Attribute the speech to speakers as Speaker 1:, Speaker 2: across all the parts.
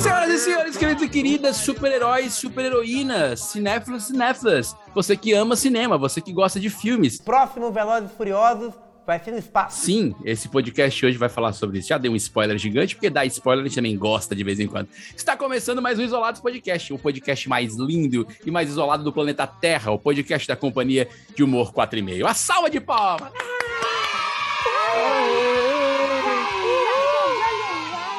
Speaker 1: Senhoras e senhores, queridos e queridas, super-heróis, super-heroínas, cinéfilos e cinéfilas, você que ama cinema, você que gosta de filmes.
Speaker 2: Próximo Velozes e Furiosos vai ser no espaço.
Speaker 1: Sim, esse podcast hoje vai falar sobre isso. Já dei um spoiler gigante, porque dar spoiler a gente também gosta de vez em quando. Está começando mais um Isolados Podcast, o podcast mais lindo e mais isolado do planeta Terra, o podcast da companhia de humor 4,5. A salva de palmas!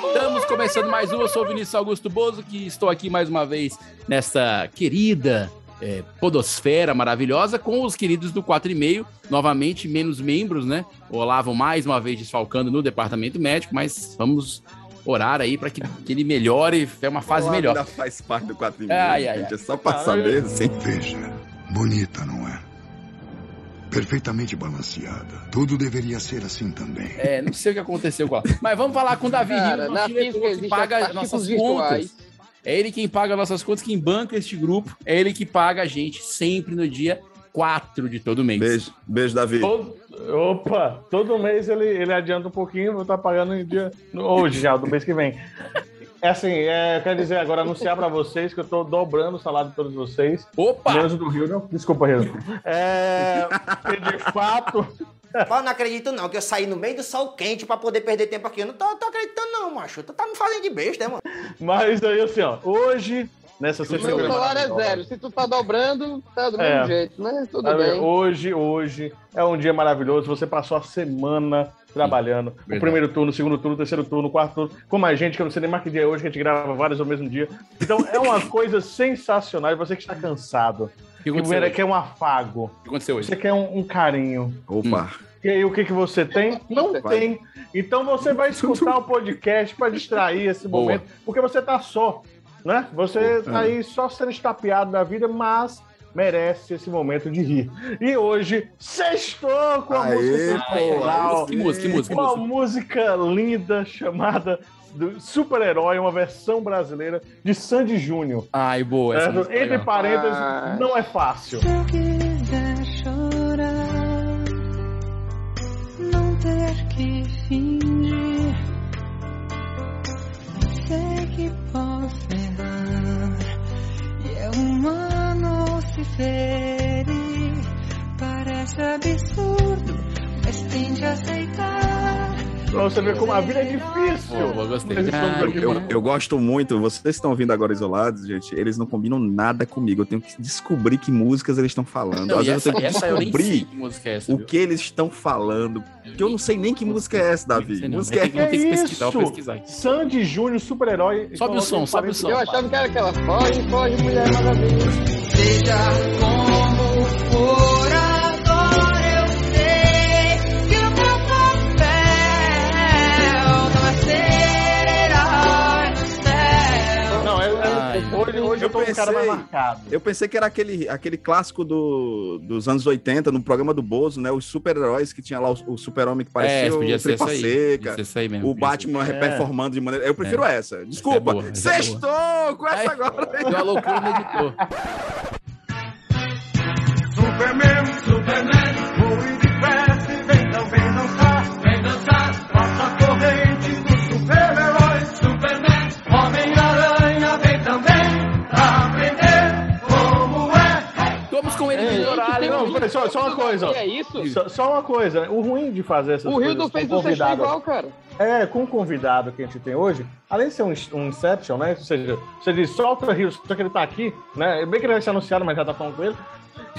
Speaker 1: Estamos começando mais um. Eu sou o Vinícius Augusto Bozo, que estou aqui mais uma vez nessa querida é, podosfera maravilhosa com os queridos do 4,5. Novamente, menos membros, né? O Olavo mais uma vez desfalcando no departamento médico, mas vamos orar aí para que, que ele melhore, é uma fase
Speaker 3: Olavo
Speaker 1: melhor.
Speaker 3: Ainda faz parte do 4 e
Speaker 1: Ai,
Speaker 3: meio,
Speaker 1: ai, ai.
Speaker 3: gente. É só pra saber, assim.
Speaker 4: Veja, bonita, não é? Perfeitamente balanceada. Tudo deveria ser assim também.
Speaker 1: É, não sei o que aconteceu com ela. Mas vamos falar com o Davi
Speaker 5: Cara,
Speaker 1: Rino,
Speaker 5: na
Speaker 1: nosso diretor,
Speaker 5: física
Speaker 1: que
Speaker 5: existe
Speaker 1: paga
Speaker 5: arquivos
Speaker 1: nossas
Speaker 5: virtuais.
Speaker 1: contas. É ele quem paga nossas contas, quem banca este grupo. É ele que paga a gente sempre no dia 4 de todo mês.
Speaker 3: Beijo, beijo, Davi.
Speaker 6: Todo- opa, todo mês ele, ele adianta um pouquinho, vou estar pagando em dia no- hoje já, do mês que vem. É assim, é, eu quero dizer agora, anunciar pra vocês que eu tô dobrando o salário de todos vocês,
Speaker 1: Opa!
Speaker 6: menos o do Rio, não? Desculpa, Rio. É, porque de fato,
Speaker 2: Mas eu não acredito não, que eu saí no meio do sol quente pra poder perder tempo aqui. Eu não tô, tô acreditando não, macho. Tu tá me fazendo de besta, né, mano?
Speaker 6: mas aí assim, ó, hoje, nessa
Speaker 5: O
Speaker 6: sexta-feira.
Speaker 5: meu salário é zero. Se tu tá dobrando, tá do
Speaker 6: É.
Speaker 5: mesmo jeito, né? Tudo
Speaker 6: Sabe,
Speaker 5: bem.
Speaker 6: Hoje, hoje é um dia maravilhoso. Você passou a semana trabalhando.
Speaker 1: verdade.
Speaker 6: O primeiro turno, o segundo turno, o terceiro turno, o quarto turno. Como a gente, que eu não sei nem mais que dia é hoje, que a gente grava vários ao mesmo dia. Então é uma coisa sensacional. E você que está cansado,
Speaker 1: O que
Speaker 6: que
Speaker 1: aconteceu, hoje?
Speaker 6: quer um afago,
Speaker 1: O que aconteceu hoje?
Speaker 6: você quer um, um carinho.
Speaker 3: Opa.
Speaker 1: hum,
Speaker 6: E aí o que, que você tem? Não
Speaker 5: Vai.
Speaker 6: tem. Então você vai escutar o podcast para distrair esse
Speaker 1: Boa.
Speaker 6: momento, porque você tá só, né? Você tá aí só sendo estapeado da vida, mas merece esse momento de rir. E hoje, sextou com a
Speaker 3: Aê,
Speaker 6: música
Speaker 1: Ai,
Speaker 6: cultural,
Speaker 1: que música, que música, que
Speaker 6: uma
Speaker 1: música.
Speaker 6: música linda chamada do Super-Herói, uma versão brasileira de Sandy Júnior.
Speaker 1: Ai, boa. Essa
Speaker 6: certo?
Speaker 1: música é
Speaker 6: Entre
Speaker 1: legal.
Speaker 6: parênteses,
Speaker 5: Ah.
Speaker 6: não é fácil.
Speaker 7: Se eu quiser chorar, não ter que fingir, sei que posso errar. E é humano se ferir, parece absurdo, mas tende a aceitar.
Speaker 6: Pra você ver como a vida é difícil.
Speaker 1: Boa, gostei.
Speaker 6: Mas estamos aqui
Speaker 3: Eu,
Speaker 6: pra-
Speaker 3: eu gosto muito, vocês estão ouvindo agora isolados, gente, eles não combinam nada comigo. Eu tenho que descobrir que músicas eles estão falando.
Speaker 1: Não,
Speaker 3: Às
Speaker 1: e
Speaker 3: vezes
Speaker 1: essa,
Speaker 3: eu tenho que
Speaker 1: essa eu nem sei
Speaker 3: descobrir
Speaker 1: que música é essa.
Speaker 3: o
Speaker 1: viu?
Speaker 3: que eles estão falando. Porque eu não sei nem que música é essa, Davi.
Speaker 1: Não sei
Speaker 3: música
Speaker 1: não,
Speaker 3: é...
Speaker 1: mas tem um- que- tem que
Speaker 6: Que
Speaker 1: pesquisar, eu vou pesquisar.
Speaker 6: Sandy Júnior, super-herói. Então,
Speaker 1: Sobe o som, sobe o som.
Speaker 5: Eu achava que era aquela foge, foge, mulher maravilha.
Speaker 7: Seja como for, agora eu sei que o meu papel não é ser herói do céu.
Speaker 6: Não,
Speaker 3: é
Speaker 6: eu, eu-
Speaker 1: Ai,
Speaker 6: hoje, hoje eu,
Speaker 3: eu
Speaker 6: tô um cara mais
Speaker 3: pensei.
Speaker 6: marcado.
Speaker 3: Eu pensei que era aquele, aquele clássico do, dos anos 80, no programa do Bozo, né? Os super-heróis que tinha lá o, o super-homem que
Speaker 1: É,
Speaker 3: parecia
Speaker 1: essa podia
Speaker 3: o
Speaker 1: ser
Speaker 3: Tripa
Speaker 1: essa aí.
Speaker 3: Seca.
Speaker 1: Podia ser essa aí mesmo.
Speaker 3: O
Speaker 1: podia ser.
Speaker 3: Batman
Speaker 6: É.
Speaker 3: performando de maneira. Eu prefiro essa. Desculpa.
Speaker 1: é boa, essa é
Speaker 3: Sextou com
Speaker 1: Ai.
Speaker 3: essa agora.
Speaker 1: Deu uma loucura no editor. Estamos com ele
Speaker 3: É.
Speaker 6: Ei,
Speaker 1: no horário.
Speaker 6: não, peraí, só, só uma coisa. ó.
Speaker 5: E né? é isso?
Speaker 6: Só, só uma coisa, né? o ruim de fazer essas
Speaker 5: O
Speaker 6: coisas
Speaker 5: Rio do fez
Speaker 6: com
Speaker 5: o sexto
Speaker 6: convidado.
Speaker 5: igual, cara.
Speaker 6: É, com o convidado que a gente tem hoje, além de ser um, um Inception, É né? Ou seja, você diz, solta o Rio, só que ele tá aqui, né? Bem que ele vai ser anunciado, mas já tá falando com ele.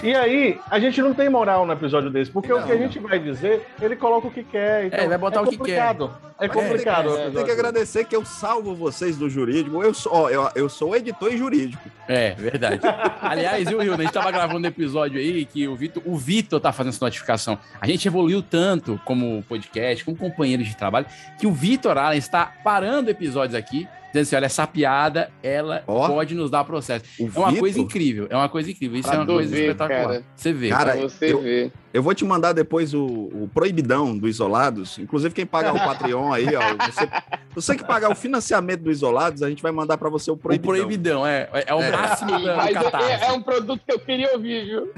Speaker 6: E aí, a gente não tem moral no episódio desse, porque o
Speaker 3: Não,
Speaker 6: que a
Speaker 3: não.
Speaker 6: gente vai dizer, ele coloca o que quer. Então
Speaker 1: ele vai botar
Speaker 6: é
Speaker 1: o que quer.
Speaker 6: complicado. É complicado. o
Speaker 3: Tem que
Speaker 6: episódio.
Speaker 3: agradecer que eu salvo vocês do jurídico. Eu sou, ó, eu, eu sou editor e jurídico.
Speaker 1: É, verdade. Aliás, viu, Hilda? A gente tava gravando um episódio aí que o Vitor, o Vitor tá fazendo essa notificação. A gente evoluiu tanto como podcast, como companheiros de trabalho, que o Vitor Allen está parando episódios aqui, dizendo assim: olha, essa piada, ela
Speaker 3: Ó.
Speaker 1: pode nos dar processo. É
Speaker 3: O
Speaker 1: uma
Speaker 3: Vitor-
Speaker 1: coisa incrível, é uma coisa incrível. Isso
Speaker 5: Pra
Speaker 1: é uma
Speaker 5: tu
Speaker 1: coisa
Speaker 5: ver,
Speaker 1: espetacular.
Speaker 5: cara.
Speaker 1: Você vê.
Speaker 3: Cara,
Speaker 5: Pra você
Speaker 3: eu-
Speaker 5: ver.
Speaker 3: Eu vou te mandar depois o, o proibidão do Isolados. Inclusive, quem pagar o Patreon aí, ó. Você, você que pagar o financiamento do Isolados, a gente vai mandar pra você o
Speaker 1: o
Speaker 3: proibidão.
Speaker 1: proibidão, é, é, é o
Speaker 3: É.
Speaker 1: máximo da- do
Speaker 5: Mas é,
Speaker 1: catarse.
Speaker 5: é um produto que eu queria ouvir, viu?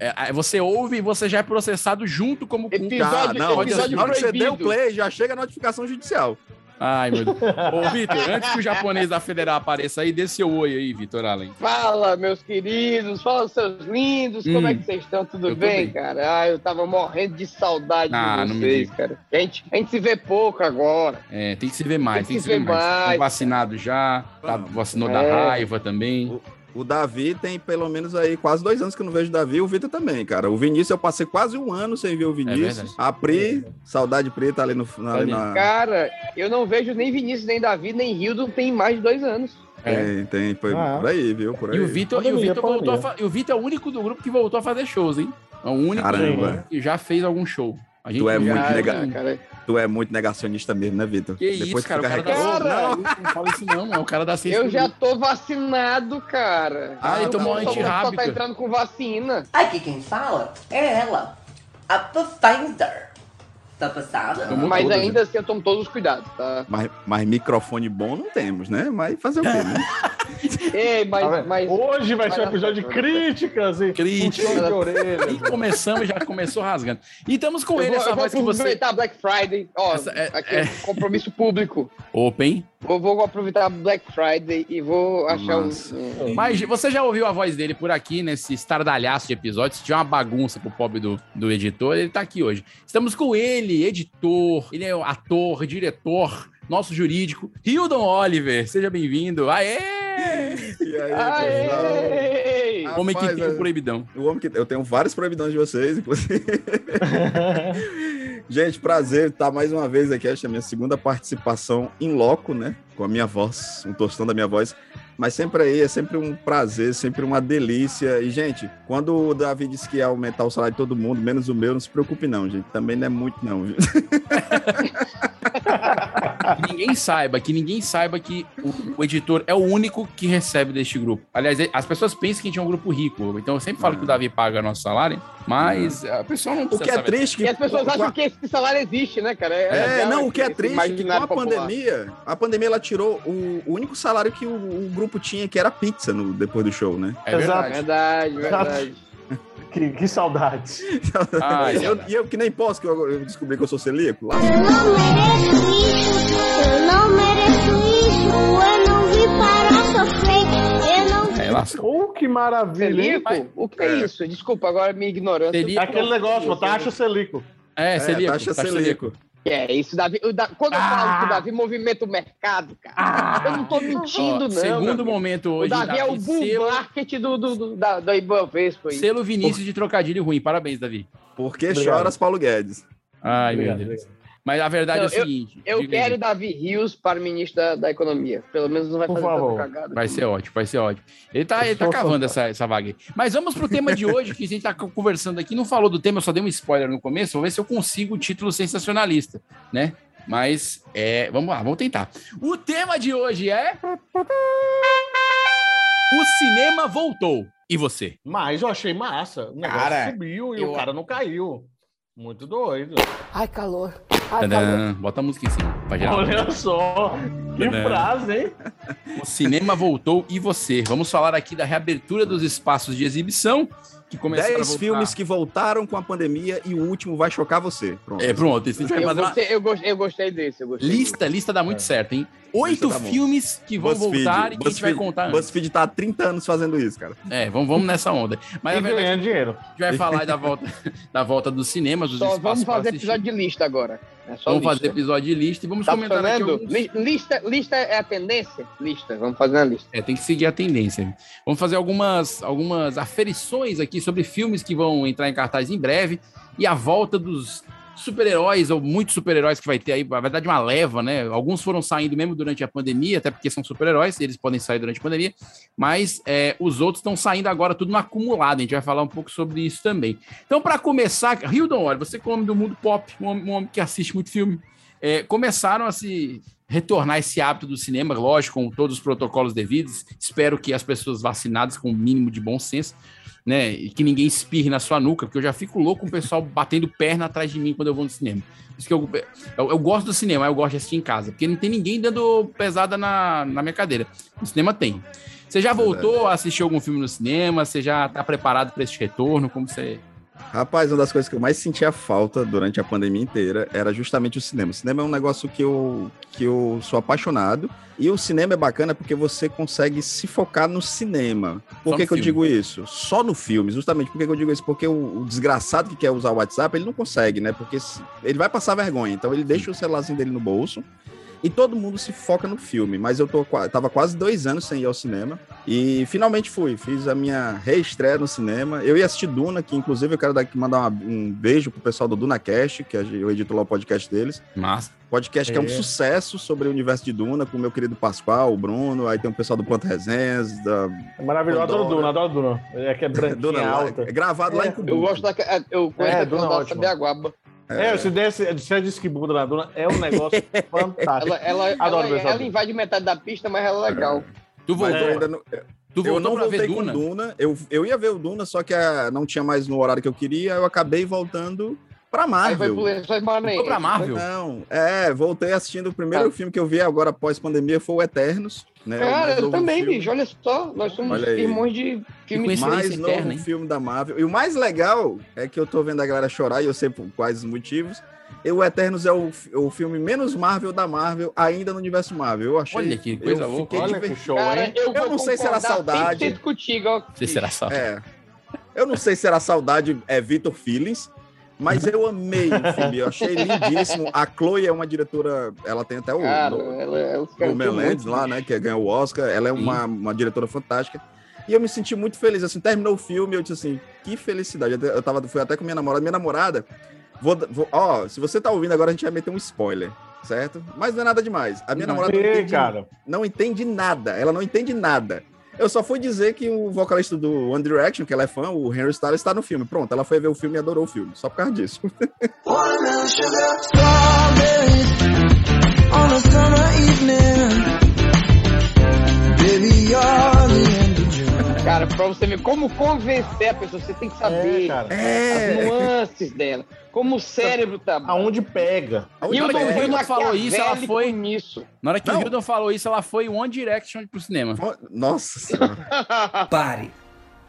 Speaker 1: É, aí você ouve e você já é processado junto como culpa.
Speaker 3: Ah,
Speaker 5: Episódio,
Speaker 3: não, olha,
Speaker 5: episódio
Speaker 3: na hora que você
Speaker 5: proibido.
Speaker 3: deu o play, já chega a notificação judicial.
Speaker 1: Ai, meu Deus. Ô, Vitor, antes que o japonês da Federal apareça aí, dê seu oi aí, Vitor Allen.
Speaker 5: Fala, meus queridos, fala, seus lindos,
Speaker 1: Hum.
Speaker 5: como é que vocês estão? Tudo
Speaker 1: Eu tô
Speaker 5: bem,
Speaker 1: bem.
Speaker 5: cara? Ah, eu tava morrendo de saudade
Speaker 1: Ah,
Speaker 5: de
Speaker 1: não me
Speaker 5: vocês,
Speaker 1: diga.
Speaker 5: cara. A gente, a gente se vê pouco agora.
Speaker 1: É, tem que se ver mais, tem que se, ver, mais.
Speaker 5: mais.
Speaker 1: Tá vacinado já, tá, vacinou da
Speaker 5: É.
Speaker 1: raiva também.
Speaker 3: O Davi tem pelo menos aí quase dois anos que eu não vejo o Davi, o Vitor também, cara. O Vinícius, eu passei quase um ano sem ver o Vinícius.
Speaker 1: É verdade.
Speaker 3: a Pri, saudade preta ali no. na- ali
Speaker 1: Ah.
Speaker 3: na-
Speaker 5: Cara, eu não vejo nem Vinícius, nem Davi, nem Hildo tem mais de dois anos.
Speaker 1: É.
Speaker 3: Tem, tem, foi
Speaker 6: Ah.
Speaker 3: por aí, viu? Por aí.
Speaker 1: E o Vitor e o
Speaker 6: Pandemia,
Speaker 1: Vitor voltou a
Speaker 6: pandemia.
Speaker 1: fa- e o Vitor é o único do grupo que voltou a fazer shows, hein? É o único
Speaker 3: Caramba.
Speaker 1: do grupo que já fez algum show. A gente
Speaker 3: Tu é
Speaker 1: já-
Speaker 3: muito
Speaker 5: Cara,
Speaker 3: legal.
Speaker 5: Assim, cara.
Speaker 3: Tu é muito negacionista mesmo, né, Vitor?
Speaker 1: Que isso, cara? O cara, tá
Speaker 3: fica
Speaker 1: da... Ô,
Speaker 5: reclamando.
Speaker 3: reclamando.
Speaker 1: não, não fala isso não, mano. O cara da ciência
Speaker 5: Eu
Speaker 1: do
Speaker 5: já
Speaker 1: grupo.
Speaker 5: tô vacinado, cara.
Speaker 1: Ah, ele
Speaker 5: O
Speaker 1: tomou
Speaker 5: pessoal Só
Speaker 1: antirrábica.
Speaker 5: tá entrando com vacina.
Speaker 8: Aqui quem fala é ela, a Pathfinder. Tá passada?
Speaker 1: Tomou né?
Speaker 5: mas
Speaker 1: todas,
Speaker 5: ainda assim eu tomo todos os cuidados, tá?
Speaker 3: Mas, mas microfone bom não temos, né? Mas fazer o quê, né?
Speaker 5: Ei,
Speaker 6: Tá
Speaker 5: mas.
Speaker 6: vendo?
Speaker 5: mas...
Speaker 6: Hoje vai ser um
Speaker 5: mas-
Speaker 6: episódio de críticas e
Speaker 1: Críticas.
Speaker 6: puxão de orelha.
Speaker 1: E começamos, já começou rasgando. E estamos com
Speaker 5: Eu
Speaker 1: ele,
Speaker 5: vou,
Speaker 1: essa
Speaker 5: eu vou
Speaker 1: voz que você.
Speaker 5: aproveitar Black Friday. Ó,
Speaker 1: Essa é-
Speaker 5: aqui,
Speaker 1: é.
Speaker 5: compromisso público.
Speaker 1: Open.
Speaker 5: Eu vou aproveitar Black Friday e vou achar um.
Speaker 3: Nossa.
Speaker 5: um-
Speaker 1: Mas você já ouviu a voz dele por aqui, nesse estardalhaço de episódios. Se tiver uma bagunça pro pobre do, do editor, ele tá aqui hoje. Estamos com ele, editor, ele é ator, diretor, nosso jurídico, Hildon Oliver. Seja bem-vindo. Aê!
Speaker 3: E aí, pessoal?
Speaker 5: Aê!
Speaker 3: Ah,
Speaker 1: Homem que
Speaker 3: Rapaz,
Speaker 1: tem
Speaker 3: é-
Speaker 1: o proibidão.
Speaker 3: O homem que eu tenho vários proibidões de vocês, inclusive. Gente, prazer estar mais uma vez aqui. Esta é a minha segunda participação em loco, né? Com a minha voz, um tostão da minha voz. Mas sempre aí, é sempre um prazer, sempre uma delícia. E, gente, quando o Davi disse que ia aumentar o salário de todo mundo, menos o meu, não se preocupe, não, gente. Também não é muito, não, viu?
Speaker 1: Que ninguém saiba, que ninguém saiba que o, o editor é o único que recebe deste grupo. Aliás, as pessoas pensam que a gente é um grupo rico. Então eu sempre falo
Speaker 3: Não.
Speaker 1: que o Davi paga nosso salário, mas a pessoa não
Speaker 3: O
Speaker 1: precisa
Speaker 3: que é
Speaker 1: saber.
Speaker 3: triste que.
Speaker 5: E as pessoas
Speaker 3: com a-
Speaker 5: acham que esse salário existe, né, cara?
Speaker 3: É,
Speaker 5: legal
Speaker 3: não, o que é
Speaker 5: esse
Speaker 3: triste é que com a
Speaker 5: imaginário popular.
Speaker 3: pandemia, a pandemia ela tirou o, o único salário que o, o grupo tinha, que era pizza no, depois do show, né?
Speaker 1: É verdade.
Speaker 5: Verdade, verdade.
Speaker 6: que, que saudades.
Speaker 1: Ah,
Speaker 3: E eu, e eu que nem posso, que eu, eu descobri que eu sou celíaco lá.
Speaker 9: Eu não mereço isso, eu não mereço isso, eu não vim para sofrer, eu não
Speaker 1: É, lascou.
Speaker 6: Oh, que maravilha. hein?
Speaker 5: Celíaco? O que é isso? Desculpa, agora minha ignorância.
Speaker 1: Celíaco.
Speaker 6: É aquele negócio,
Speaker 1: assim,
Speaker 6: pô,
Speaker 1: né?
Speaker 6: taxa o selico.
Speaker 1: É, celíaco.
Speaker 3: taxa
Speaker 1: taxa
Speaker 3: celíaco.
Speaker 5: É isso, Davi. o Da... Quando eu
Speaker 1: Ah!
Speaker 5: falo que o Davi movimenta o mercado, cara, eu não tô mentindo,
Speaker 1: Ó,
Speaker 5: não.
Speaker 1: Segundo
Speaker 5: meu.
Speaker 1: momento
Speaker 5: o
Speaker 1: hoje.
Speaker 5: Tá né? Davi, é o bull
Speaker 1: selo,
Speaker 5: market do, do, do, da, da Ibovespa aí.
Speaker 1: selo Vinícius de trocadilho ruim. Parabéns, Davi.
Speaker 3: Porque
Speaker 6: Obrigado.
Speaker 3: choras, Paulo Guedes.
Speaker 1: Ai,
Speaker 6: Obrigado,
Speaker 1: meu Deus. Mas a verdade
Speaker 5: Não,
Speaker 1: é o seguinte.
Speaker 5: Eu
Speaker 1: diga
Speaker 5: quero
Speaker 1: aí.
Speaker 5: Davi Rios para ministro da, da Economia. Pelo menos não vai
Speaker 6: Por
Speaker 5: fazer
Speaker 6: favor.
Speaker 5: tanta cagada.
Speaker 1: Vai ser ótimo, vai ser ótimo. Ele tá, ele tá
Speaker 6: Por
Speaker 1: cavando
Speaker 6: favor.
Speaker 1: essa, essa vaga aí. Mas vamos pro tema de hoje, que a gente tá conversando aqui. Não falou do tema, eu só dei um spoiler no começo. Vou ver se eu consigo o título sensacionalista, né? Mas, é, vamos lá, vamos tentar. O tema de hoje é... O cinema voltou. E você?
Speaker 6: Mas eu achei massa. O negócio
Speaker 2: Cara,
Speaker 6: subiu e
Speaker 2: eu-
Speaker 6: o cara não caiu. Muito doido.
Speaker 10: Ai, calor.
Speaker 3: Ah, tá
Speaker 10: Ai, calor.
Speaker 1: Tadã. Bota a música em cima. Pra gerar.
Speaker 6: Olha só. Que
Speaker 1: Né?
Speaker 6: frase, hein?
Speaker 1: O cinema voltou e você. Vamos falar aqui da reabertura dos espaços de exibição que começaram a
Speaker 3: Dez
Speaker 1: voltar.
Speaker 3: filmes que voltaram com a pandemia e o último vai chocar você. Pronto.
Speaker 1: É, pronto. A gente vai
Speaker 5: Eu
Speaker 1: fazer uma
Speaker 5: gostei, eu gos- eu gostei desse, eu gostei. É.
Speaker 1: lista. Lista dá muito certo, hein? Oito
Speaker 3: tá bom.
Speaker 1: filmes que vão
Speaker 3: BuzzFeed,
Speaker 1: voltar e que a gente vai
Speaker 3: BuzzFeed-
Speaker 1: contar. antes.
Speaker 3: BuzzFeed tá há 30 anos fazendo isso, cara.
Speaker 1: É, vamos, vamos nessa onda. Mas
Speaker 6: E
Speaker 1: a verdade,
Speaker 6: ganhando dinheiro.
Speaker 1: a gente vai falar da volta, da volta dos cinemas, dos
Speaker 5: Só
Speaker 1: espaços
Speaker 5: vamos
Speaker 1: para
Speaker 5: fazer
Speaker 1: assistir.
Speaker 5: episódio de lista agora. É só
Speaker 1: Vamos
Speaker 5: lista.
Speaker 1: fazer episódio de lista e vamos
Speaker 5: Tá
Speaker 1: comentar aqui
Speaker 5: funcionando?
Speaker 1: alguns-
Speaker 5: Li- Lista, lista é a tendência? Lista, vamos fazer uma lista.
Speaker 1: É, tem que seguir a tendência. Vamos fazer algumas, algumas aferições aqui sobre filmes que vão entrar em cartaz em breve e a volta dos super-heróis, ou muitos super-heróis que vai ter aí, na verdade, uma leva, né? Alguns foram saindo mesmo durante a pandemia, até porque são super-heróis, eles podem sair durante a pandemia, mas é, os outros estão saindo agora tudo no acumulado, a gente vai falar um pouco sobre isso também. Então, para começar, Hildon, olha, você que é um homem do mundo pop, um homem, um homem que assiste muito filme, é, começaram a se retornar esse hábito do cinema, lógico, com todos os protocolos devidos. Espero que as pessoas vacinadas com o mínimo de bom senso, né, e que ninguém espirre na sua nuca, porque eu já fico louco com o pessoal batendo perna atrás de mim quando eu vou no cinema. Isso que eu, eu, eu gosto do cinema, eu gosto de assistir em casa, porque não tem ninguém dando pesada na, na minha cadeira. No cinema tem. Você já voltou a assistir algum filme no cinema? Você já tá preparado para esse retorno? Como você
Speaker 3: Rapaz, uma das coisas que eu mais sentia falta durante a pandemia inteira era justamente o cinema. O cinema é um negócio que eu, que eu sou apaixonado. E o cinema é bacana porque você consegue se focar no cinema. Por
Speaker 1: Só no
Speaker 3: que, que eu
Speaker 1: filme.
Speaker 3: digo isso? Só no filme, justamente. Por que, que eu digo isso? Porque o, o desgraçado que quer usar o WhatsApp, ele não consegue, né? Porque se- ele vai passar vergonha. Então ele deixa o celularzinho dele no bolso. E todo mundo se foca no filme, mas eu tô, qua- tava quase dois anos sem ir ao cinema. E finalmente fui, fiz a minha reestreia no cinema. Eu ia assistir Duna, que inclusive eu quero daqui mandar uma- um beijo pro pessoal do DunaCast, que a gente- eu edito lá o podcast deles.
Speaker 1: Massa.
Speaker 3: Podcast que é um
Speaker 6: É.
Speaker 3: sucesso sobre o universo de Duna, com o meu querido Pascoal, o Bruno, aí tem o pessoal do Planta Resenhas, da
Speaker 6: É maravilhoso. Eu Adoro Duna,
Speaker 3: Pandora.
Speaker 6: adoro Duna. É que é
Speaker 3: Duna
Speaker 6: branquinha
Speaker 3: lá,
Speaker 6: alta.
Speaker 3: é gravado lá em
Speaker 5: Eu
Speaker 3: Cuba.
Speaker 5: gosto da. Eu conheço
Speaker 6: É,
Speaker 5: é,
Speaker 6: Duna
Speaker 5: aquela
Speaker 6: é
Speaker 5: da
Speaker 6: ótimo.
Speaker 5: Sabiaguaba.
Speaker 6: É, se der se- se é de esquibuda na Duna, é um negócio fantástico.
Speaker 5: Ela, ela,
Speaker 6: Adoro
Speaker 5: ela,
Speaker 6: ver essa
Speaker 5: ela invade metade da pista, mas ela é legal.
Speaker 1: Tu
Speaker 3: Mas eu
Speaker 1: voltou,
Speaker 3: ainda não,
Speaker 1: É. tu
Speaker 3: eu
Speaker 1: voltou
Speaker 3: não
Speaker 1: pra ver
Speaker 3: voltei
Speaker 1: Duna?
Speaker 3: com Duna. Eu, eu ia ver o Duna, só que ah, não tinha mais no horário que eu queria. Eu acabei voltando pra
Speaker 1: Ah,
Speaker 5: Aí vai
Speaker 3: Marvel.
Speaker 5: pro Lençóis
Speaker 1: Voltou pra
Speaker 5: Maranhenses.
Speaker 1: Marvel?
Speaker 3: Não, é, voltei assistindo o primeiro
Speaker 5: Ah.
Speaker 3: filme que eu vi agora após pandemia foi o Eternos, né? O mais
Speaker 5: Cara, eu
Speaker 3: novo
Speaker 5: também,
Speaker 3: filme,
Speaker 5: bicho. Olha só, nós somos
Speaker 3: Olha aí.
Speaker 5: irmãos de filme
Speaker 1: coincidência
Speaker 3: Mais novo
Speaker 1: eterna, hein?
Speaker 3: filme da Marvel. E o mais legal é que eu tô vendo a galera chorar e eu sei por quais motivos. E o Eternos é o, fi- o filme menos Marvel da Marvel, ainda no universo Marvel. Eu achei.
Speaker 1: Olha que coisa
Speaker 3: eu
Speaker 1: louca.
Speaker 3: fiquei
Speaker 6: Olha que
Speaker 3: divertido.
Speaker 6: show,
Speaker 5: Cara,
Speaker 6: hein?
Speaker 5: eu, vou
Speaker 3: não sei se
Speaker 5: concordar
Speaker 3: era saudade.
Speaker 5: 100% contigo, ó.
Speaker 1: Você será só.
Speaker 3: É. Eu não sei se era saudade, é Vitor Feelings, mas eu amei o filme. Eu achei lindíssimo. A Chloe é uma diretora, ela tem até o.
Speaker 5: Cara,
Speaker 3: no-
Speaker 5: ela, ela,
Speaker 3: o
Speaker 5: cara,
Speaker 3: Melandes lá, né, que ganhou o Oscar. Ela é
Speaker 1: Sim.
Speaker 3: uma, uma diretora fantástica. E eu me senti muito feliz, assim, terminou o filme, eu disse assim, que felicidade. Eu te- Eu tava, fui até com minha namorada, minha namorada, vou, da- vou- ó, se você tá ouvindo agora, a gente vai meter um spoiler, certo? Mas não é nada demais. A minha namorada não
Speaker 6: Ei,
Speaker 3: entende,
Speaker 6: cara.
Speaker 3: não entende nada, ela não entende nada. Eu só fui dizer que o vocalista do One Direction, que ela é fã, o Henry Styles, está no filme. Pronto, ela foi ver o filme e adorou o filme, só por causa disso.
Speaker 5: Cara, pra você ver como convencer a pessoa, você tem que
Speaker 6: É,
Speaker 5: saber
Speaker 6: cara.
Speaker 3: É!
Speaker 5: as nuances dela, como o cérebro tá.
Speaker 6: Aonde pega?
Speaker 3: aonde
Speaker 5: E o
Speaker 1: Na hora
Speaker 3: ela
Speaker 1: que o
Speaker 3: é?
Speaker 1: Hildon falou isso, ela
Speaker 5: maquiavélico
Speaker 1: foi.
Speaker 5: nisso.
Speaker 1: Na hora que o
Speaker 3: Não.
Speaker 1: Hildon falou isso, ela foi One Direction pro cinema.
Speaker 3: Nossa senhora.
Speaker 11: Pare.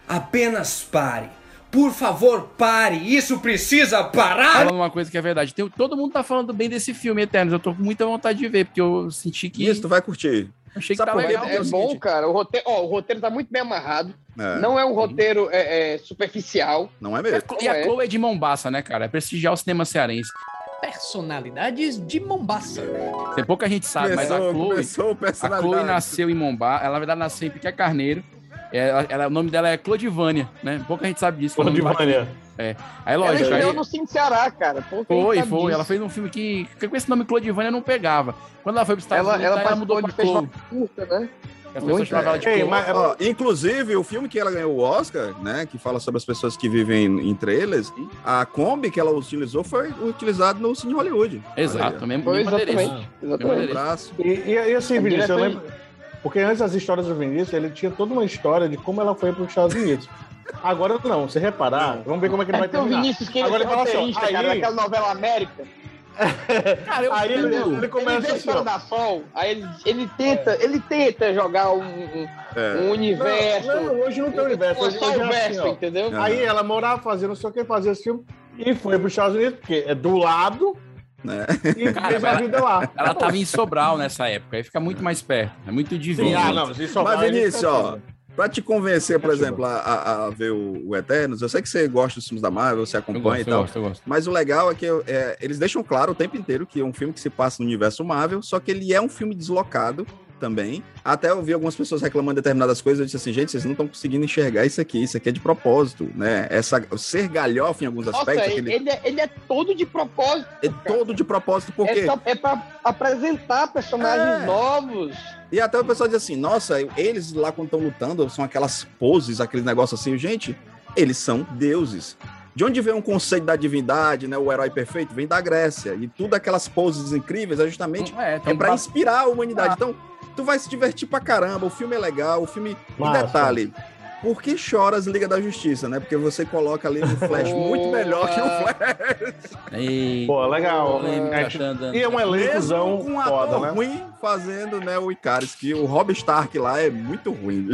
Speaker 11: Apenas pare. Por favor, pare. Isso precisa
Speaker 3: Ah!
Speaker 11: parar.
Speaker 1: Falando uma coisa que é verdade. Tem- todo mundo tá falando bem desse filme, Eternos. Eu tô com muita vontade de ver, porque eu senti que.
Speaker 3: Isso, tu vai curtir.
Speaker 1: achei que
Speaker 3: sabe
Speaker 1: tá
Speaker 3: por quê?
Speaker 1: legal.
Speaker 3: Porque
Speaker 5: É,
Speaker 3: o
Speaker 5: bom,
Speaker 3: seguinte-
Speaker 5: cara. O roteiro, ó, o roteiro tá muito bem amarrado.
Speaker 3: É,
Speaker 5: Não é
Speaker 1: Uhum.
Speaker 5: um roteiro é, é, superficial.
Speaker 3: não é mesmo?
Speaker 1: E a
Speaker 5: é.
Speaker 1: Chloe é de Mombaça, né, cara? É prestigiar o cinema cearense.
Speaker 11: Personalidades de Mombaça.
Speaker 1: Tem pouca gente sabe, mas a Chloe.
Speaker 3: começou o
Speaker 1: A
Speaker 3: personalidade.
Speaker 1: Chloe nasceu em Mombaça. Ela, na verdade, nasceu em Piquet Carneiro. Ela, ela- o nome dela é Clodivânia, né? Pouca gente sabe disso. que é o
Speaker 6: Falando
Speaker 1: nome
Speaker 6: de
Speaker 1: bacana.
Speaker 6: Vânia.
Speaker 1: Aí,
Speaker 5: Ela
Speaker 1: lógico.
Speaker 5: estreou
Speaker 1: Aí,
Speaker 5: no Cine Ceará, cara. Pô, quem
Speaker 1: foi,
Speaker 5: sabe
Speaker 1: foi.
Speaker 5: disso?
Speaker 1: Ela fez um filme que, que com esse nome Clodivânia não pegava. Quando ela foi pro Estados
Speaker 5: Ela-
Speaker 1: Unidos,
Speaker 5: ela
Speaker 1: aí ela
Speaker 5: participou
Speaker 1: mudou pra
Speaker 5: de festival
Speaker 1: Chloe.
Speaker 5: Curta, né?
Speaker 1: As pessoas
Speaker 5: Muito.
Speaker 1: chamavam ela de
Speaker 6: Ei,
Speaker 1: Chloe.
Speaker 6: mas,
Speaker 3: Ah, é, Ó, inclusive, o filme que ela ganhou o Oscar, né, que fala sobre as pessoas que vivem em trailers, a Kombi que ela utilizou foi utilizada no Cine Hollywood.
Speaker 1: Exato, é
Speaker 3: Olha
Speaker 1: mesmo,
Speaker 5: Foi
Speaker 1: mesmo endereço.
Speaker 5: exatamente.
Speaker 3: aí, Um
Speaker 5: exatamente.
Speaker 3: abraço.
Speaker 6: E, e, e assim,
Speaker 5: É
Speaker 6: Vinícius, eu
Speaker 5: direto
Speaker 6: lembro. Porque antes das histórias do Vinícius, ele tinha toda uma história de como ela foi para os Estados Unidos. Agora não, se reparar, vamos ver como é que ele vai
Speaker 5: Vai ter o
Speaker 6: terminar.
Speaker 5: Vinícius que ele
Speaker 6: Agora
Speaker 5: é
Speaker 6: ele fala assim, ó,
Speaker 5: roteirista, cara,
Speaker 6: aí-
Speaker 5: daquela novela América.
Speaker 1: Cara, eu
Speaker 6: Aí ele,
Speaker 1: entendo.
Speaker 6: ele
Speaker 5: Ele vê
Speaker 6: começa
Speaker 5: a
Speaker 6: assim,
Speaker 5: história
Speaker 6: ó. É.
Speaker 5: da Sol, aí ele, ele tenta, ele tenta jogar um, um- um
Speaker 3: É.
Speaker 5: universo.
Speaker 6: Não, não, hoje não tem universo.
Speaker 5: Uma
Speaker 6: Hoje, hoje é assim,
Speaker 5: Solverso,
Speaker 6: ó.
Speaker 5: entendeu?
Speaker 3: Não.
Speaker 6: Aí ela morava, fazia não sei o que, fazia esse filme e foi para os Estados Unidos, porque é do lado
Speaker 3: né?
Speaker 6: E fez a vida lá.
Speaker 1: Ela tá tava em Sobral nessa época, aí fica muito mais perto. É muito divino.
Speaker 6: Sim, ah, não, mas em Sobral
Speaker 3: Mas,
Speaker 6: ele
Speaker 3: Vinícius,
Speaker 6: tá
Speaker 3: ó,
Speaker 6: tudo.
Speaker 3: pra te convencer, por exemplo, a, a- a ver o, o Eternos, eu sei que você gosta dos filmes da Marvel, você
Speaker 1: Eu
Speaker 3: acompanha e
Speaker 1: gosto, eu
Speaker 3: tal.
Speaker 1: gosto, eu gosto.
Speaker 3: Mas o legal é que é, eles deixam claro o tempo inteiro que é um filme que se passa no universo Marvel, só que ele é um filme deslocado também. Até eu vi algumas pessoas reclamando de determinadas coisas, eu disse assim, gente, vocês não estão conseguindo enxergar isso aqui, isso aqui é de propósito, né? Essa, ser galhofa em alguns
Speaker 5: Nossa,
Speaker 3: aspectos,
Speaker 5: ele,
Speaker 3: aquele-
Speaker 5: ele é, ele é todo de propósito.
Speaker 3: é todo de propósito, porque...
Speaker 5: É, só, é pra apresentar personagens
Speaker 3: É.
Speaker 5: novos.
Speaker 3: E até o pessoal diz assim, nossa, eles lá quando estão lutando, são aquelas poses, aqueles negócios assim, gente, eles são deuses. De onde vem um conceito da divindade, né? O herói perfeito vem da Grécia. E tudo aquelas poses incríveis é justamente
Speaker 1: É,
Speaker 3: é
Speaker 1: então
Speaker 3: para
Speaker 1: ba-
Speaker 3: inspirar a humanidade. Então, tu vai se divertir pra caramba, o filme é legal, o filme.
Speaker 6: Massa.
Speaker 3: E detalhe, por que choras Liga da Justiça, né? Porque você coloca ali um flash muito melhor que o Flash.
Speaker 1: Ei,
Speaker 6: Pô, legal.
Speaker 1: polêmica, tá
Speaker 6: A gente-
Speaker 1: Xandão.
Speaker 6: E é um elencozão
Speaker 3: Mesmo com um
Speaker 6: foda,
Speaker 3: ator
Speaker 6: né?
Speaker 3: ruim fazendo, né, o Icaris, que o Rob Stark lá é muito ruim.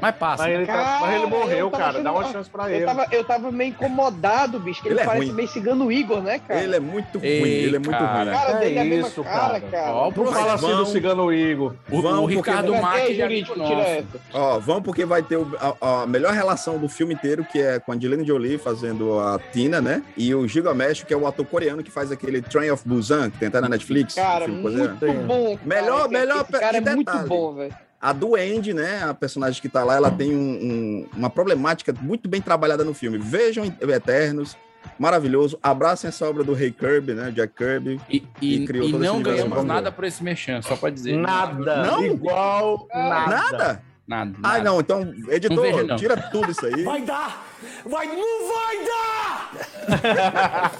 Speaker 1: Mas passa.
Speaker 6: Mas ele, tá-
Speaker 5: Cara,
Speaker 6: mas ele morreu,
Speaker 5: eu tava
Speaker 6: cara. Dá uma
Speaker 5: achando-
Speaker 6: chance pra
Speaker 5: Eu
Speaker 6: ele.
Speaker 5: tava, eu tava meio incomodado, bicho, que ele,
Speaker 3: Ele é
Speaker 5: parece
Speaker 3: ruim.
Speaker 5: meio cigano Igor, né, cara?
Speaker 3: Ele é muito ruim,
Speaker 1: Ei,
Speaker 3: ele é muito
Speaker 1: cara.
Speaker 3: ruim.
Speaker 5: A cara
Speaker 6: É
Speaker 5: dele é a mesma
Speaker 6: isso,
Speaker 5: cara,
Speaker 6: cara. é
Speaker 5: cara.
Speaker 1: Ó, o
Speaker 3: Mas
Speaker 6: Fala
Speaker 1: problema.
Speaker 6: assim do
Speaker 3: vão-
Speaker 6: cigano Igor.
Speaker 1: O,
Speaker 3: Vão,
Speaker 1: o
Speaker 3: porque-
Speaker 1: Ricardo é
Speaker 5: Cadê,
Speaker 1: Mac já
Speaker 5: é Jurídico,
Speaker 1: nossa.
Speaker 5: tira essa?
Speaker 3: Ó, vão porque vai ter o- a, a melhor relação do filme inteiro, que é com a Angelina Jolie fazendo a Tina, né? E o Gigamesh, que é o ator coreano que faz aquele Train of Busan, que tem até na Netflix.
Speaker 5: Cara,
Speaker 3: filme é.
Speaker 5: muito
Speaker 6: coisa-
Speaker 5: bom. cara.
Speaker 3: Melhor-
Speaker 5: Esse-
Speaker 3: melhor
Speaker 5: Esse cara é
Speaker 3: detalhe.
Speaker 5: muito bom, velho.
Speaker 3: A Duende, né? A personagem que tá lá, ela tem um- um- uma problemática muito bem trabalhada no filme. Vejam Eternos, maravilhoso. Abracem essa obra do Ray Kirby, né? Jack Kirby.
Speaker 1: E, e-
Speaker 3: E criou
Speaker 1: e
Speaker 3: todo esse
Speaker 1: não
Speaker 3: universo
Speaker 1: ganhamos
Speaker 3: Marvel.
Speaker 1: nada por esse merchan, só pra dizer.
Speaker 6: Nada.
Speaker 3: Não?
Speaker 6: Igual nada.
Speaker 3: Nada?
Speaker 1: Nada. nada.
Speaker 3: Ah, não. Então, editor,
Speaker 1: Não veja, não.
Speaker 3: tira tudo isso aí.
Speaker 11: Vai dar! Vai, não vai dar!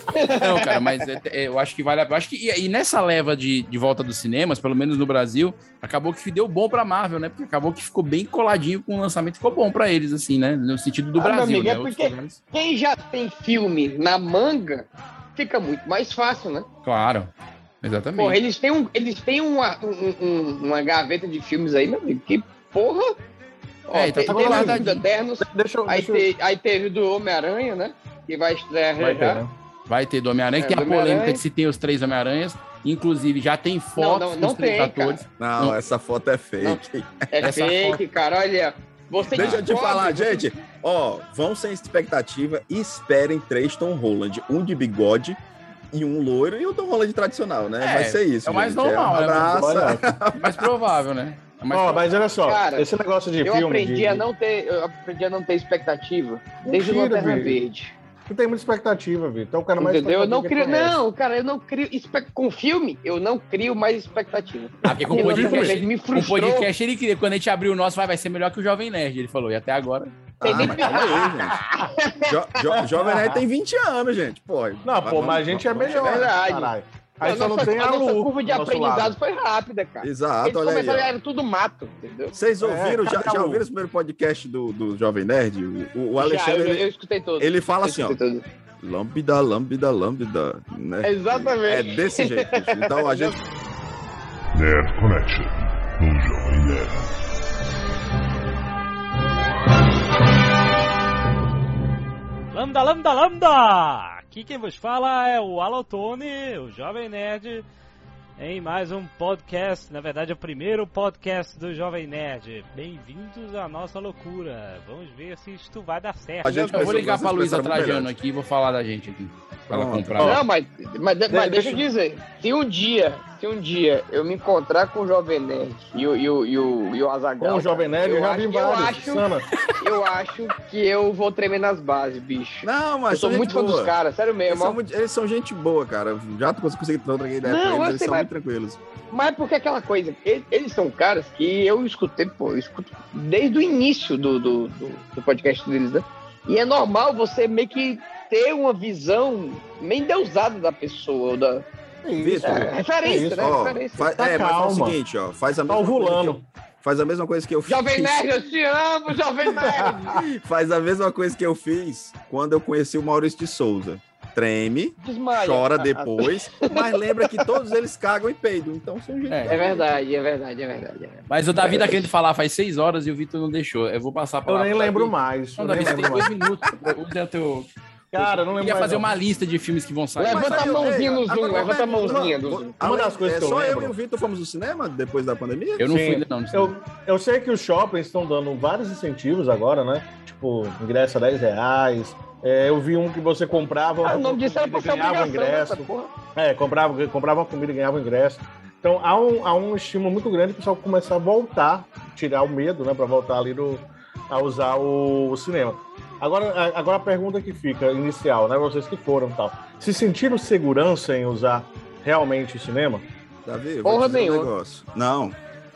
Speaker 1: Não, cara, mas é- é, eu acho que vale a pena. Acho que, e, e nessa leva de, de volta dos cinemas, pelo menos no Brasil, acabou que deu bom pra Marvel, né? Porque acabou que ficou bem coladinho com o lançamento, ficou bom pra eles, assim, né? No sentido do
Speaker 5: Ah, meu
Speaker 1: Brasil,
Speaker 5: amigo,
Speaker 1: né?
Speaker 5: é
Speaker 1: Outros
Speaker 5: porque-
Speaker 1: lugares-
Speaker 5: Quem já tem filme na manga, fica muito mais fácil, né?
Speaker 1: Claro, exatamente.
Speaker 5: Porra, eles têm, um, eles têm uma, um- um- uma gaveta de filmes aí, meu amigo. Que porra! Ó,
Speaker 1: É, tá
Speaker 5: te-
Speaker 1: tudo
Speaker 5: teve o
Speaker 1: guardadinho.
Speaker 5: do Eternos,
Speaker 6: Deixa eu.
Speaker 5: aí,
Speaker 6: deixa eu-
Speaker 5: te- aí teve o do Homem-Aranha, né? Que vai estrear
Speaker 6: Vai ter,
Speaker 5: já.
Speaker 6: né?
Speaker 1: Vai ter do Homem-Aranha, que tem
Speaker 5: É, do
Speaker 1: a polêmica
Speaker 5: Homem-Aranha.
Speaker 1: de se tem os três Homem-Aranhas. Inclusive, já tem fotos
Speaker 5: não,
Speaker 1: dos
Speaker 5: não
Speaker 1: três
Speaker 5: tem,
Speaker 1: atores.
Speaker 3: Não,
Speaker 1: Não.
Speaker 3: essa foto é fake.
Speaker 5: É
Speaker 1: Essa
Speaker 5: fake,
Speaker 1: foto.
Speaker 5: cara. Olha, você
Speaker 3: Deixa eu te
Speaker 5: descobre-
Speaker 3: falar, gente. Ó, vão sem expectativa e esperem três Tom Holland. Um de bigode e um loiro e o Tom Holland tradicional, né?
Speaker 1: É,
Speaker 3: Vai ser isso.
Speaker 1: é o mais
Speaker 3: gente.
Speaker 1: normal, né?
Speaker 3: é uma
Speaker 6: Olha,
Speaker 3: raça.
Speaker 1: Mais provável, né? É mais
Speaker 6: ó,
Speaker 1: provável.
Speaker 6: mas olha só,
Speaker 5: Cara,
Speaker 6: esse negócio de
Speaker 5: Eu
Speaker 6: filme.
Speaker 5: aprendi
Speaker 6: de-
Speaker 5: a não ter, eu aprendi a não ter expectativa desde o
Speaker 6: Mentira,
Speaker 5: Lanterna
Speaker 6: bicho.
Speaker 5: Verde.
Speaker 6: Tu tem muita expectativa, Vitor. Então o cara mais.
Speaker 5: Entendeu? Eu não crio,
Speaker 6: expectativa que
Speaker 5: não, cara, eu não crio expec- com filme, eu não crio mais expectativa.
Speaker 1: Ah, porque com
Speaker 5: E
Speaker 1: o
Speaker 5: Lanterna
Speaker 1: podcast,
Speaker 5: Verde me
Speaker 1: com o
Speaker 5: frustrou.
Speaker 1: podcast ele queria. Quando a gente abriu o nosso, vai, vai ser melhor que o Jovem Nerd, ele falou. E até agora.
Speaker 3: Ah, mas calma aí, gente. Jo, jo, jovem Nerd tem 20 anos, gente. Pô,
Speaker 6: Não, pô, mas a gente é melhor.
Speaker 3: chegar-
Speaker 5: verdade.
Speaker 6: caralho. Aí só não
Speaker 5: nossa-
Speaker 6: tem a
Speaker 5: nossa
Speaker 6: Lu.
Speaker 5: curva de
Speaker 6: do nosso
Speaker 5: aprendizado
Speaker 6: lado.
Speaker 5: foi rápida, cara.
Speaker 3: Exato,
Speaker 5: Eles
Speaker 3: olha aí.
Speaker 5: começaram,
Speaker 3: ó.
Speaker 5: era tudo mato, entendeu?
Speaker 3: Vocês ouviram,
Speaker 6: É,
Speaker 3: já,
Speaker 6: cada
Speaker 3: já
Speaker 6: um.
Speaker 3: ouviram o primeiro podcast do, do Jovem Nerd? O, o- o Alexandre,
Speaker 5: Já, eu, eu
Speaker 3: ele,
Speaker 5: escutei todos.
Speaker 3: ele fala
Speaker 5: Eu
Speaker 3: assim, ó.
Speaker 5: escutei todos.
Speaker 3: Lambda, lambda, lambda, né?
Speaker 5: Exatamente.
Speaker 3: É desse jeito. bicho. Então a gente
Speaker 4: Nerd Connection, no Jovem Nerd.
Speaker 12: Lambda, lambda, lambda! Aqui quem vos fala é o Alotone, o Jovem Nerd, em mais um podcast, na verdade é o primeiro podcast do Jovem Nerd. Bem-vindos à nossa loucura. Vamos ver se isto vai dar certo.
Speaker 3: A gente
Speaker 1: Eu vou
Speaker 3: pensou-
Speaker 1: ligar
Speaker 3: vocês
Speaker 1: pra Luísa
Speaker 3: pensaram no
Speaker 1: Trajano
Speaker 3: melhor.
Speaker 1: aqui e vou falar da gente aqui. Pra ela
Speaker 3: Pronto.
Speaker 1: comprar.
Speaker 5: Não, mas, mas, mas deixa
Speaker 6: deixa-
Speaker 5: eu dizer, se um dia, se um dia eu me encontrar com o Jovem Nerd e o, e o, e o, e o Azaghal,
Speaker 6: Com o Jovem Nerd, eu já vi
Speaker 5: acho, eu,
Speaker 6: vários.
Speaker 5: acho,
Speaker 6: Sana.
Speaker 5: eu acho que eu vou tremer nas bases, bicho.
Speaker 3: Não, mas
Speaker 5: eu sou
Speaker 3: gente
Speaker 5: muito fã
Speaker 3: boa.
Speaker 5: dos caras, é sério
Speaker 3: Eles
Speaker 5: mesmo.
Speaker 6: é
Speaker 5: ó.
Speaker 3: são, muito- eles são gente boa, cara. Eu Já consegui conseguindo trocar ideia
Speaker 5: Não,
Speaker 3: com
Speaker 5: eu
Speaker 3: eles, eles
Speaker 5: sei,
Speaker 3: são
Speaker 5: mas-
Speaker 3: muito tranquilos.
Speaker 5: Mas porque aquela coisa, eles, eles são caras que eu escutei, pô, eu escuto desde o início do, do, do, do podcast deles, né? E é normal você meio que ter uma visão meio deusada da pessoa, ou da
Speaker 6: É isso,
Speaker 3: Vitor,
Speaker 6: cara.
Speaker 5: é, referência,
Speaker 6: isso,
Speaker 5: né?
Speaker 3: Ó,
Speaker 5: referência.
Speaker 3: fa-
Speaker 6: Tá
Speaker 3: é, mas é o
Speaker 6: calma.
Speaker 3: seguinte, ó. Faz a
Speaker 6: Tá
Speaker 3: mesma, coisa, que
Speaker 6: ovulando.
Speaker 3: eu, faz a mesma coisa que eu
Speaker 5: Jovem
Speaker 3: fiz.
Speaker 5: Nerd, eu te amo, Jovem Nerd!
Speaker 3: Faz a mesma coisa que eu fiz quando eu conheci o Maurício de Souza. Treme,
Speaker 5: Desmaia.
Speaker 3: chora depois, mas lembra que todos eles cagam e peidam. Então são gente.
Speaker 1: É.
Speaker 5: É verdade, é verdade, é verdade. é verdade.
Speaker 1: Mas o Davi tá querendo falar faz seis horas e o Vitor não deixou. Eu vou passar a
Speaker 6: Eu
Speaker 1: palavra.
Speaker 6: nem
Speaker 1: pro
Speaker 6: lembro
Speaker 1: Davi.
Speaker 6: mais.
Speaker 1: Não,
Speaker 6: Eu
Speaker 1: Davi,
Speaker 6: nem
Speaker 1: você tem
Speaker 6: lembro mais.
Speaker 1: dois minutos. Usa o teu.
Speaker 6: Cara, não lembro
Speaker 1: Ia
Speaker 6: mais
Speaker 1: fazer
Speaker 6: não.
Speaker 1: uma lista de filmes que vão sair.
Speaker 3: Mas aí, é, agora, não, não,
Speaker 6: Uma das
Speaker 3: é,
Speaker 6: coisas que eu
Speaker 3: Só eu
Speaker 6: lembro-
Speaker 3: e o Vitor fomos no cinema depois da pandemia?
Speaker 1: Eu não
Speaker 6: Sim.
Speaker 1: fui ainda, não. no
Speaker 6: Eu, eu sei que os shoppings estão dando vários incentivos agora, né? Tipo, ingresso a 10 reais. É, eu vi um que você comprava. um
Speaker 5: Ah, o nome disso era pra ser
Speaker 6: ganhava
Speaker 5: obrigação, né,
Speaker 6: ingresso.
Speaker 5: essa porra.
Speaker 6: É, comprava, comprava uma comida e ganhava um ingresso. Então há um, há um estímulo muito grande para o pessoal começar a voltar, tirar o medo, né? Para voltar ali no, a usar o, o cinema. Agora, a- agora a pergunta que fica inicial, né? Vocês que foram e tal. Se sentiram segurança em usar realmente o cinema?
Speaker 3: Davi, eu vou te dizer um negócio. Não.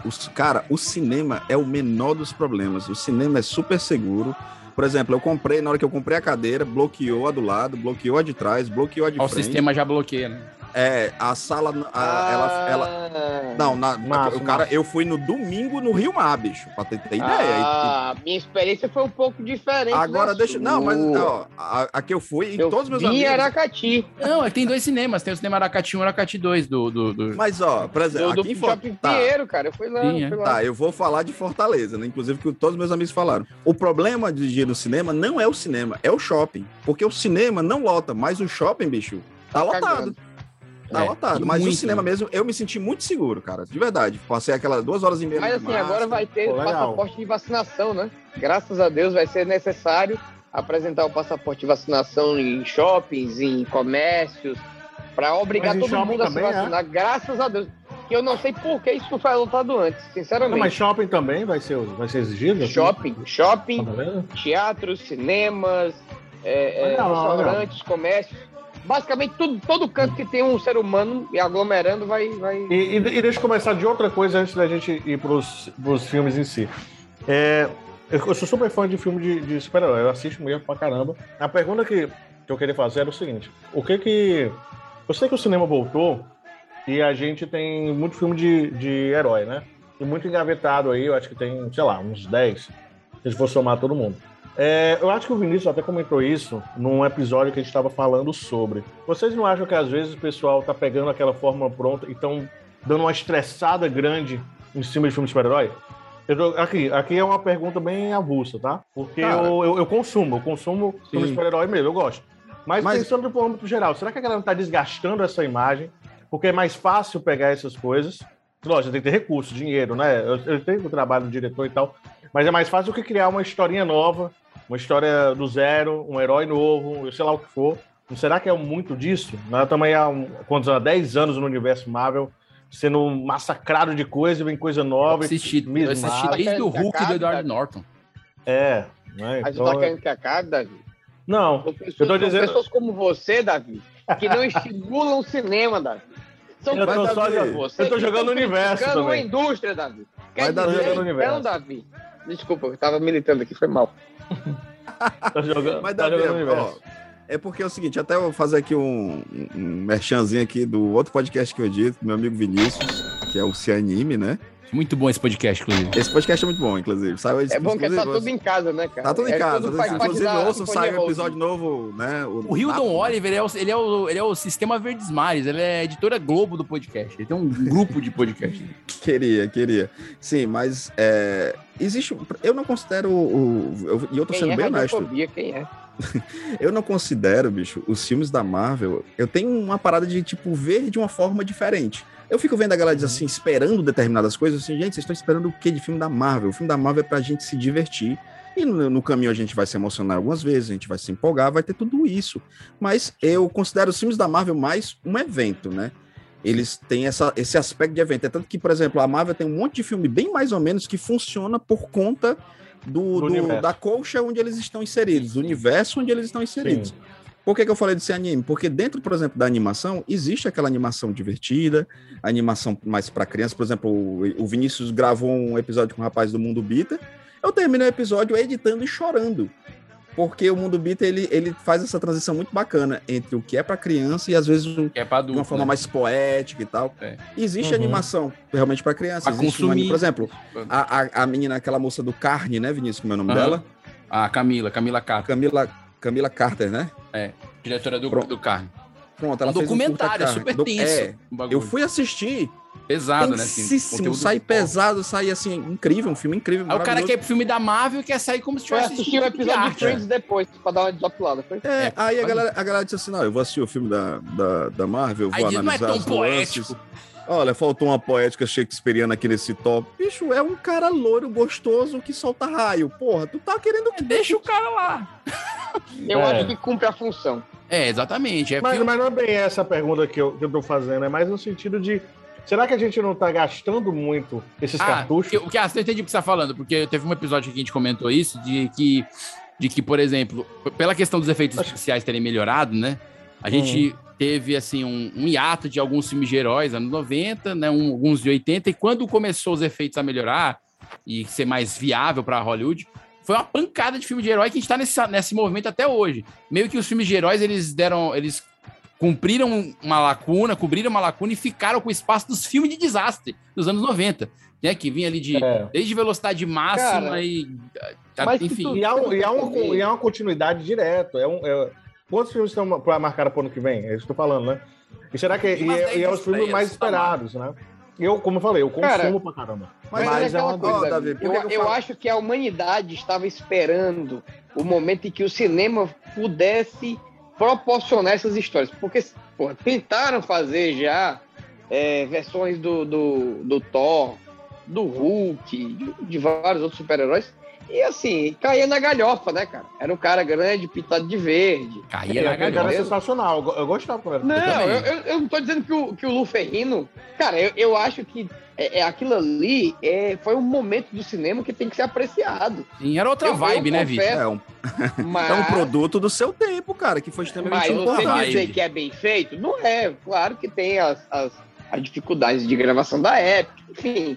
Speaker 3: Os, cara, o cinema é o menor dos problemas. O cinema é super seguro. Por exemplo, eu comprei, na hora que eu comprei a cadeira, bloqueou a do lado, bloqueou a de trás, bloqueou a de
Speaker 1: Ó, O
Speaker 3: frente.
Speaker 1: sistema já bloqueia, né?
Speaker 3: É, a sala. a- Ah, ela,
Speaker 5: Ah.
Speaker 3: ela- Não, na-
Speaker 1: Massa,
Speaker 3: o cara,
Speaker 1: massa.
Speaker 3: eu fui no domingo no Rio Mar, bicho, pra ter, ter ideia. E-
Speaker 5: Ah, minha experiência foi um pouco diferente.
Speaker 3: Agora
Speaker 5: da
Speaker 3: deixa. Não, mas
Speaker 5: sua.
Speaker 3: ó, a, a que eu fui, e
Speaker 5: Eu
Speaker 3: todos meus
Speaker 5: vi
Speaker 3: amigos.
Speaker 5: Aracati.
Speaker 1: Não, é que tem dois cinemas. Tem o cinema Aracati 1 e Aracati 2 do... do, do...
Speaker 3: Mas, ó, por exemplo,
Speaker 5: Do,
Speaker 3: aqui em
Speaker 5: do
Speaker 3: Fo-
Speaker 5: Shopping
Speaker 3: tá.
Speaker 5: Pinheiro, cara. Eu fui lá.
Speaker 3: Sim,
Speaker 5: eu
Speaker 3: é.
Speaker 5: fui lá.
Speaker 3: Tá, eu vou falar de Fortaleza, né? Inclusive, que todos meus amigos falaram. O problema de ir no cinema não é o cinema, é o shopping. Porque o cinema não lota, mas o shopping, bicho, tá, lotado.
Speaker 5: cagando.
Speaker 3: Tá
Speaker 1: É,
Speaker 3: lotado.
Speaker 1: e
Speaker 3: Mas o
Speaker 1: muito,
Speaker 3: cinema
Speaker 1: né?
Speaker 3: mesmo, eu me senti muito seguro, cara. De verdade. Passei aquelas duas horas e meia.
Speaker 5: Mas
Speaker 3: de
Speaker 5: assim,
Speaker 3: máscara.
Speaker 5: agora vai ter
Speaker 3: Pô, legal.
Speaker 5: passaporte de vacinação, né? Graças a Deus vai ser necessário apresentar o passaporte de vacinação em shoppings, em comércios, para obrigar
Speaker 6: Mas em
Speaker 5: todo
Speaker 6: shopping
Speaker 5: mundo a se
Speaker 6: também, é?
Speaker 5: vacinar. Graças a Deus. Que eu não sei por que isso não foi adotado antes,
Speaker 6: Não, mas
Speaker 5: sinceramente.
Speaker 6: shopping também vai ser, vai ser exigido? assim?
Speaker 5: Shopping, shopping,
Speaker 6: Tá vendo?
Speaker 5: teatros, cinemas, é, é,
Speaker 6: Olha lá, olha lá.
Speaker 5: restaurantes, comércios. Basicamente, tudo, todo canto que tem um ser humano e aglomerando vai. vai...
Speaker 6: E, e- e deixa eu começar de outra coisa antes da gente ir pros, pros filmes em si. É, eu, eu sou super fã de filme de, de super-herói, eu assisto mesmo pra caramba. A pergunta que, que eu queria fazer era o seguinte: o que que. Eu sei que o cinema voltou e a gente tem muito filme de, de herói, né? E muito engavetado aí, eu acho que tem, sei lá, uns 10, se for somar todo mundo. É, eu acho que o Vinícius até comentou isso num episódio que a gente estava falando sobre. Vocês não acham que às vezes o pessoal tá pegando aquela fórmula pronta e estão dando uma estressada grande em cima de filme de super-herói? Eu tô- Aqui, aqui é uma pergunta bem avulsa, tá? Porque
Speaker 3: Cara.
Speaker 6: eu, eu, eu consumo, eu consumo filme de
Speaker 3: Sim.
Speaker 6: super-herói mesmo, eu gosto. Mas,
Speaker 3: Mas-
Speaker 6: pensando de forma muito geral, será que a galera não tá desgastando essa imagem? Porque é mais fácil pegar essas coisas. Lógico, tem que ter recurso, dinheiro, né? Eu, eu tenho o trabalho do diretor e tal. Mas é mais fácil do que criar uma historinha nova, uma história do zero, um herói novo, eu sei lá o que for. Será que é muito disso? Nós estamos aí há, um, quantos anos? há 10 anos no universo Marvel, sendo um massacrado de coisa, vem coisa nova.
Speaker 1: Assisti, eu
Speaker 6: mesmada.
Speaker 1: assisti desde o Hulk do Edward Norton.
Speaker 6: É. Né?
Speaker 5: Mas tu tá
Speaker 6: Então,
Speaker 5: querendo que acabe, Davi?
Speaker 6: Não,
Speaker 5: São pessoas,
Speaker 6: eu tô
Speaker 5: são
Speaker 6: dizendo.
Speaker 5: pessoas como você, Davi, que não estimulam o cinema, Davi. São
Speaker 6: Eu tô
Speaker 5: pessoas
Speaker 6: só
Speaker 5: como
Speaker 6: jogando-
Speaker 5: você
Speaker 6: eu tô
Speaker 5: que
Speaker 6: jogando
Speaker 5: estão
Speaker 6: o universo
Speaker 5: criticando
Speaker 6: também.
Speaker 5: a indústria, Davi.
Speaker 6: Vai
Speaker 5: Quer
Speaker 6: dar
Speaker 5: dizer,
Speaker 6: jogando o universo.
Speaker 5: então, Davi, desculpa, eu tava militando aqui, foi mal.
Speaker 6: Tá jogando,
Speaker 3: Mas,
Speaker 6: tá
Speaker 3: Davi,
Speaker 6: jogando no
Speaker 3: ó,
Speaker 6: universo.
Speaker 3: é porque é o seguinte, até eu vou fazer aqui um, um- um merchanzinho aqui do outro podcast que eu edito, meu amigo Vinícius, que é o Cianime, né?
Speaker 1: Muito bom esse podcast, inclusive.
Speaker 3: Esse podcast é muito bom, inclusive. Saiu
Speaker 5: É bom que tá
Speaker 3: exclusivo-
Speaker 5: tudo em casa, né, cara?
Speaker 3: Tá tudo em
Speaker 5: É,
Speaker 3: casa.
Speaker 5: tudo
Speaker 3: né?
Speaker 5: faz é parte
Speaker 3: Inclusive,
Speaker 5: da
Speaker 3: ouçam, sai
Speaker 5: Sinfonia
Speaker 3: um episódio novo, né?
Speaker 1: O Hildon Oliver, ele é o, ele, é o, ele é o sistema Verdes Mares, ele é a editora Globo do podcast. Ele tem um grupo de podcast.
Speaker 3: Queria, queria. Sim, mas é, existe. um- Eu não considero. o- o- eu- e eu tô
Speaker 5: Quem
Speaker 3: sendo
Speaker 5: é
Speaker 3: bem honesto.
Speaker 5: radiofobia, quem é?
Speaker 3: Eu não considero, bicho, os filmes da Marvel. Eu tenho uma parada de, tipo, ver de uma forma diferente. Eu fico vendo a galera diz
Speaker 6: Uhum.
Speaker 3: assim, esperando determinadas coisas, assim, gente, vocês estão esperando o quê de filme da Marvel? O filme da Marvel é pra gente se divertir. E no, no caminho a gente vai se emocionar algumas vezes, a gente vai se empolgar, vai ter tudo isso. Mas eu considero os filmes da Marvel mais um evento, né? Eles têm essa, esse aspecto de evento. É tanto que, por exemplo, a Marvel tem um monte de filme bem mais ou menos que funciona por conta do,
Speaker 6: Do
Speaker 3: do-
Speaker 6: universo.
Speaker 3: da colcha onde eles estão inseridos, do universo onde eles estão inseridos.
Speaker 6: Sim.
Speaker 3: Por que, que eu falei de ser anime? Porque dentro, por exemplo, da animação, existe aquela animação divertida, a animação mais para criança. Por exemplo, o, o Vinícius gravou um episódio com o rapaz do Mundo Bita. Eu terminei o episódio editando e chorando. Porque o Mundo Bita, ele, ele faz essa transição muito bacana entre o que é para criança e às vezes um-
Speaker 1: Que é pra
Speaker 3: de
Speaker 1: adulto.
Speaker 3: uma forma
Speaker 1: né?
Speaker 3: mais poética e tal.
Speaker 1: É.
Speaker 3: Existe
Speaker 6: Uhum.
Speaker 3: animação realmente para criança.
Speaker 1: Pra
Speaker 3: existe um anime.
Speaker 1: consumir. Uhum.
Speaker 3: Por exemplo, a, a, a menina, aquela moça do Carne, né, Vinícius, como é o nome
Speaker 1: Aham.
Speaker 3: dela?
Speaker 1: A Ah, Camila, Camila Carter,
Speaker 3: Camila, Camila Carter, né?
Speaker 1: diretora do,
Speaker 3: Pronto.
Speaker 1: do Carne.
Speaker 3: Pronto, ela
Speaker 1: um
Speaker 3: fez
Speaker 1: documentário,
Speaker 3: curta,
Speaker 1: é
Speaker 3: cara.
Speaker 1: super
Speaker 3: Do-
Speaker 1: tenso.
Speaker 3: é,
Speaker 1: o bagulho.
Speaker 3: eu fui assistir,
Speaker 1: Pesado, né?
Speaker 3: Assim, conteúdo sai pesado, sai assim, incrível, um filme incrível.
Speaker 1: Aí o cara quer ir pro filme da Marvel e quer sair como se
Speaker 5: Eu
Speaker 1: tivesse
Speaker 5: assisti o
Speaker 1: assistido um filme de
Speaker 5: episódio de
Speaker 1: arte.
Speaker 5: Friends depois, pra dar uma desopilada. Foi?
Speaker 3: É, aí a galera, a galera disse assim: não, eu vou assistir o filme da, da, da Marvel, eu vou
Speaker 1: Aí diz, não é
Speaker 3: analisar.
Speaker 1: tão
Speaker 3: as nuances.
Speaker 1: poético.
Speaker 3: Olha, faltou uma poética shakespeariana aqui nesse top. Bicho, é um cara loiro, gostoso, que solta raio. Porra, tu tá querendo que.
Speaker 1: É, Deixa o cara lá.
Speaker 5: Eu
Speaker 6: É.
Speaker 5: acho que cumpre a função.
Speaker 1: É, exatamente. É
Speaker 6: mas,
Speaker 1: filme-
Speaker 6: mas não é bem essa a pergunta que eu, que eu tô fazendo, é mais no sentido de. Será que a gente não tá gastando muito esses
Speaker 1: Ah,
Speaker 6: cartuchos?
Speaker 1: que- o que ah, eu entendi o que você tá falando, porque teve um episódio que a gente comentou isso, de que, de que por exemplo, p- pela questão dos efeitos especiais terem melhorado, né? A gente teve, assim, um, um hiato de alguns filmes de heróis, anos 90, né? um- alguns de 80, e quando começou os efeitos a melhorar e ser mais viável pra Hollywood, foi uma pancada de filme de herói que a gente tá nesse, nesse movimento até hoje. Meio que os filmes de heróis, eles deram... Eles cumpriram uma lacuna, cobriram uma lacuna e ficaram com o espaço dos filmes de desastre dos anos 90, né? Que vinha ali de desde velocidade máxima
Speaker 6: É. Cara,
Speaker 1: e a-
Speaker 6: Mas se tu-
Speaker 1: enfim.
Speaker 6: E há, um- e há uma, co- e há uma continuidade direta. É um, é- Quantos filmes estão ma- pra- marcados para o ano que vem? É isso que eu tô falando, né? E será que e,
Speaker 1: Umas
Speaker 6: é- e é
Speaker 1: 10
Speaker 6: os filmes mais
Speaker 1: estreias,
Speaker 6: esperados, né? Eu, como eu falei, eu consumo
Speaker 5: Cara,
Speaker 6: pra caramba.
Speaker 5: Mas, é
Speaker 6: é
Speaker 5: aquela
Speaker 6: uma-
Speaker 5: coisa,
Speaker 6: Ó, Davi, por que
Speaker 5: eu,
Speaker 6: que eu
Speaker 5: eu
Speaker 6: falo?
Speaker 5: acho que a humanidade estava esperando o momento em que o cinema pudesse proporcionar essas histórias. Porque porra, tentaram fazer já é, versões do, do, do Thor, do Hulk, de, de vários outros super-heróis. E assim, caía na galhofa, né, cara? Era um cara grande, pintado de verde.
Speaker 1: Caía na
Speaker 6: Era, era
Speaker 1: galhofa.
Speaker 6: é sensacional. Eu, go- eu gostava quando era
Speaker 5: Não,
Speaker 6: pequeno.
Speaker 5: eu, eu- eu não tô dizendo que o, que o Luferrino. Cara, eu, eu acho que é, é, aquilo ali é, foi um momento do cinema que tem que ser apreciado.
Speaker 1: Sim, era outra
Speaker 5: Eu- eu
Speaker 1: vibe, né, Vitor?
Speaker 5: confesso,
Speaker 3: É um,
Speaker 5: Mas,
Speaker 3: é um produto é do seu tempo, cara, que foi
Speaker 5: mas
Speaker 3: extremamente um
Speaker 5: você
Speaker 3: importante.
Speaker 5: dizer que é bem feito, não é. Claro que tem as, as, as dificuldades de gravação da época, enfim.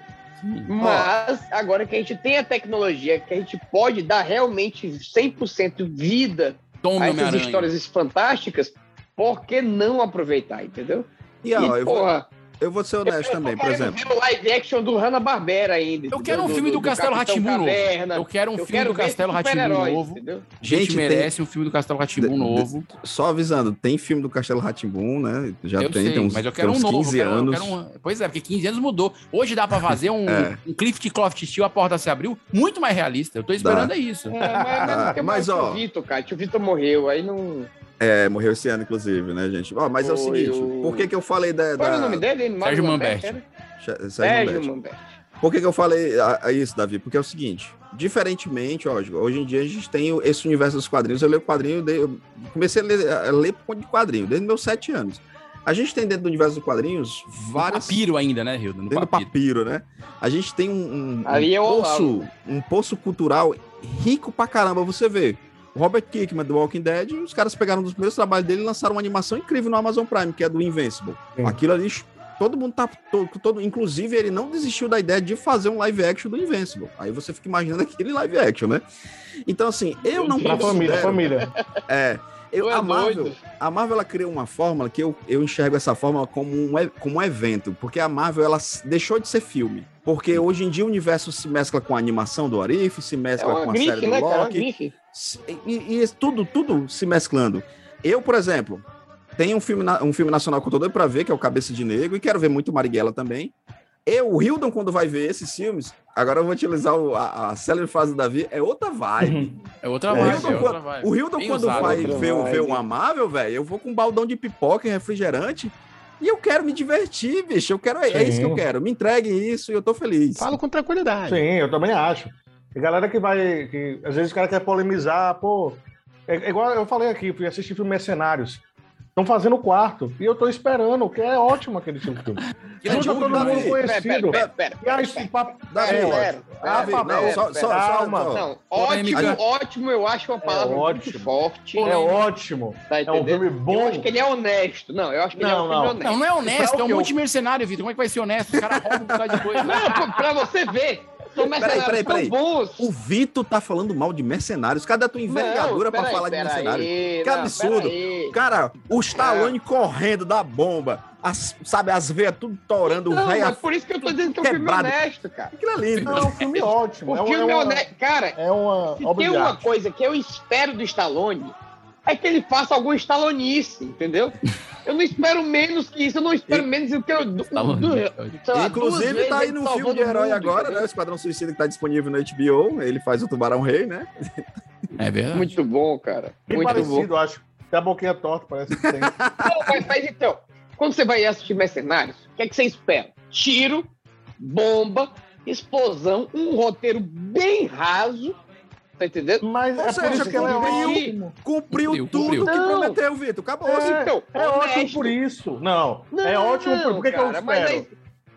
Speaker 5: Mas agora que a gente tem a tecnologia, que a gente pode dar realmente 100% vida
Speaker 1: Tome,
Speaker 5: a essas
Speaker 1: Homem-Aranha.
Speaker 5: histórias fantásticas, por que não aproveitar, entendeu?
Speaker 3: E, ó, eu, vou,
Speaker 5: porra,
Speaker 3: eu vou ser honesto também, por exemplo.
Speaker 5: ver o live action do Hanna-Barbera ainda.
Speaker 1: Eu quero um filme do Castelo Rá-Tim-Bum novo. Eu quero um filme do Castelo
Speaker 5: tipo
Speaker 1: Rá-Tim-Bum novo. A gente,
Speaker 3: Gente,
Speaker 1: merece um filme do Castelo Rá-Tim-Bum
Speaker 3: De-
Speaker 1: novo.
Speaker 3: Só avisando, tem filme do Castelo Ratimbum, né? Já
Speaker 1: eu
Speaker 3: tem,
Speaker 1: sei,
Speaker 3: tem uns,
Speaker 1: mas eu
Speaker 3: tem
Speaker 1: quero um
Speaker 3: uns
Speaker 1: novo.
Speaker 3: 15
Speaker 1: eu quero- eu
Speaker 3: anos.
Speaker 1: quero um- Pois é, porque 15 anos mudou. Hoje dá pra fazer um,
Speaker 3: É.
Speaker 1: um Clift Cloft Steel, a porta se abriu, muito mais realista. Eu tô esperando é isso.
Speaker 5: mas,
Speaker 3: Mas, ó-
Speaker 5: O Vitor, cara, o Vitor morreu, aí não...
Speaker 3: É, morreu esse ano, inclusive, né, gente? Ó, mas é o
Speaker 5: Foi
Speaker 3: seguinte,
Speaker 5: o-
Speaker 3: por que que eu falei da...
Speaker 5: Qual
Speaker 1: é
Speaker 3: da...
Speaker 5: era o nome dele? Mário
Speaker 1: Sérgio
Speaker 5: Lambert,
Speaker 1: Manberti.
Speaker 5: era?
Speaker 3: Sérgio
Speaker 5: né? Sérgio
Speaker 3: Manberti.
Speaker 5: Manberti.
Speaker 3: Por que, que eu falei a, a isso, Davi? Porque é o seguinte, diferentemente, ó, hoje em dia a gente tem o- esse universo dos quadrinhos, eu leio quadrinho, de- eu comecei a ler, a ler por conta de quadrinho, desde meus sete anos. A gente tem dentro do universo dos quadrinhos várias...
Speaker 1: Papiro ainda, né, Hilda? No
Speaker 3: Dentro do
Speaker 1: papiro.
Speaker 3: papiro, né? A gente tem um, um,
Speaker 5: Ali é
Speaker 3: um
Speaker 5: o
Speaker 3: poço, um poço cultural rico pra caramba, você vê. O Robert Kirkman do Walking Dead, os caras pegaram um dos primeiros trabalhos dele e lançaram uma animação incrível no Amazon Prime, que é do Invincible.
Speaker 6: Sim.
Speaker 3: Aquilo ali, todo mundo tá. Todo, todo- inclusive, ele não desistiu da ideia de fazer um live action do Invincible. Aí você fica imaginando aquele live action, né? Então, assim, eu não
Speaker 6: Pra família,
Speaker 3: considero-
Speaker 6: família.
Speaker 3: é. Eu,
Speaker 5: Tu é
Speaker 3: a, Marvel,
Speaker 5: doido.
Speaker 3: a Marvel ela criou uma fórmula que eu, eu enxergo essa fórmula como um, e- como um evento, porque a Marvel ela s- deixou de ser filme. Porque hoje em dia o universo se mescla com a animação do Arif, se
Speaker 5: É
Speaker 3: mescla com
Speaker 5: uma
Speaker 3: a
Speaker 5: grife,
Speaker 3: série do
Speaker 5: né, cara? Uma
Speaker 3: Loki,
Speaker 5: grife.
Speaker 3: se- e, e tudo, tudo se mesclando. Eu, por exemplo, tenho um filme, na- um filme nacional que eu tô doido pra ver, que é o Cabeça de Negro, e quero ver muito Marighella também. Eu, o Hildon, quando vai ver esses filmes, agora eu vou utilizar o- a, a célebre frase do Davi, é outra vibe.
Speaker 1: É outra
Speaker 3: O
Speaker 1: vibe.
Speaker 3: Hildon
Speaker 1: é outra
Speaker 3: quando-
Speaker 1: vibe.
Speaker 3: O Hildon,
Speaker 1: Bem
Speaker 3: quando
Speaker 1: usado. né?
Speaker 3: vai
Speaker 5: outra
Speaker 3: ver,
Speaker 5: vibe.
Speaker 3: ver um amável, velho, eu vou com um baldão de pipoca e refrigerante e eu quero me divertir, bicho. Eu quero, é, é isso que eu
Speaker 6: Sim.
Speaker 3: quero. Me entregue isso e eu tô feliz.
Speaker 13: Falo com tranquilidade.
Speaker 6: Sim, eu também acho. E galera que vai. Que, às vezes o cara quer polemizar, pô. É, é igual eu falei aqui, fui assistir filme Mercenários. Estão fazendo o quarto. E eu tô esperando, que é ótimo aquele filme.
Speaker 1: Que
Speaker 6: Junta
Speaker 1: legal,
Speaker 6: todo
Speaker 1: Davi.
Speaker 6: mundo um conhecido.
Speaker 5: Pera, pera, pera,
Speaker 6: E aí,
Speaker 5: pera, pera.
Speaker 6: esse papo-
Speaker 3: Davi,
Speaker 6: é,
Speaker 5: pera,
Speaker 6: ótimo.
Speaker 5: pera,
Speaker 6: Ah, Fabão,
Speaker 3: não, só- só-
Speaker 6: calma.
Speaker 3: só-
Speaker 5: Não, ótimo,
Speaker 1: Polêmica.
Speaker 5: ótimo, eu acho uma palavra
Speaker 6: É Ótimo.
Speaker 5: muito forte.
Speaker 6: É ótimo.
Speaker 5: Tá
Speaker 6: É um
Speaker 5: entendendo?
Speaker 6: filme
Speaker 5: Eu
Speaker 6: bom.
Speaker 5: acho que ele é honesto. Não, eu acho que ele é um
Speaker 6: Não,
Speaker 5: filme
Speaker 6: não.
Speaker 5: honesto.
Speaker 1: Não, não é honesto,
Speaker 6: Pra
Speaker 1: é
Speaker 6: o
Speaker 1: um
Speaker 6: que eu-
Speaker 1: monte de mercenário, Vitor. Como é que vai ser honesto? Os caras roubam um bocado de coisa.
Speaker 5: Não, pô, pra você ver, são mercenários
Speaker 3: peraí, peraí.
Speaker 5: tão bons.
Speaker 3: O Vitor tá falando mal de mercenários. Cadê a tua envergadura pra falar de mercenário? Que absurdo. Cara, o
Speaker 5: É.
Speaker 3: Stallone correndo da bomba, as- sabe, as veias tudo torando, o
Speaker 5: Não,
Speaker 3: rei
Speaker 5: mas por isso que eu tô dizendo que é um filme
Speaker 3: quebrado.
Speaker 5: honesto, cara.
Speaker 3: Aquilo ali.
Speaker 6: É um filme ótimo.
Speaker 5: O
Speaker 6: É um-
Speaker 5: filme
Speaker 6: é
Speaker 5: é
Speaker 6: uma-
Speaker 5: honesto. Cara,
Speaker 6: É uma
Speaker 5: se
Speaker 6: obra
Speaker 5: tem
Speaker 6: de
Speaker 5: uma
Speaker 6: arte.
Speaker 5: coisa que eu espero do Stallone, é que ele faça algum estalonice, entendeu? Eu não espero menos que isso, eu não espero menos do que eu. Du,
Speaker 1: Tá
Speaker 5: du-
Speaker 3: é.
Speaker 5: sei lá, duas
Speaker 3: Inclusive,
Speaker 5: vezes
Speaker 3: tá aí
Speaker 5: ele
Speaker 3: no
Speaker 5: salvando
Speaker 3: filme de
Speaker 5: o
Speaker 3: herói
Speaker 5: mundo,
Speaker 3: agora,
Speaker 5: entendeu?
Speaker 3: né? O Esquadrão Suicida que tá disponível no HBO. Ele faz o Tubarão Rei, né?
Speaker 1: É verdade.
Speaker 5: Muito bom, cara.
Speaker 6: Bem
Speaker 5: Muito
Speaker 6: parecido,
Speaker 5: bom.
Speaker 6: acho. Até a boquinha torta, parece que tem.
Speaker 5: Não, mas, mas então, quando você vai assistir Mercenários, o que, é que você espera? Tiro, bomba, explosão, um roteiro bem raso. Tá entendendo?
Speaker 6: Mas é
Speaker 3: Ou seja, um cumpriu, cumpriu
Speaker 6: Cumpriu,
Speaker 3: tudo
Speaker 6: cumpriu.
Speaker 3: que
Speaker 5: Não.
Speaker 3: prometeu, Vitor. Acabou. assim.
Speaker 6: É,
Speaker 5: então,
Speaker 6: é ótimo
Speaker 5: honesto.
Speaker 6: por isso. Não,
Speaker 5: Não,
Speaker 6: é ótimo por... Por que, que
Speaker 5: cara,
Speaker 6: eu
Speaker 5: mas
Speaker 6: espero?
Speaker 5: aí-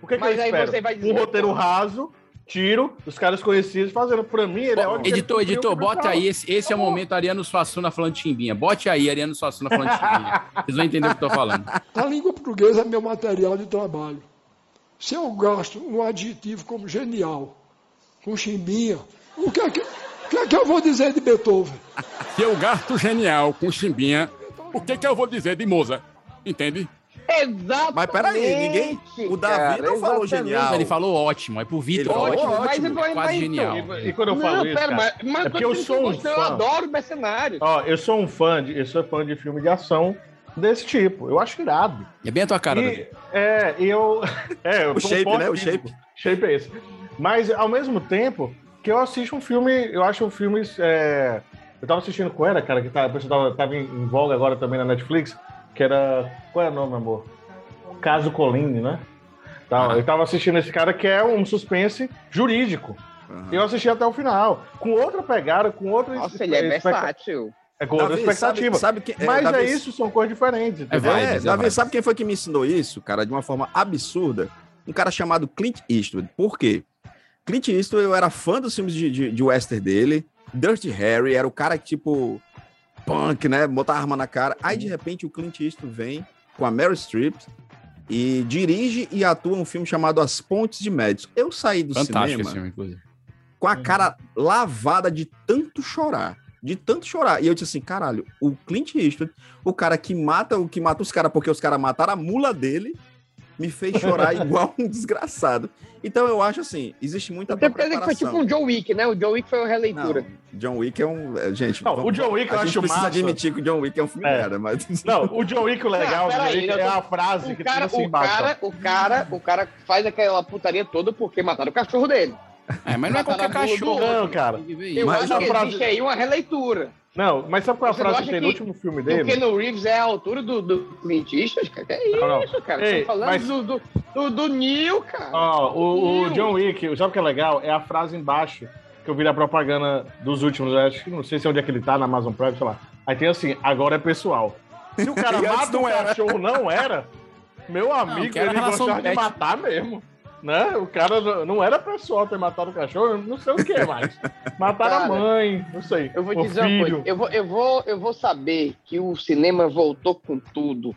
Speaker 6: Por que, que eu
Speaker 5: mas aí
Speaker 6: espero?
Speaker 5: você vai dizer-
Speaker 6: Um roteiro raso, tiro, os caras conhecidos fazendo. Pra mim, ele é ótimo.
Speaker 1: Editor, editor, bota aí. Esse, esse é o momento Ariano Suassuna falando de chimbinha. Bote aí, Ariano Suassuna falando de chimbinha. Vocês vão entender o que eu tô falando.
Speaker 13: A língua portuguesa é meu material de trabalho. Se eu gasto um adjetivo como genial, com chimbinha, o que é que, o que, é que eu vou dizer de Beethoven?
Speaker 1: Se eu é gasto genial com chimbinha, o que que eu vou dizer de Moza? Entende?
Speaker 5: Exatamente.
Speaker 3: Mas peraí, ninguém. O Davi não falou genial.
Speaker 1: Ele falou ótimo, é pro Vitor.
Speaker 3: Ele falou
Speaker 1: Ótimo, é
Speaker 3: ótimo.
Speaker 1: ótimo,
Speaker 5: Mas eu- mas
Speaker 1: quase
Speaker 5: então,
Speaker 1: genial.
Speaker 6: E quando eu
Speaker 5: Não,
Speaker 6: falo isso,
Speaker 5: pera,
Speaker 6: cara,
Speaker 5: mas- mas
Speaker 6: é porque eu
Speaker 5: tô
Speaker 6: sou um
Speaker 5: gostando, assim,
Speaker 6: fã.
Speaker 5: Eu adoro mercenários.
Speaker 6: Ó, eu sou um fã de, eu sou fã de filme de ação desse tipo. Eu acho irado.
Speaker 1: É bem a tua cara,
Speaker 6: E, é, e eu. É, eu
Speaker 3: O
Speaker 6: sou um
Speaker 3: shape,
Speaker 6: forte
Speaker 3: né? O
Speaker 6: físico. Shape é esse. Mas, ao mesmo tempo, que eu assisto um filme. Eu acho um filme. é, eu tava assistindo qual era, cara, que tá, eu tava, tava em, em voga agora também na Netflix, que era. Qual era o nome, amor? Caso Colline, né? Tá, Eu tava assistindo esse cara que é um suspense jurídico. Eu assisti até o final. Com outra pegada, com outra.
Speaker 5: Nossa, ele é
Speaker 6: expecta-
Speaker 5: versátil.
Speaker 6: É com outra
Speaker 3: Davi,
Speaker 6: expectativa.
Speaker 3: sabe- sabe que- é,
Speaker 6: Mas
Speaker 3: Davi-
Speaker 6: é isso, são coisas diferentes.
Speaker 3: É,
Speaker 6: entendeu?
Speaker 3: é, Davi, sabe quem foi que me ensinou isso, cara, de uma forma absurda? Um cara chamado Clint Eastwood. Por quê? Clint Eastwood, eu era fã dos filmes de, de, de western dele. Dirty Harry era o cara que, tipo, punk, né? Botar arma na cara. Aí, de repente, o Clint Eastwood vem com a Meryl Streep e dirige e atua um filme chamado As Pontes de Médicos. Eu saí do
Speaker 1: Fantástico esse
Speaker 3: cinema
Speaker 1: filme, inclusive.
Speaker 3: com
Speaker 6: Uhum.
Speaker 3: a cara lavada de tanto chorar. De tanto chorar. E eu disse assim, caralho, o Clint Eastwood, o cara que mata o que mata os caras porque os caras mataram a mula dele, me fez chorar igual um desgraçado. Então eu acho assim, existe muita
Speaker 5: Tem que dizer que foi tipo um John Wick, né? O John Wick foi uma releitura.
Speaker 3: John Wick é um... é, Gente,
Speaker 6: Não, o John Wick
Speaker 3: a
Speaker 6: eu
Speaker 3: gente
Speaker 6: acho
Speaker 3: precisa
Speaker 6: massa.
Speaker 3: admitir que o John Wick é um filme merda, mas...
Speaker 6: Não, o John Wick, o
Speaker 5: Ah,
Speaker 6: legal do John
Speaker 5: peraí,
Speaker 6: Wick
Speaker 5: eu tô-
Speaker 6: é a frase que
Speaker 5: o cara,
Speaker 6: tem assim
Speaker 5: o, cara,
Speaker 6: embaixo.
Speaker 5: o, cara, o cara faz aquela putaria toda porque mataram o cachorro dele.
Speaker 1: É, mas não é qualquer
Speaker 5: Mataram a mula do
Speaker 1: cachorro.
Speaker 6: ó. Não, cara.
Speaker 5: Eu
Speaker 6: Mas
Speaker 5: acho
Speaker 6: a
Speaker 5: que
Speaker 6: frase-
Speaker 5: existe aí uma releitura.
Speaker 6: Não, mas sabe qual é a
Speaker 5: Você
Speaker 6: frase
Speaker 5: não
Speaker 6: que
Speaker 5: acha
Speaker 6: tem no
Speaker 5: que-
Speaker 6: último filme
Speaker 5: E o
Speaker 6: dele?
Speaker 5: Keanu Reeves é a altura do, do Clint Eastwood, cara. Que é isso,
Speaker 6: Não, não.
Speaker 5: cara?
Speaker 6: Ei,
Speaker 5: Tô falando
Speaker 6: mas-
Speaker 5: do, do, do, do Neil, cara.
Speaker 6: Ó, o, o
Speaker 5: Neil.
Speaker 6: John Wick, sabe o que é legal? É a frase embaixo que eu vi na propaganda dos últimos, eu acho que não sei se é onde é que ele tá, na Amazon Prime, sei lá. Aí tem assim, agora é pessoal. Se o cara
Speaker 3: E antes
Speaker 6: mata
Speaker 3: não
Speaker 6: o
Speaker 3: era.
Speaker 6: cachorro, não era, meu amigo,
Speaker 1: que era
Speaker 6: ele
Speaker 1: relação
Speaker 6: gostava de
Speaker 1: pet.
Speaker 6: matar mesmo. Né? O cara não- não era pessoal ter matado o cachorro, não sei o que mais. Mataram a
Speaker 5: Cara,
Speaker 6: mãe, não sei.
Speaker 5: Eu vou
Speaker 6: o
Speaker 5: dizer uma
Speaker 6: filho.
Speaker 5: coisa. Eu vou, eu, vou, eu vou saber que o cinema voltou com tudo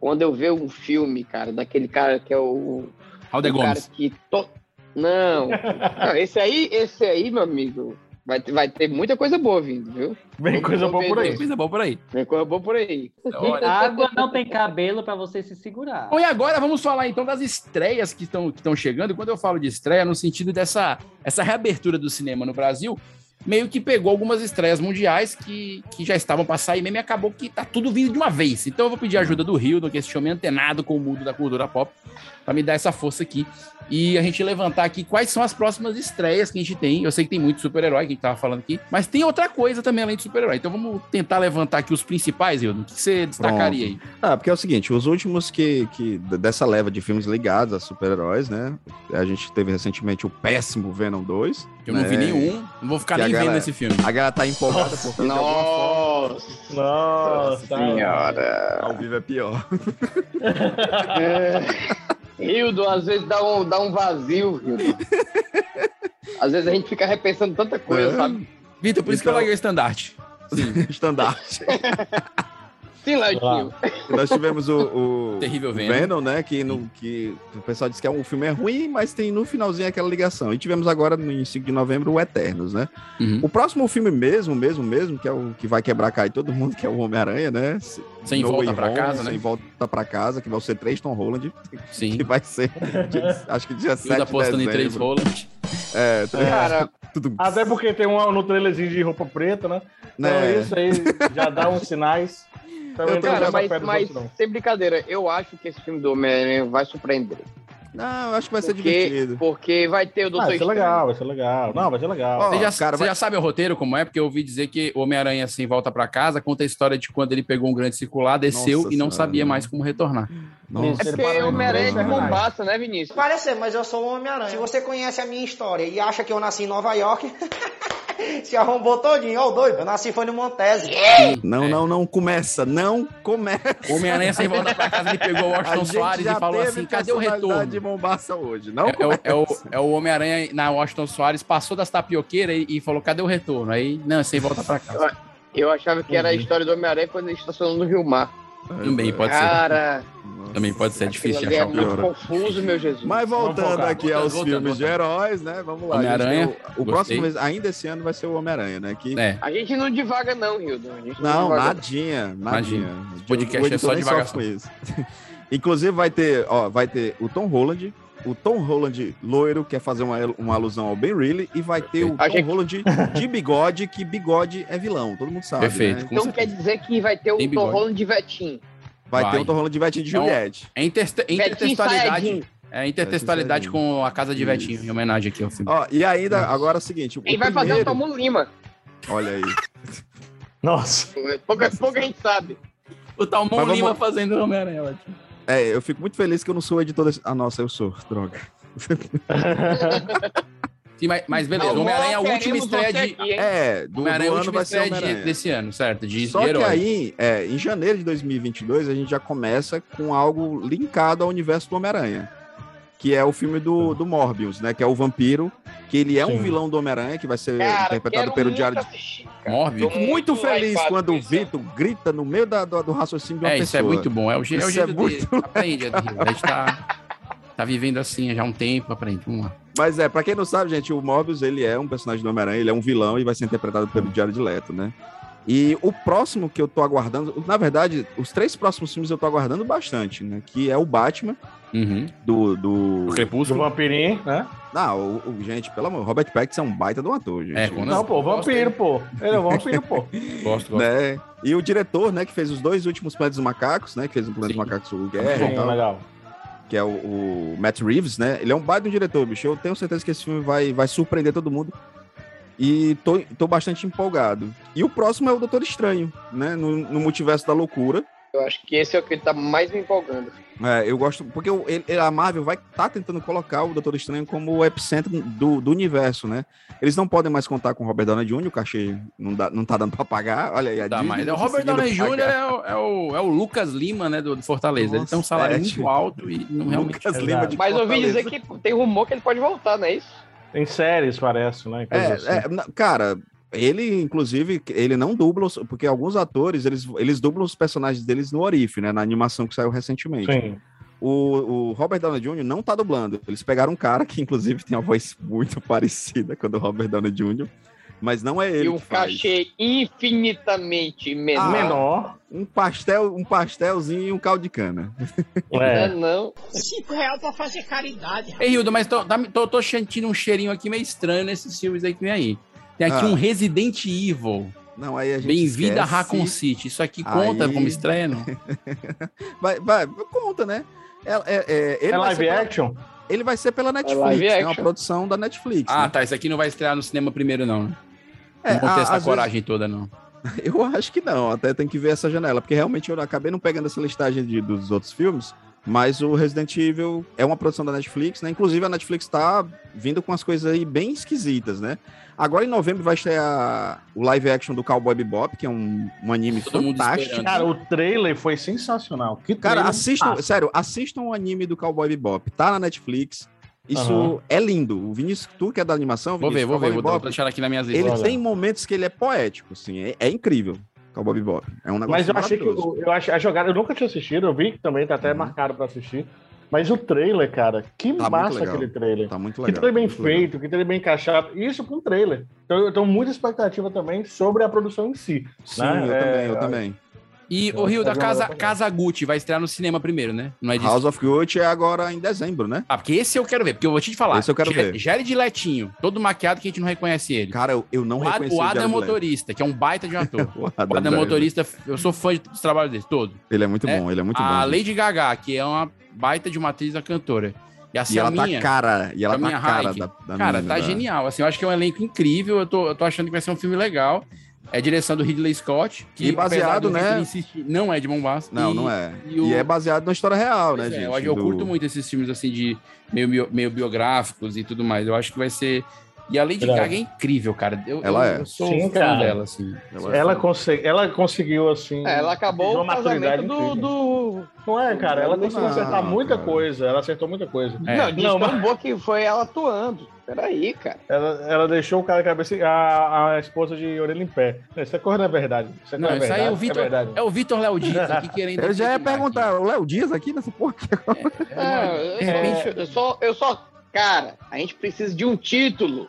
Speaker 5: quando eu ver um filme, cara, daquele cara que é o.
Speaker 1: Alder
Speaker 5: o cara
Speaker 1: Gomes.
Speaker 5: que to- Não. Não, Esse aí, esse aí, meu amigo, vai, ter- vai ter muita coisa boa vindo, viu?
Speaker 6: Vem coisa boa por aí.
Speaker 1: Coisa boa por aí.
Speaker 5: Vem coisa boa por aí.
Speaker 7: Ah,
Speaker 14: Água não tem cabelo pra você se segurar.
Speaker 1: Bom, e agora vamos falar então das estreias que estão que estão chegando. E Quando eu falo de estreia, no sentido dessa essa reabertura do cinema no Brasil, meio que pegou algumas estreias mundiais que, que já estavam para sair mesmo e acabou que tá tudo vindo de uma vez. Então eu vou pedir a ajuda do Rio, que é esse homem antenado com o mundo da cultura pop, para me dar essa força aqui e a gente levantar aqui quais são as próximas estreias que a gente tem. Eu sei que tem muito super-herói que a gente tava falando aqui, mas tem outra coisa também além de super-herói. Então vamos tentar levantar aqui os principais, Hildo. O que você destacaria aí?
Speaker 3: Ah, porque é o seguinte, os últimos que, que d- dessa leva de filmes ligados a super-heróis, né? A gente teve recentemente o péssimo Venom 2.
Speaker 1: Eu não
Speaker 3: né?
Speaker 1: vi nenhum, não vou ficar
Speaker 3: Que a
Speaker 1: nem vendo
Speaker 3: galera-
Speaker 1: esse filme.
Speaker 3: A galera tá empolgada porque de alguma
Speaker 5: Nossa,
Speaker 6: Nossa,
Speaker 5: senhora.
Speaker 3: Ao vivo é pior.
Speaker 5: Hildo, É. às vezes dá um, dá um vazio, Hildo. Às vezes a gente fica repensando tanta coisa,
Speaker 3: É.
Speaker 5: sabe?
Speaker 1: Vitor, por isso que eu
Speaker 3: Então-
Speaker 1: larguei o estandarte.
Speaker 3: Estandarte.
Speaker 1: É.
Speaker 5: Sim, Ladinho.
Speaker 3: Nós tivemos o, o
Speaker 1: Terrível
Speaker 3: o
Speaker 1: Venom.
Speaker 3: Venom, né? Que, no, que o pessoal diz que é um filme é ruim, mas tem no finalzinho aquela ligação. E tivemos agora, no em 5 de novembro, o Eternos, né?
Speaker 1: Uhum.
Speaker 3: O próximo filme mesmo, mesmo, mesmo, que é o que vai quebrar cair todo mundo, que é o Homem-Aranha, né? Se-
Speaker 1: Sem
Speaker 3: No
Speaker 1: volta
Speaker 3: Way
Speaker 1: pra
Speaker 3: Home,
Speaker 1: casa, né?
Speaker 3: Sem volta pra casa, que vai ser três Tom Holland.
Speaker 1: Sim.
Speaker 3: Que vai ser, dia- acho que dia 7
Speaker 1: Hildo
Speaker 3: de
Speaker 1: apostando em três
Speaker 3: dezembro.
Speaker 1: rolas.
Speaker 3: É, três-
Speaker 5: Cara,
Speaker 3: tudo
Speaker 6: Até porque tem um no trailerzinho de roupa preta, né? Então
Speaker 3: Né.
Speaker 6: isso aí Então já tá dá uns sinais. Também não
Speaker 5: Cara,
Speaker 6: tenho
Speaker 5: mas,
Speaker 6: essa fé dos
Speaker 5: mas
Speaker 6: outros, não.
Speaker 5: sem brincadeira, eu acho que esse filme do Homem-Aranha vai surpreender.
Speaker 3: Não, eu acho que vai
Speaker 5: ser divertido. Porque vai ter o Doutor
Speaker 6: Ah, vai ser
Speaker 5: Estranho.
Speaker 6: legal, vai ser legal. Não, vai ser legal.
Speaker 1: Você, já, você já sabe o roteiro como é? Porque eu ouvi dizer que o Homem-Aranha, assim, volta pra casa, conta a história de quando ele pegou um grande circular, desceu
Speaker 3: Nossa
Speaker 1: e não
Speaker 3: Senhora.
Speaker 1: sabia mais como retornar.
Speaker 5: É porque o Homem-Aranha é de Mombasa, né, Vinícius?
Speaker 2: Parece, mas eu sou o Homem-Aranha. Se você conhece a minha história e acha que eu nasci em Nova York, se arrombou todinho, ó o doido. Eu nasci foi no Montese.
Speaker 3: Não, não, não começa, não começa.
Speaker 1: É. O Homem-Aranha sem voltar pra casa, ele pegou o
Speaker 3: A
Speaker 1: Washington
Speaker 3: gente
Speaker 1: Soares e
Speaker 3: já
Speaker 1: falou
Speaker 3: teve
Speaker 1: assim: cadê o
Speaker 3: personalidade
Speaker 1: retorno?
Speaker 3: de Mombasa hoje, não?
Speaker 1: É- é, o- é o, é o Homem-Aranha na Washington Soares, passou das tapioqueiras e, e falou: cadê o retorno? Aí, não, sem volta pra casa.
Speaker 5: Eu achava que era a história do Homem-Aranha quando ele estacionou no Rio Mar.
Speaker 3: É.
Speaker 1: Também pode ser.
Speaker 5: Cara,
Speaker 1: Também pode ser
Speaker 5: aquilo
Speaker 1: difícil
Speaker 5: ali
Speaker 1: achar
Speaker 5: é
Speaker 1: o
Speaker 5: muito
Speaker 1: pior.
Speaker 5: confuso, meu Jesus.
Speaker 3: Mas voltando
Speaker 1: focar,
Speaker 3: aqui
Speaker 1: voltando,
Speaker 3: aos
Speaker 1: voltando,
Speaker 3: filmes
Speaker 1: voltando.
Speaker 3: de heróis, né? Vamos lá.
Speaker 1: Homem-Aranha,
Speaker 3: gente. O, o
Speaker 1: gostei.
Speaker 3: próximo mês, ainda esse ano, vai ser o Homem-Aranha, né? Que...
Speaker 1: É.
Speaker 5: A gente não divaga, não, Hildo. A gente
Speaker 3: Não,
Speaker 5: divaga.
Speaker 3: nadinha, nadinha.
Speaker 1: Imagina. Esse
Speaker 3: O
Speaker 1: podcast é
Speaker 3: editor
Speaker 1: só
Speaker 3: nem sofre
Speaker 1: divagação.
Speaker 3: com isso. Inclusive vai ter, ó, vai ter o Tom Holland, o Tom Holland loiro, que é fazer uma, uma alusão ao Ben Reilly, e vai ter o
Speaker 5: A
Speaker 3: Tom
Speaker 5: gente-
Speaker 3: Holland de bigode, que bigode é vilão, todo mundo sabe.
Speaker 1: Perfeito,
Speaker 3: né?
Speaker 1: com
Speaker 5: Então quer dizer que vai ter o
Speaker 1: Tem
Speaker 5: Tom
Speaker 1: bigode.
Speaker 5: Holland de Vetim.
Speaker 3: Vai, ter
Speaker 1: Vai.
Speaker 3: o Tom Holland de Vete de
Speaker 1: É um-
Speaker 3: Juliette.
Speaker 1: É interste- é intertextualidade.
Speaker 5: Saiyajin.
Speaker 1: É intertextualidade com a casa de Vetinho, em homenagem aqui ao filme.
Speaker 3: Ó, e ainda, agora é o seguinte, o
Speaker 5: Quem vai fazer é o
Speaker 3: primeiro-
Speaker 5: Tomo Lima?
Speaker 3: Olha aí.
Speaker 6: Nossa.
Speaker 5: Pouca, pouca gente sabe.
Speaker 1: O Talmon
Speaker 3: Mas vamos-
Speaker 1: Lima fazendo o Homem-Aranha, ótimo.
Speaker 3: É, eu fico muito feliz que eu não sou o editor desse... Ah, nossa, eu sou, droga.
Speaker 1: Sim, mas, mas beleza,
Speaker 5: Talmon,
Speaker 1: o Homem-Aranha é a última
Speaker 5: queremos
Speaker 1: estreia
Speaker 5: você
Speaker 1: de.
Speaker 5: aqui, hein?
Speaker 1: O
Speaker 3: É, um do, do
Speaker 1: Homem-Aranha é a
Speaker 3: ano
Speaker 1: última
Speaker 3: vai ser o
Speaker 1: estreia de,
Speaker 3: Homem-Aranha.
Speaker 1: desse ano, certo? De,
Speaker 3: Só
Speaker 1: de
Speaker 3: que
Speaker 1: herói.
Speaker 3: aí, é, em janeiro de 2022, a gente já começa com algo linkado ao universo do Homem-Aranha, que é o filme do, do Morbius, né? Que é o vampiro, que ele é um
Speaker 6: Sim.
Speaker 3: vilão do Homem-Aranha, que vai ser
Speaker 5: Cara,
Speaker 3: é interpretado
Speaker 5: quero
Speaker 3: pelo
Speaker 5: muito
Speaker 3: Diário de...
Speaker 5: assistir.
Speaker 1: Mórbido.
Speaker 3: Fico muito
Speaker 5: Muito
Speaker 3: feliz
Speaker 5: hypado
Speaker 3: quando o
Speaker 5: isso, hein?
Speaker 3: Vitor grita no meio da, do, do raciocínio de uma
Speaker 1: É,
Speaker 3: pessoa.
Speaker 1: isso é muito bom. É o, je- é o
Speaker 3: Isso
Speaker 1: jeito
Speaker 3: é
Speaker 1: dele. Aprende, Adriano. A gente tá, tá vivendo assim já há um tempo, aprende. Vamos lá.
Speaker 3: Mas é, pra quem não sabe, gente, o Morbius, ele é um personagem do Homem-Aranha, ele é um vilão e vai ser interpretado pelo Diário de Leto, né? E o próximo que eu tô aguardando, na verdade, os três próximos filmes eu tô aguardando bastante, né? Que é o Batman,
Speaker 1: Uhum.
Speaker 3: do... do...
Speaker 1: O
Speaker 6: Do
Speaker 1: Crepúsculo.
Speaker 6: vampirinho, né?
Speaker 3: Não, o, o- gente, pelo amor, Robert Pattinson é um baita de um ator, gente.
Speaker 1: É, quando-
Speaker 6: Não, pô, vampiro, pô. Ele é um vampiro, pô.
Speaker 1: Gosto, gosto.
Speaker 3: Né? E o diretor, né, que fez os dois últimos Planetas dos Macacos, né, que fez o Planeta
Speaker 1: Sim.
Speaker 3: dos Macacos o
Speaker 6: É,
Speaker 3: Guerra e tal,
Speaker 6: legal.
Speaker 3: que é o, o Matt Reeves, né? Ele é um baita de um diretor, bicho. Eu tenho certeza que esse filme vai, vai surpreender todo mundo. E tô, tô bastante empolgado. E o próximo é o Doutor Estranho, né? No, no Multiverso da Loucura.
Speaker 5: Eu acho que esse é o que tá mais me empolgando.
Speaker 3: É, eu gosto. Porque o- ele- a Marvel vai tá tentando colocar o Doutor Estranho como o epicentro do, do universo, né? Eles não podem mais contar com o Robert Downey Jr., o cachê não, dá, não tá dando pra pagar. Olha aí, a
Speaker 1: Dá
Speaker 3: Disney
Speaker 1: mais. né?
Speaker 3: não tá
Speaker 1: O Robert
Speaker 3: conseguindo
Speaker 1: Downey Jr.
Speaker 3: pagar.
Speaker 1: É o, é, o, é o Lucas Lima, né, do, do Fortaleza. ele
Speaker 3: Nossa,
Speaker 1: tem um salário
Speaker 3: é,
Speaker 1: muito
Speaker 3: tipo,
Speaker 1: alto e não um realmente.
Speaker 3: Lucas
Speaker 6: Exato.
Speaker 3: Lima de
Speaker 5: Mas ouvi
Speaker 3: Fortaleza.
Speaker 5: dizer que tem rumor que ele pode voltar, não é isso?
Speaker 6: Tem séries, parece, né?
Speaker 3: É,
Speaker 6: Coisa assim.
Speaker 3: é, na- cara, ele, inclusive, ele não dubla, os- porque alguns atores, eles, eles dublam os personagens deles no Orif, né? Na animação que saiu recentemente.
Speaker 6: Sim.
Speaker 3: O, o Robert Downey Jr. não tá dublando. Eles pegaram um cara que, inclusive, tem uma voz muito parecida com a do Robert Downey Jr., mas não é ele.
Speaker 5: e um
Speaker 3: que faz.
Speaker 5: cachê infinitamente menor.
Speaker 6: Menor.
Speaker 3: Um pastel, um pastelzinho e um caldo de cana.
Speaker 5: Né,
Speaker 1: Ah,
Speaker 6: É.
Speaker 5: não?
Speaker 7: Cinco real pra fazer caridade.
Speaker 1: Ei, Hildo, mas tô, tá- tô, tô sentindo um cheirinho aqui meio estranho nesses filmes aí que vem aí. Tem aqui
Speaker 3: Ah.
Speaker 1: um Resident Evil.
Speaker 3: Não, aí a gente
Speaker 1: Bem-vindo a
Speaker 3: esquece.
Speaker 1: Raccoon City. Isso aqui conta
Speaker 3: Aí-
Speaker 1: como estreia, não?
Speaker 3: Vai, vai, conta, né? É, é- é- ele,
Speaker 6: É
Speaker 3: vai ser
Speaker 6: live
Speaker 3: pela,
Speaker 6: action?
Speaker 3: ele vai ser pela Netflix,
Speaker 5: live
Speaker 3: é uma
Speaker 5: action.
Speaker 3: produção da Netflix.
Speaker 1: Ah,
Speaker 3: né?
Speaker 1: tá. Isso aqui não vai estrear no cinema primeiro, não. né?
Speaker 3: É,
Speaker 1: não vão ter
Speaker 3: a-
Speaker 1: essa
Speaker 3: às
Speaker 1: coragem toda, não.
Speaker 3: Eu acho que não, até tem que ver essa janela, porque realmente eu acabei não pegando essa listagem de- dos outros filmes, mas o Resident Evil é uma produção da Netflix, né? Inclusive a Netflix tá vindo com umas coisas aí bem esquisitas, né? Agora em novembro vai ter o live action do Cowboy Bebop, que é um, um anime
Speaker 1: Todo mundo
Speaker 3: fantástico.
Speaker 1: esperando.
Speaker 6: Cara, o trailer foi sensacional. Que
Speaker 3: Cara,
Speaker 6: trailer
Speaker 3: assistam,
Speaker 6: massa.
Speaker 3: sério, assistam o anime do Cowboy Bebop, tá na Netflix. Isso
Speaker 6: Aham.
Speaker 3: é lindo. O Vinícius, tu que é da animação,
Speaker 1: Vou ver,
Speaker 3: Vinícius,
Speaker 1: vou ver.
Speaker 3: Cowboy
Speaker 1: Vou vou
Speaker 3: Bebop,
Speaker 1: deixar aqui na minha lista.
Speaker 3: ele
Speaker 6: Olha.
Speaker 3: tem momentos que ele é poético, assim, é, é incrível. Cowboy Bebop. É um negócio
Speaker 6: Mas eu achei que
Speaker 3: maravilhoso.
Speaker 6: o- eu achei, a jogada, eu nunca tinha assistido, eu vi que também tá até
Speaker 3: Uhum. Tá
Speaker 6: marcado pra assistir. Mas o trailer, cara, que
Speaker 3: muito
Speaker 6: massa
Speaker 3: legal.
Speaker 6: aquele trailer.
Speaker 3: Tá muito
Speaker 6: que
Speaker 3: legal.
Speaker 6: trailer bem
Speaker 3: muito legal.
Speaker 6: feito, que trailer bem encaixado. Isso com trailer. Então eu tenho muita expectativa também sobre a produção em si.
Speaker 3: Sim,
Speaker 6: né?
Speaker 3: eu
Speaker 6: É,
Speaker 3: também, eu também.
Speaker 1: E o Rio da Casa Casagutti vai estrear no cinema primeiro, né? Não é disso.
Speaker 3: House of Gucci é agora em dezembro, né?
Speaker 1: Ah, porque esse eu quero ver, porque eu vou te falar.
Speaker 3: Esse eu quero
Speaker 1: Jared-
Speaker 3: ver.
Speaker 1: Jared Letinho, todo maquiado que a gente não reconhece ele.
Speaker 3: Cara, eu, não
Speaker 1: o Ad-
Speaker 3: reconheci
Speaker 1: O
Speaker 3: o
Speaker 1: Adam
Speaker 3: Jared Leto.
Speaker 1: Motorista, que é um baita de um ator. o Adam,
Speaker 3: Driver.
Speaker 1: Motorista, eu sou fã de- dos trabalhos dele, todo.
Speaker 3: Ele é muito bom, ele é muito bom.
Speaker 1: a
Speaker 3: gente.
Speaker 1: Lady Gaga, que é uma baita de uma atriz da cantora. E a
Speaker 3: E ela
Speaker 1: Selminha,
Speaker 3: tá cara, e ela tá
Speaker 1: Selminha
Speaker 3: cara
Speaker 1: Hayek.
Speaker 3: da, da
Speaker 1: Cara,
Speaker 3: menina né?
Speaker 1: tá
Speaker 3: da-
Speaker 1: genial. Assim, eu acho que é um elenco incrível. Eu tô, eu tô achando que vai ser um filme legal. É a direção do Ridley Scott. Que,
Speaker 3: E baseado,
Speaker 1: apesar do
Speaker 3: né?
Speaker 1: Ridley insistir, não é de bombaço.
Speaker 3: Não,
Speaker 1: E-
Speaker 3: não é.
Speaker 1: E,
Speaker 3: E,
Speaker 1: o-
Speaker 3: é baseado na história real, né,
Speaker 1: Pois é,
Speaker 3: gente?
Speaker 1: eu, eu
Speaker 3: Do-
Speaker 1: curto muito esses filmes assim de meio, bio- meio biográficos e tudo mais. Eu acho que vai ser. E a Lady
Speaker 6: Ela é.
Speaker 1: Gaga é incrível, cara. Eu,
Speaker 3: Ela
Speaker 1: eu,
Speaker 3: é.
Speaker 1: eu sou
Speaker 6: Sim,
Speaker 1: fã
Speaker 6: cara. É,
Speaker 1: dela, assim.
Speaker 6: Ela, conse- ela conseguiu, assim.
Speaker 1: Um
Speaker 5: É, ela acabou
Speaker 6: uma
Speaker 5: o casamento
Speaker 6: maturidade
Speaker 5: do,
Speaker 6: incrível.
Speaker 5: do-
Speaker 6: Não é, cara, ela conseguiu
Speaker 5: Não,
Speaker 6: acertar muita
Speaker 3: cara.
Speaker 6: coisa. Ela acertou muita coisa.
Speaker 1: É.
Speaker 5: Não, diz
Speaker 6: Não,
Speaker 5: tão
Speaker 6: mas
Speaker 5: boa que foi ela atuando. Peraí, cara.
Speaker 6: ela, ela deixou o cara cabeça. A, a esposa de orelha em pé. Não, Isso é coisa da verdade. Isso é, coisa
Speaker 1: Não, isso
Speaker 6: da
Speaker 1: aí
Speaker 6: verdade,
Speaker 1: é o
Speaker 6: isso
Speaker 1: Vitor.
Speaker 6: verdade.
Speaker 1: É, o Vitor Léo Dias aqui querendo.
Speaker 3: Eu já ia
Speaker 1: criticar
Speaker 3: perguntar, o Léo Dias aqui nessa porra?
Speaker 5: É,
Speaker 1: De repente-
Speaker 5: eu, só, eu só. Cara, a gente precisa de um título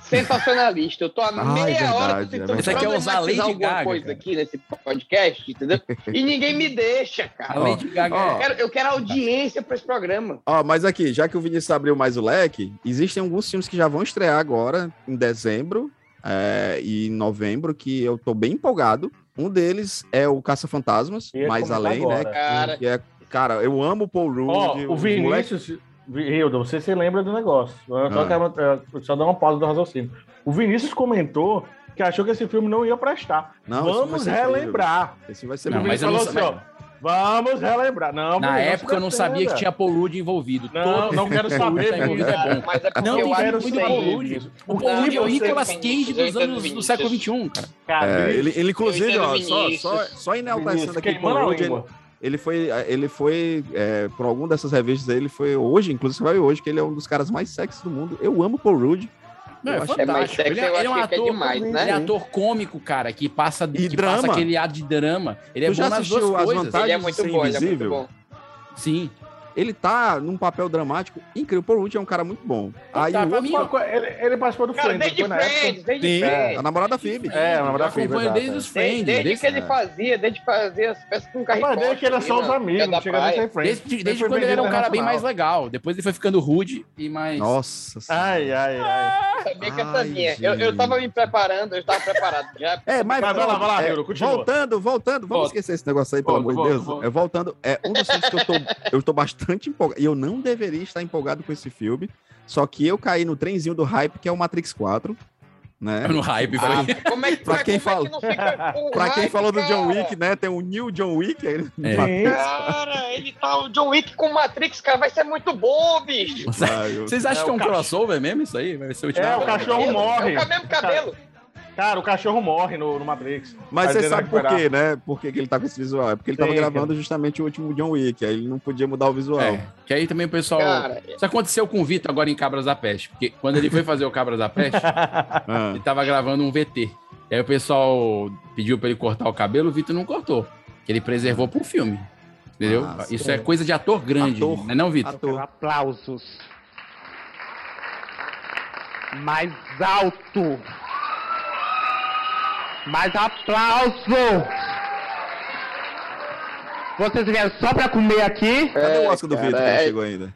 Speaker 5: sensacionalista. Eu tô há
Speaker 3: Ah, é
Speaker 5: meia hora
Speaker 3: verdade, é
Speaker 5: tentando
Speaker 3: verdade.
Speaker 1: Você quer usar a Lady
Speaker 5: problematizar alguma
Speaker 1: Gaga,
Speaker 5: coisa
Speaker 1: cara.
Speaker 5: aqui nesse podcast, entendeu? E ninguém me deixa,
Speaker 1: A
Speaker 5: cara.
Speaker 1: Lady Gaga. é
Speaker 3: ó.
Speaker 5: Eu quero, eu quero audiência pra esse programa.
Speaker 3: Ó, mas aqui, já que o Vinícius abriu mais o leque, existem alguns filmes que já vão estrear agora, em dezembro é, e em novembro, que eu tô bem empolgado. Um deles é o Caça-Fantasmas,
Speaker 6: Ia
Speaker 3: mais
Speaker 6: comentar
Speaker 3: além,
Speaker 6: é tá agora.
Speaker 3: né?
Speaker 5: Cara,
Speaker 3: Que é, cara, eu amo o Paul
Speaker 6: Ó,
Speaker 3: Rudd.
Speaker 6: o
Speaker 3: os moleques-
Speaker 6: Vinícius. Vi- Hilda, você se lembra do negócio. Eu Só,
Speaker 3: Ah.
Speaker 6: quero, eh, só dar uma pausa do raciocínio. O Vinícius comentou que achou que esse filme não ia prestar.
Speaker 3: Não, esse vai
Speaker 6: Vamos
Speaker 3: ser incrível.
Speaker 6: relembrar.
Speaker 3: Esse vai ser
Speaker 1: Não,
Speaker 3: bom.
Speaker 6: O
Speaker 1: mas eu
Speaker 6: Vinícius
Speaker 1: não
Speaker 6: falou
Speaker 1: sa-
Speaker 6: assim, ó. Vamos relembrar. Não,
Speaker 1: Na
Speaker 6: Vinícius,
Speaker 1: época eu não sabia que
Speaker 6: entenda.
Speaker 1: tinha Paul Rudd envolvido.
Speaker 6: Não,
Speaker 1: Todo
Speaker 6: não quero
Speaker 1: Paul Rudd
Speaker 6: saber,
Speaker 1: tá envolvido é bom.
Speaker 5: Mas é porque
Speaker 1: Não,
Speaker 5: eu
Speaker 1: tem filme
Speaker 5: acho
Speaker 6: quero
Speaker 1: muito
Speaker 5: que
Speaker 1: do Paul
Speaker 6: saber.
Speaker 1: Rudd.
Speaker 6: Vinícius.
Speaker 1: O Paul Rudd é o
Speaker 5: eu sei
Speaker 1: Nicolas
Speaker 5: que tem-
Speaker 1: Cage
Speaker 5: eu
Speaker 1: dos
Speaker 5: entendo,
Speaker 1: anos do
Speaker 5: Vinícius.
Speaker 1: século XXI, cara.
Speaker 3: É,
Speaker 6: Cara,
Speaker 3: ele, ele, inclusive,
Speaker 5: Eu entendo
Speaker 3: ó,
Speaker 5: o
Speaker 3: só,
Speaker 5: Vinícius.
Speaker 3: só, só enaltecendo aqui o
Speaker 6: queimando a
Speaker 3: Paul Rudd, ele-
Speaker 6: língua.
Speaker 3: Ele foi, ele foi é, por algum dessas revistas aí, ele foi hoje, inclusive vai hoje, que ele é um dos caras mais sexys do mundo. Eu amo Paul Rudd.
Speaker 1: Não,
Speaker 3: Eu
Speaker 1: é
Speaker 3: acho-
Speaker 1: fantástico.
Speaker 5: É mais sexy,
Speaker 1: ele,
Speaker 5: eu
Speaker 1: ele é um
Speaker 5: acho que é
Speaker 1: ator,
Speaker 5: demais,
Speaker 1: ele
Speaker 5: né?
Speaker 1: é ator cômico, cara, que passa,
Speaker 3: E
Speaker 1: que
Speaker 3: drama.
Speaker 1: passa aquele ar de drama. Ele é
Speaker 3: Tu
Speaker 1: bom
Speaker 3: já
Speaker 1: nas duas
Speaker 3: assistiu As
Speaker 1: coisas.
Speaker 3: Vantagens?
Speaker 5: Ele é muito
Speaker 3: Sem
Speaker 5: bom, ele é muito
Speaker 3: Invisível?
Speaker 5: bom.
Speaker 1: Sim.
Speaker 3: Ele tá num papel dramático incrível. Paul Rudd é um cara muito bom. Aí
Speaker 1: tá,
Speaker 3: o
Speaker 1: pra
Speaker 3: outro,
Speaker 1: mim, é
Speaker 6: Uma co- Ele, ele participou do
Speaker 5: Cara,
Speaker 6: Friends,
Speaker 5: desde
Speaker 6: não foi na época?
Speaker 5: Friends, desde
Speaker 3: sim,
Speaker 5: Friends.
Speaker 3: a namorada Phoebe.
Speaker 6: É, uma
Speaker 1: eu
Speaker 6: namorada
Speaker 1: acompanho
Speaker 6: Phoebe,
Speaker 1: desde
Speaker 6: exato,
Speaker 1: os
Speaker 5: Desde,
Speaker 1: Friends.
Speaker 5: desde
Speaker 1: desde-
Speaker 5: que ele fazia, desde que fazia as peças com o Carrie
Speaker 6: Mas desde
Speaker 5: Costa
Speaker 6: que era
Speaker 5: ali
Speaker 6: só os
Speaker 5: na-
Speaker 6: amigos,
Speaker 5: é da
Speaker 6: não chega nem
Speaker 5: praia.
Speaker 6: ser Friends.
Speaker 1: Desde, desde
Speaker 6: Ele foi
Speaker 1: quando ele era um cara bem mais
Speaker 6: internacional.
Speaker 1: legal. Depois ele foi ficando rude e mais.
Speaker 3: Nossa
Speaker 6: Ai, ai, ai.
Speaker 5: Eu sabia que essa
Speaker 3: Ai,
Speaker 5: vinha. Eu, eu tava me preparando, eu tava preparado já.
Speaker 3: É, mas,
Speaker 6: Vai, vai lá, vai lá,
Speaker 3: é,
Speaker 6: Euro, continua.
Speaker 3: voltando, voltando, vamos
Speaker 1: Volta.
Speaker 3: esquecer esse negócio aí, pelo
Speaker 1: Volta,
Speaker 3: amor de
Speaker 1: volta,
Speaker 3: Deus.
Speaker 1: volta.
Speaker 3: É, voltando, é um dos filmes que eu tô, eu tô bastante empolgado. E eu não deveria estar empolgado com esse filme. Só que eu caí no trenzinho do hype, que é o Matrix 4. Né?
Speaker 1: No hype, foi.
Speaker 5: Como é que
Speaker 3: Pra
Speaker 5: mas
Speaker 3: quem
Speaker 5: como é que não fica com
Speaker 3: Pra quem
Speaker 5: hype,
Speaker 3: falou do John
Speaker 5: cara?
Speaker 3: Wick, né? Tem o New John Wick. aí no
Speaker 1: É.
Speaker 3: Matrix.
Speaker 5: Cara, ele tá o John Wick com Matrix, cara, vai ser muito bom, bicho.
Speaker 3: Vai, eu-
Speaker 1: Vocês acham que é um crossover mesmo isso aí? Vai ser o
Speaker 6: É, o cachorro
Speaker 5: Cabelo,
Speaker 6: morre.
Speaker 5: É o mesmo cabelo.
Speaker 6: Cara, o cachorro morre no, no Matrix.
Speaker 3: Mas
Speaker 6: Aí
Speaker 3: você
Speaker 6: ele
Speaker 3: sabe por
Speaker 6: recuperar.
Speaker 3: quê, né? Por que, que ele tá com esse visual? É porque ele tava
Speaker 6: Sim,
Speaker 3: gravando justamente o último John Wick, aí ele não podia mudar o visual.
Speaker 1: É, que aí também o pessoal.
Speaker 5: Cara,
Speaker 1: Isso aconteceu com o Vitor agora em Cabras da Peste. Porque quando ele foi fazer o Cabras da Peste,
Speaker 3: Ah.
Speaker 1: ele tava gravando um VT. E aí o pessoal pediu pra ele cortar o cabelo, o Vitor não cortou. Que ele preservou pro filme. Entendeu?
Speaker 3: Ah,
Speaker 1: Isso é coisa de ator grande,
Speaker 3: Ator.
Speaker 1: né não, Vitor?
Speaker 3: Ator.
Speaker 11: Aplausos. Mais alto. Mais aplauso. Vocês vieram só pra comer aqui?
Speaker 3: Cadê o Oscar do
Speaker 5: É, cara,
Speaker 3: Vitor que não
Speaker 5: é-
Speaker 3: chegou ainda?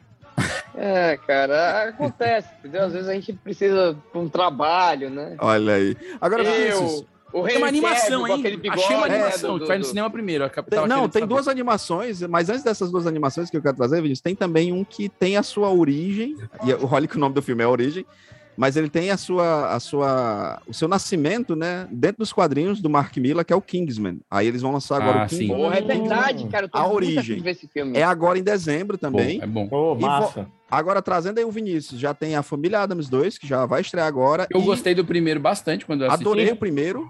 Speaker 5: É, cara, acontece, entendeu? Às vezes a gente precisa de um trabalho, né?
Speaker 3: Olha aí. Agora, Vinícius,
Speaker 5: Eu, o Rei
Speaker 1: Tem uma animação,
Speaker 5: Kevin, com
Speaker 1: hein?
Speaker 5: aquele bigode,
Speaker 1: Achei uma
Speaker 5: né,
Speaker 1: animação
Speaker 5: do-
Speaker 1: que vai no
Speaker 5: do-
Speaker 1: cinema primeiro. eu tava
Speaker 3: Tem- não,
Speaker 1: querendo
Speaker 3: tem
Speaker 1: saber.
Speaker 3: duas animações, mas antes dessas duas animações que eu quero trazer, Vinícius, tem também um que tem a sua origem, e olha que o nome do filme é Origem, mas ele tem a sua, a sua, o seu nascimento, né, dentro dos quadrinhos do Mark Miller, que é o Kingsman. Aí eles vão lançar agora
Speaker 1: Ah,
Speaker 3: o
Speaker 1: sim.
Speaker 3: Kingsman.
Speaker 5: Porra, é verdade, cara. Eu tô
Speaker 3: A
Speaker 5: muito
Speaker 3: origem.
Speaker 5: afim de ver esse filme.
Speaker 3: É agora em dezembro
Speaker 1: Bom,
Speaker 3: também.
Speaker 1: é bom.
Speaker 6: Ô,
Speaker 3: E
Speaker 6: massa.
Speaker 3: Agora, trazendo aí o Vinícius, já tem a família Adams 2, que já vai estrear agora.
Speaker 1: Eu
Speaker 3: e
Speaker 1: gostei do primeiro bastante quando eu assisti.
Speaker 3: Adorei o primeiro.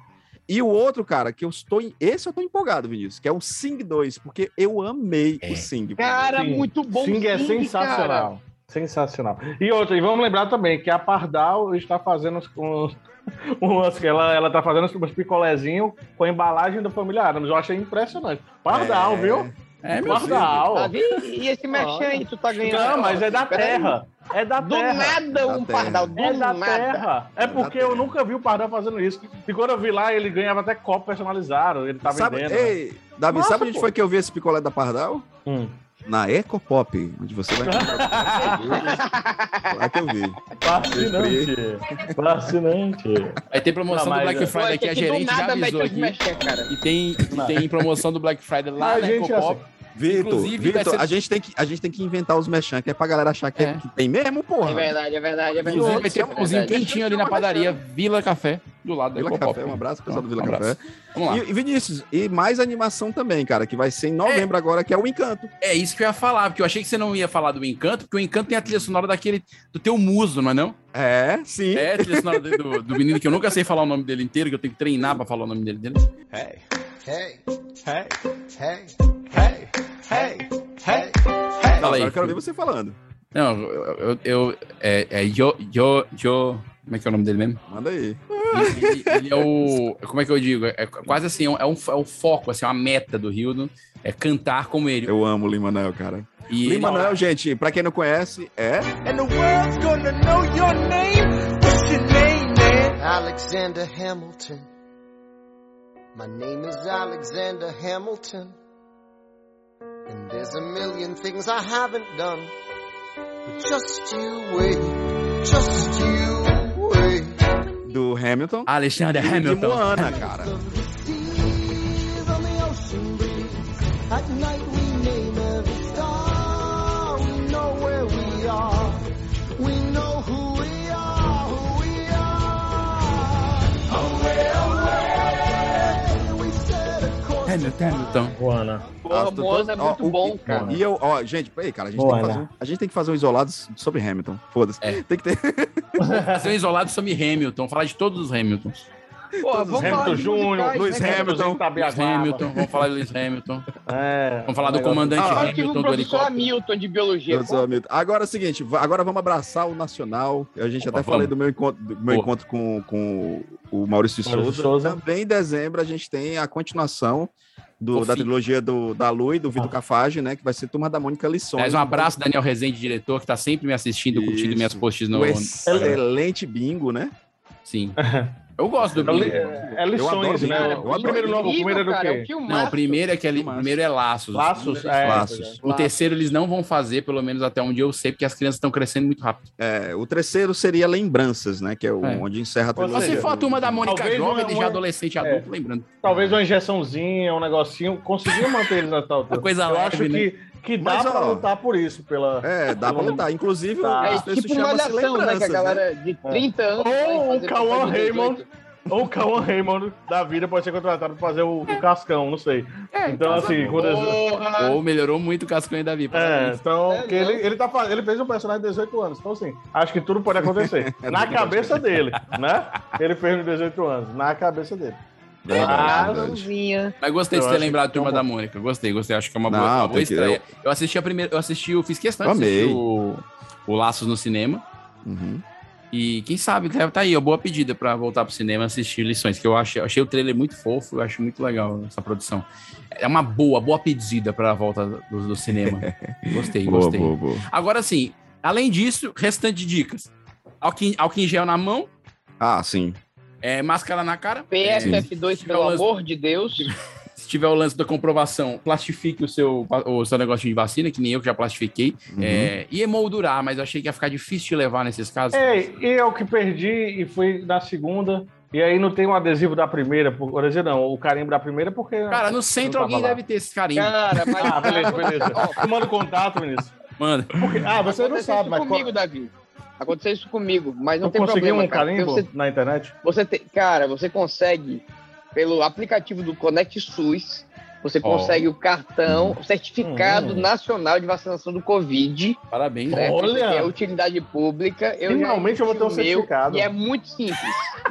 Speaker 3: E o outro, cara, que eu estou. em- Esse eu tô empolgado, Vinícius, que é o Sing 2, porque eu amei
Speaker 1: É.
Speaker 3: o Sing.
Speaker 5: Cara,
Speaker 6: Sim.
Speaker 5: muito bom.
Speaker 6: Sing é
Speaker 5: Sing,
Speaker 6: sensacional. Sensacional. E outra, e vamos lembrar também que a Pardal está fazendo uns. uns- umas- ela, ela tá fazendo uns picolézinhos com a embalagem da família Adams. Eu achei impressionante. Pardal,
Speaker 3: É.
Speaker 6: viu?
Speaker 1: É, meu
Speaker 3: Nossa.
Speaker 1: filho.
Speaker 5: Cara.
Speaker 6: Pardal.
Speaker 5: Tá vendo? E esse mexer aí, tu tá ganhando.
Speaker 6: Não, mas é da
Speaker 5: Peraí.
Speaker 6: terra. É da
Speaker 5: Do
Speaker 6: terra.
Speaker 5: nada um Da terra. pardal, do
Speaker 6: é da
Speaker 5: nada.
Speaker 6: terra. É porque eu nunca vi o pardal fazendo isso. E quando eu vi lá, ele ganhava até copo personalizado. Ele tá
Speaker 3: Sabe-
Speaker 6: vendendo.
Speaker 3: ei, Davi,
Speaker 6: Nossa,
Speaker 3: sabe onde
Speaker 6: pô.
Speaker 3: foi que eu vi esse picolé da Pardal?
Speaker 6: Hum.
Speaker 3: Na Ecopop, onde você vai encontrar lá que eu vi.
Speaker 6: Fascinante. Fascinante.
Speaker 1: Aí tem promoção
Speaker 6: Não,
Speaker 1: do
Speaker 6: mas,
Speaker 1: Black
Speaker 6: é.
Speaker 1: Friday
Speaker 6: Ué,
Speaker 1: aqui,
Speaker 6: tem
Speaker 1: a
Speaker 6: que do
Speaker 1: gerente já
Speaker 6: nada
Speaker 1: avisou
Speaker 6: meter os
Speaker 1: aqui.
Speaker 6: mexer, cara.
Speaker 1: E tem, e
Speaker 6: Não.
Speaker 1: tem promoção do Black Friday lá
Speaker 6: Mas,
Speaker 1: na
Speaker 6: gente,
Speaker 1: Ecopop.
Speaker 6: assim,
Speaker 3: Vitor,
Speaker 1: Inclusive, vai
Speaker 3: Vitor,
Speaker 1: ser-
Speaker 3: a, gente tem que, a gente tem que inventar os mechan, que é pra galera achar que, é- que tem mesmo, porra.
Speaker 5: É verdade, é verdade, é
Speaker 1: Inclusive,
Speaker 5: verdade.
Speaker 1: vai ter um pãozinho quentinho ali na padaria Vila Café, do lado da
Speaker 3: Vila
Speaker 1: Ecopop.
Speaker 3: Café, um abraço, pessoal do
Speaker 1: Um
Speaker 3: Vila
Speaker 1: abraço.
Speaker 3: Café.
Speaker 1: Vamos lá.
Speaker 3: E, e Vinícius, e mais animação também, cara, que vai ser em novembro agora, que é o Encanto.
Speaker 1: É isso que eu ia falar, porque eu achei que você não ia falar do Encanto, porque o Encanto tem a trilha sonora daquele do teu muso, não é não?
Speaker 3: É, sim.
Speaker 1: É a trilha sonora do, do- do menino que eu nunca sei falar o nome dele inteiro, que eu tenho que treinar pra falar o nome dele. dele.
Speaker 15: Hey, hey, hey, hey, hey, hey, hey.
Speaker 1: Fala aí.
Speaker 3: Agora eu quero ver você falando.
Speaker 1: Não, eu... eu, eu- é, é yo, yo, yo... Como é que é o nome dele mesmo?
Speaker 3: Manda aí.
Speaker 1: Ele, ele é o... Como é que eu digo? É quase assim, é um, é um foco, assim, é uma meta do Hildo, é cantar como ele.
Speaker 3: Eu amo o Limanel, cara.
Speaker 1: E é. ele-
Speaker 3: Limanel, gente, pra quem não conhece, é...
Speaker 15: And the world's gonna know your name. What's your name, man? Alexander Hamilton. My name is Alexander Hamilton. And there's a million things I haven't done. But just you wait. Just you wait.
Speaker 3: Do Hamilton.
Speaker 1: Alexander Ah,
Speaker 3: E
Speaker 1: é Hamilton.
Speaker 3: De Moana, cara.
Speaker 15: At night we name every star. We know where we are. We know who we are, who we are. Away, away. We said a course.
Speaker 1: Hamilton, Hamilton.
Speaker 6: Moana.
Speaker 3: Ah, tô-
Speaker 5: Moana é
Speaker 3: ó,
Speaker 5: muito
Speaker 3: o-
Speaker 5: bom,
Speaker 3: e-
Speaker 5: cara.
Speaker 3: E eu, ó, gente, peraí, cara, a gente, tem
Speaker 6: Moana.
Speaker 3: que fazer, um- a gente tem que fazer um isolado sobre Hamilton. Foda-se.
Speaker 1: É.
Speaker 3: Tem que ter.
Speaker 1: Fazer um isolado sobre Hamilton, falar de todos os Hamiltons.
Speaker 5: Porra, vamos falar
Speaker 6: Hamilton
Speaker 5: de
Speaker 6: Júnior,
Speaker 5: musicais,
Speaker 6: Luiz
Speaker 5: né, cara?
Speaker 6: Hamilton,
Speaker 1: Lewis Hamilton, vamos falar de Lewis Hamilton.
Speaker 6: É,
Speaker 1: Vamos falar
Speaker 6: um
Speaker 1: do
Speaker 6: negócio-
Speaker 1: comandante
Speaker 5: Ah, eu tive um
Speaker 1: Hamilton do
Speaker 5: professor
Speaker 1: helicóptero.
Speaker 5: Hamilton de biologia.
Speaker 3: Deus, Hamilton. Agora é o seguinte, va- agora vamos abraçar o Nacional. A gente
Speaker 1: Opa,
Speaker 3: até falei
Speaker 1: vamos.
Speaker 3: do meu encontro, do meu
Speaker 1: Boa.
Speaker 3: encontro com, com o Maurício, de
Speaker 6: Maurício
Speaker 3: Souza.
Speaker 6: Souza.
Speaker 3: Também em dezembro a gente tem a continuação do-
Speaker 1: Fofinho.
Speaker 3: da trilogia do, da Lu e do Vitor Cafage, né? Que vai ser Turma da Mônica Lições.
Speaker 1: Aliás, um abraço, Daniel Rezende, diretor, que tá sempre me assistindo, curtindo
Speaker 3: Isso.
Speaker 1: minhas posts no.
Speaker 3: Um excelente bingo, né?
Speaker 1: Sim. Eu gosto do
Speaker 6: É li-
Speaker 1: Bingo.
Speaker 6: É, é
Speaker 3: Eu adoro
Speaker 6: lições,
Speaker 3: Bingo,
Speaker 6: né?
Speaker 3: cara.
Speaker 6: O primeiro logo, o primeiro era o
Speaker 5: cara, é um
Speaker 6: quê?
Speaker 5: filmaço.
Speaker 1: Não, o primeiro é que ali, o primeiro é laços.
Speaker 6: Laços? É,
Speaker 3: Laços.
Speaker 1: O terceiro eles não vão fazer, pelo menos até onde eu sei, porque as crianças estão crescendo muito rápido.
Speaker 3: É, o terceiro seria Lembranças, né? Que é, o-
Speaker 1: É.
Speaker 3: onde encerra a
Speaker 6: Ou
Speaker 1: Mas se
Speaker 3: trilogia.
Speaker 1: for a turma da Mônica
Speaker 6: Talvez
Speaker 1: jovem,
Speaker 6: uma-
Speaker 1: ele já
Speaker 6: uma-
Speaker 1: adolescente e adulto, lembrando.
Speaker 6: Talvez uma injeçãozinha, um negocinho. Conseguiu manter eles até o
Speaker 1: Uma coisa
Speaker 6: Eu
Speaker 1: leve,
Speaker 6: acho que,
Speaker 1: né?
Speaker 6: que dá
Speaker 3: Mas,
Speaker 6: pra
Speaker 3: ó,
Speaker 6: lutar por isso. Pela...
Speaker 3: É, dá pra
Speaker 6: pelo-
Speaker 3: lutar. Inclusive,
Speaker 6: Tá.
Speaker 1: Ah,
Speaker 3: o
Speaker 5: É
Speaker 3: expresso
Speaker 5: tipo uma
Speaker 3: chama-se
Speaker 5: malhação, né? Que a
Speaker 3: Lembranças, né?
Speaker 5: galera de 30 anos. vai
Speaker 6: Ou o
Speaker 5: fazer papel
Speaker 6: Cauã
Speaker 5: de 18.
Speaker 6: Raymond. Ou o Cauã Raymond da vida pode ser contratado pra fazer o, o cascão, não sei.
Speaker 1: É,
Speaker 6: então, assim, quando.
Speaker 5: Porra!
Speaker 1: Ou melhorou muito o Cascão e Davi.
Speaker 6: É,
Speaker 1: parabéns.
Speaker 6: então,
Speaker 5: É,
Speaker 6: que ele,
Speaker 5: não.
Speaker 6: ele, tá, fa- ele fez um personagem de 18 anos. Então, assim, acho que tudo pode acontecer. na cabeça dele, né? Ele fez nos 18 anos, na cabeça dele.
Speaker 3: Verdade,
Speaker 6: Ah,
Speaker 3: É verdade.
Speaker 1: Mas gostei
Speaker 6: Eu
Speaker 1: de ter
Speaker 6: acho
Speaker 1: lembrado a
Speaker 6: que
Speaker 1: turma
Speaker 6: é um
Speaker 1: da
Speaker 6: bom.
Speaker 1: Mônica. Gostei, gostei. Acho que é uma boa,
Speaker 3: Não,
Speaker 1: uma boa
Speaker 3: tem que-
Speaker 1: estreia. Eu assisti a primeira. Eu assisti, eu fiz questão de
Speaker 3: Amei.
Speaker 1: assistir o, o Laços no cinema.
Speaker 6: Ah,
Speaker 3: Uhum.
Speaker 1: E quem sabe, tá tá aí, ó, boa pedida pra voltar pro cinema assistir lições, que eu achei, achei o trailer muito fofo, eu acho muito legal essa produção. É uma boa, boa pedida pra volta do, do cinema. Gostei,
Speaker 3: Boa,
Speaker 1: gostei.
Speaker 3: boa, boa.
Speaker 1: Agora sim, além disso, restante de dicas. Alquim, álcool em gel na mão,
Speaker 3: Ah, sim.
Speaker 1: é, máscara na cara. É,
Speaker 5: PSF2, pelo
Speaker 1: Elas-
Speaker 5: amor de Deus.
Speaker 1: se tiver o lance da comprovação, plastifique o seu, o seu negócio de vacina, que nem eu que já plastifiquei. É, e emoldurar, mas eu achei que ia ficar difícil de levar nesses casos.
Speaker 6: Ei, e eu que perdi e fui na segunda. E aí não tem um adesivo da primeira, por por exemplo, não, o carimbo da primeira, porque.
Speaker 1: Cara, no centro
Speaker 6: Não
Speaker 1: alguém
Speaker 6: tava lá.
Speaker 1: deve ter esse carinho.
Speaker 5: Cara, mas.
Speaker 6: Ah, beleza, beleza. Tu manda o contato, Vinícius.
Speaker 1: Mano,
Speaker 6: Porque- Ah, você não
Speaker 5: Aconteceu
Speaker 6: sabe,
Speaker 5: isso
Speaker 6: mas.
Speaker 5: comigo, Davi. Aconteceu isso comigo, mas não
Speaker 6: Eu
Speaker 5: tem
Speaker 6: consegui
Speaker 5: problema,
Speaker 6: um
Speaker 5: cara. porque
Speaker 6: carimbo
Speaker 5: Você,
Speaker 6: na internet?
Speaker 5: você tem- cara, você consegue, pelo aplicativo do Conect SUS, você consegue o cartão, o certificado
Speaker 6: Hum.
Speaker 5: nacional de vacinação do Covid.
Speaker 1: parabéns.
Speaker 5: né,
Speaker 6: Olha!
Speaker 5: porque É utilidade pública. Eu já
Speaker 6: Finalmente eu vou ter um
Speaker 5: emiti o meu,
Speaker 6: certificado.
Speaker 5: E é muito simples.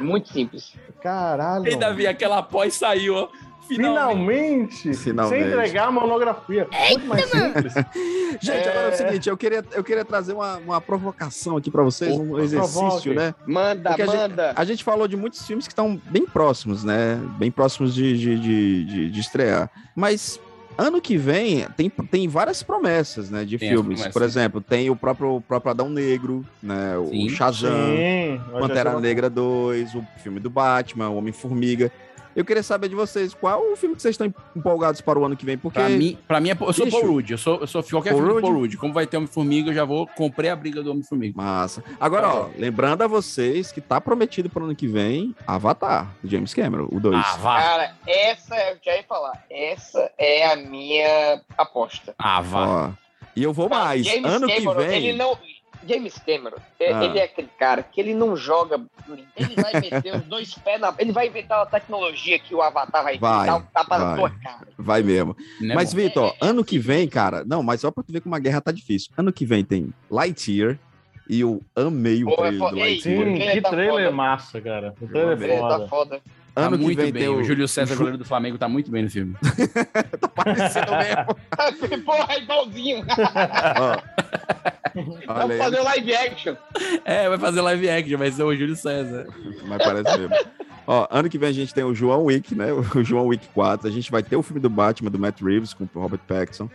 Speaker 5: muito simples.
Speaker 6: Caralho.
Speaker 1: Ei, Davi, aquela pós saiu, ó. Finalmente.
Speaker 6: Finalmente,
Speaker 3: Finalmente.
Speaker 6: Sem entregar a monografia. Muito mais simples.
Speaker 1: Uhum.
Speaker 3: Gente, agora é o seguinte, eu queria, eu queria trazer uma, uma provocação aqui pra vocês, um
Speaker 1: Opa,
Speaker 3: exercício,
Speaker 6: provoque.
Speaker 3: né?
Speaker 5: Manda,
Speaker 3: Porque a gente-
Speaker 5: manda.
Speaker 3: A gente falou de muitos filmes que estão bem próximos, né? Bem próximos de, de, de, de- de estrear. Mas Ano que vem tem, tem várias promessas, né, de
Speaker 1: Tem as
Speaker 3: filmes.
Speaker 1: promessas.
Speaker 3: Por exemplo, tem o próprio, o próprio Adão Negro, né, o
Speaker 1: Sim.
Speaker 3: Shazam,
Speaker 1: Sim, vai ser
Speaker 3: Pantera
Speaker 1: uma-
Speaker 3: Negra 2, o filme do Batman, o Homem-Formiga. Eu queria saber de vocês, qual o filme que vocês estão empolgados para o ano que vem? Porque
Speaker 1: Pra mim, pra mim é, eu sou
Speaker 3: Bicho.
Speaker 1: Paul Rudd, eu sou, eu sou qualquer
Speaker 3: Paul
Speaker 1: filme do
Speaker 3: Rudd?
Speaker 1: Paul Rudd. Como vai ter Homem-Formiga, eu já vou, comprei a briga do Homem-Formiga.
Speaker 3: Massa. Agora, ó, lembrando a vocês que tá prometido pro ano que vem Avatar, do James Cameron, o 2.
Speaker 5: Cara, essa é o que eu ia falar. Essa é a minha aposta.
Speaker 1: Ah,
Speaker 3: E eu vou mais.
Speaker 5: James
Speaker 3: ano
Speaker 5: Cameron,
Speaker 3: que vem.
Speaker 5: Ele não. James Cameron, é-
Speaker 3: Ah.
Speaker 5: ele é aquele cara que ele não joga. Ele vai meter os dois pés na. Ele vai inventar uma tecnologia que o Avatar vai,
Speaker 3: Vai,
Speaker 5: dar um tapa na
Speaker 3: vai.
Speaker 5: tua cara.
Speaker 3: Vai mesmo.
Speaker 1: Né,
Speaker 3: mas,
Speaker 1: bom?
Speaker 3: Vitor, ano que vem, cara. Não, mas só pra tu ver como a guerra tá difícil. Ano que vem tem Lightyear e eu amei o
Speaker 6: Porra,
Speaker 3: trailer
Speaker 6: pô,
Speaker 3: do
Speaker 6: ei,
Speaker 3: Lightyear.
Speaker 6: sim, que trailer massa, cara. O trailer é foda.
Speaker 5: foda.
Speaker 1: Tá
Speaker 3: Ano que
Speaker 1: muito
Speaker 3: vem
Speaker 1: bem.
Speaker 3: tem
Speaker 1: O
Speaker 3: o-
Speaker 1: Júlio César,
Speaker 3: Ju-
Speaker 1: goleiro do Flamengo, tá muito bem no filme.
Speaker 5: Porra, é igualzinho. Vamos
Speaker 1: Olha aí.
Speaker 5: fazer live action.
Speaker 1: É, vai fazer live action, vai ser o Júlio César.
Speaker 3: Mas parece mesmo. Ó, ano que vem a gente tem o João Wick, né? O João Wick 4. A gente vai ter o filme do Batman, do Matt Reeves, com o Robert Pattinson.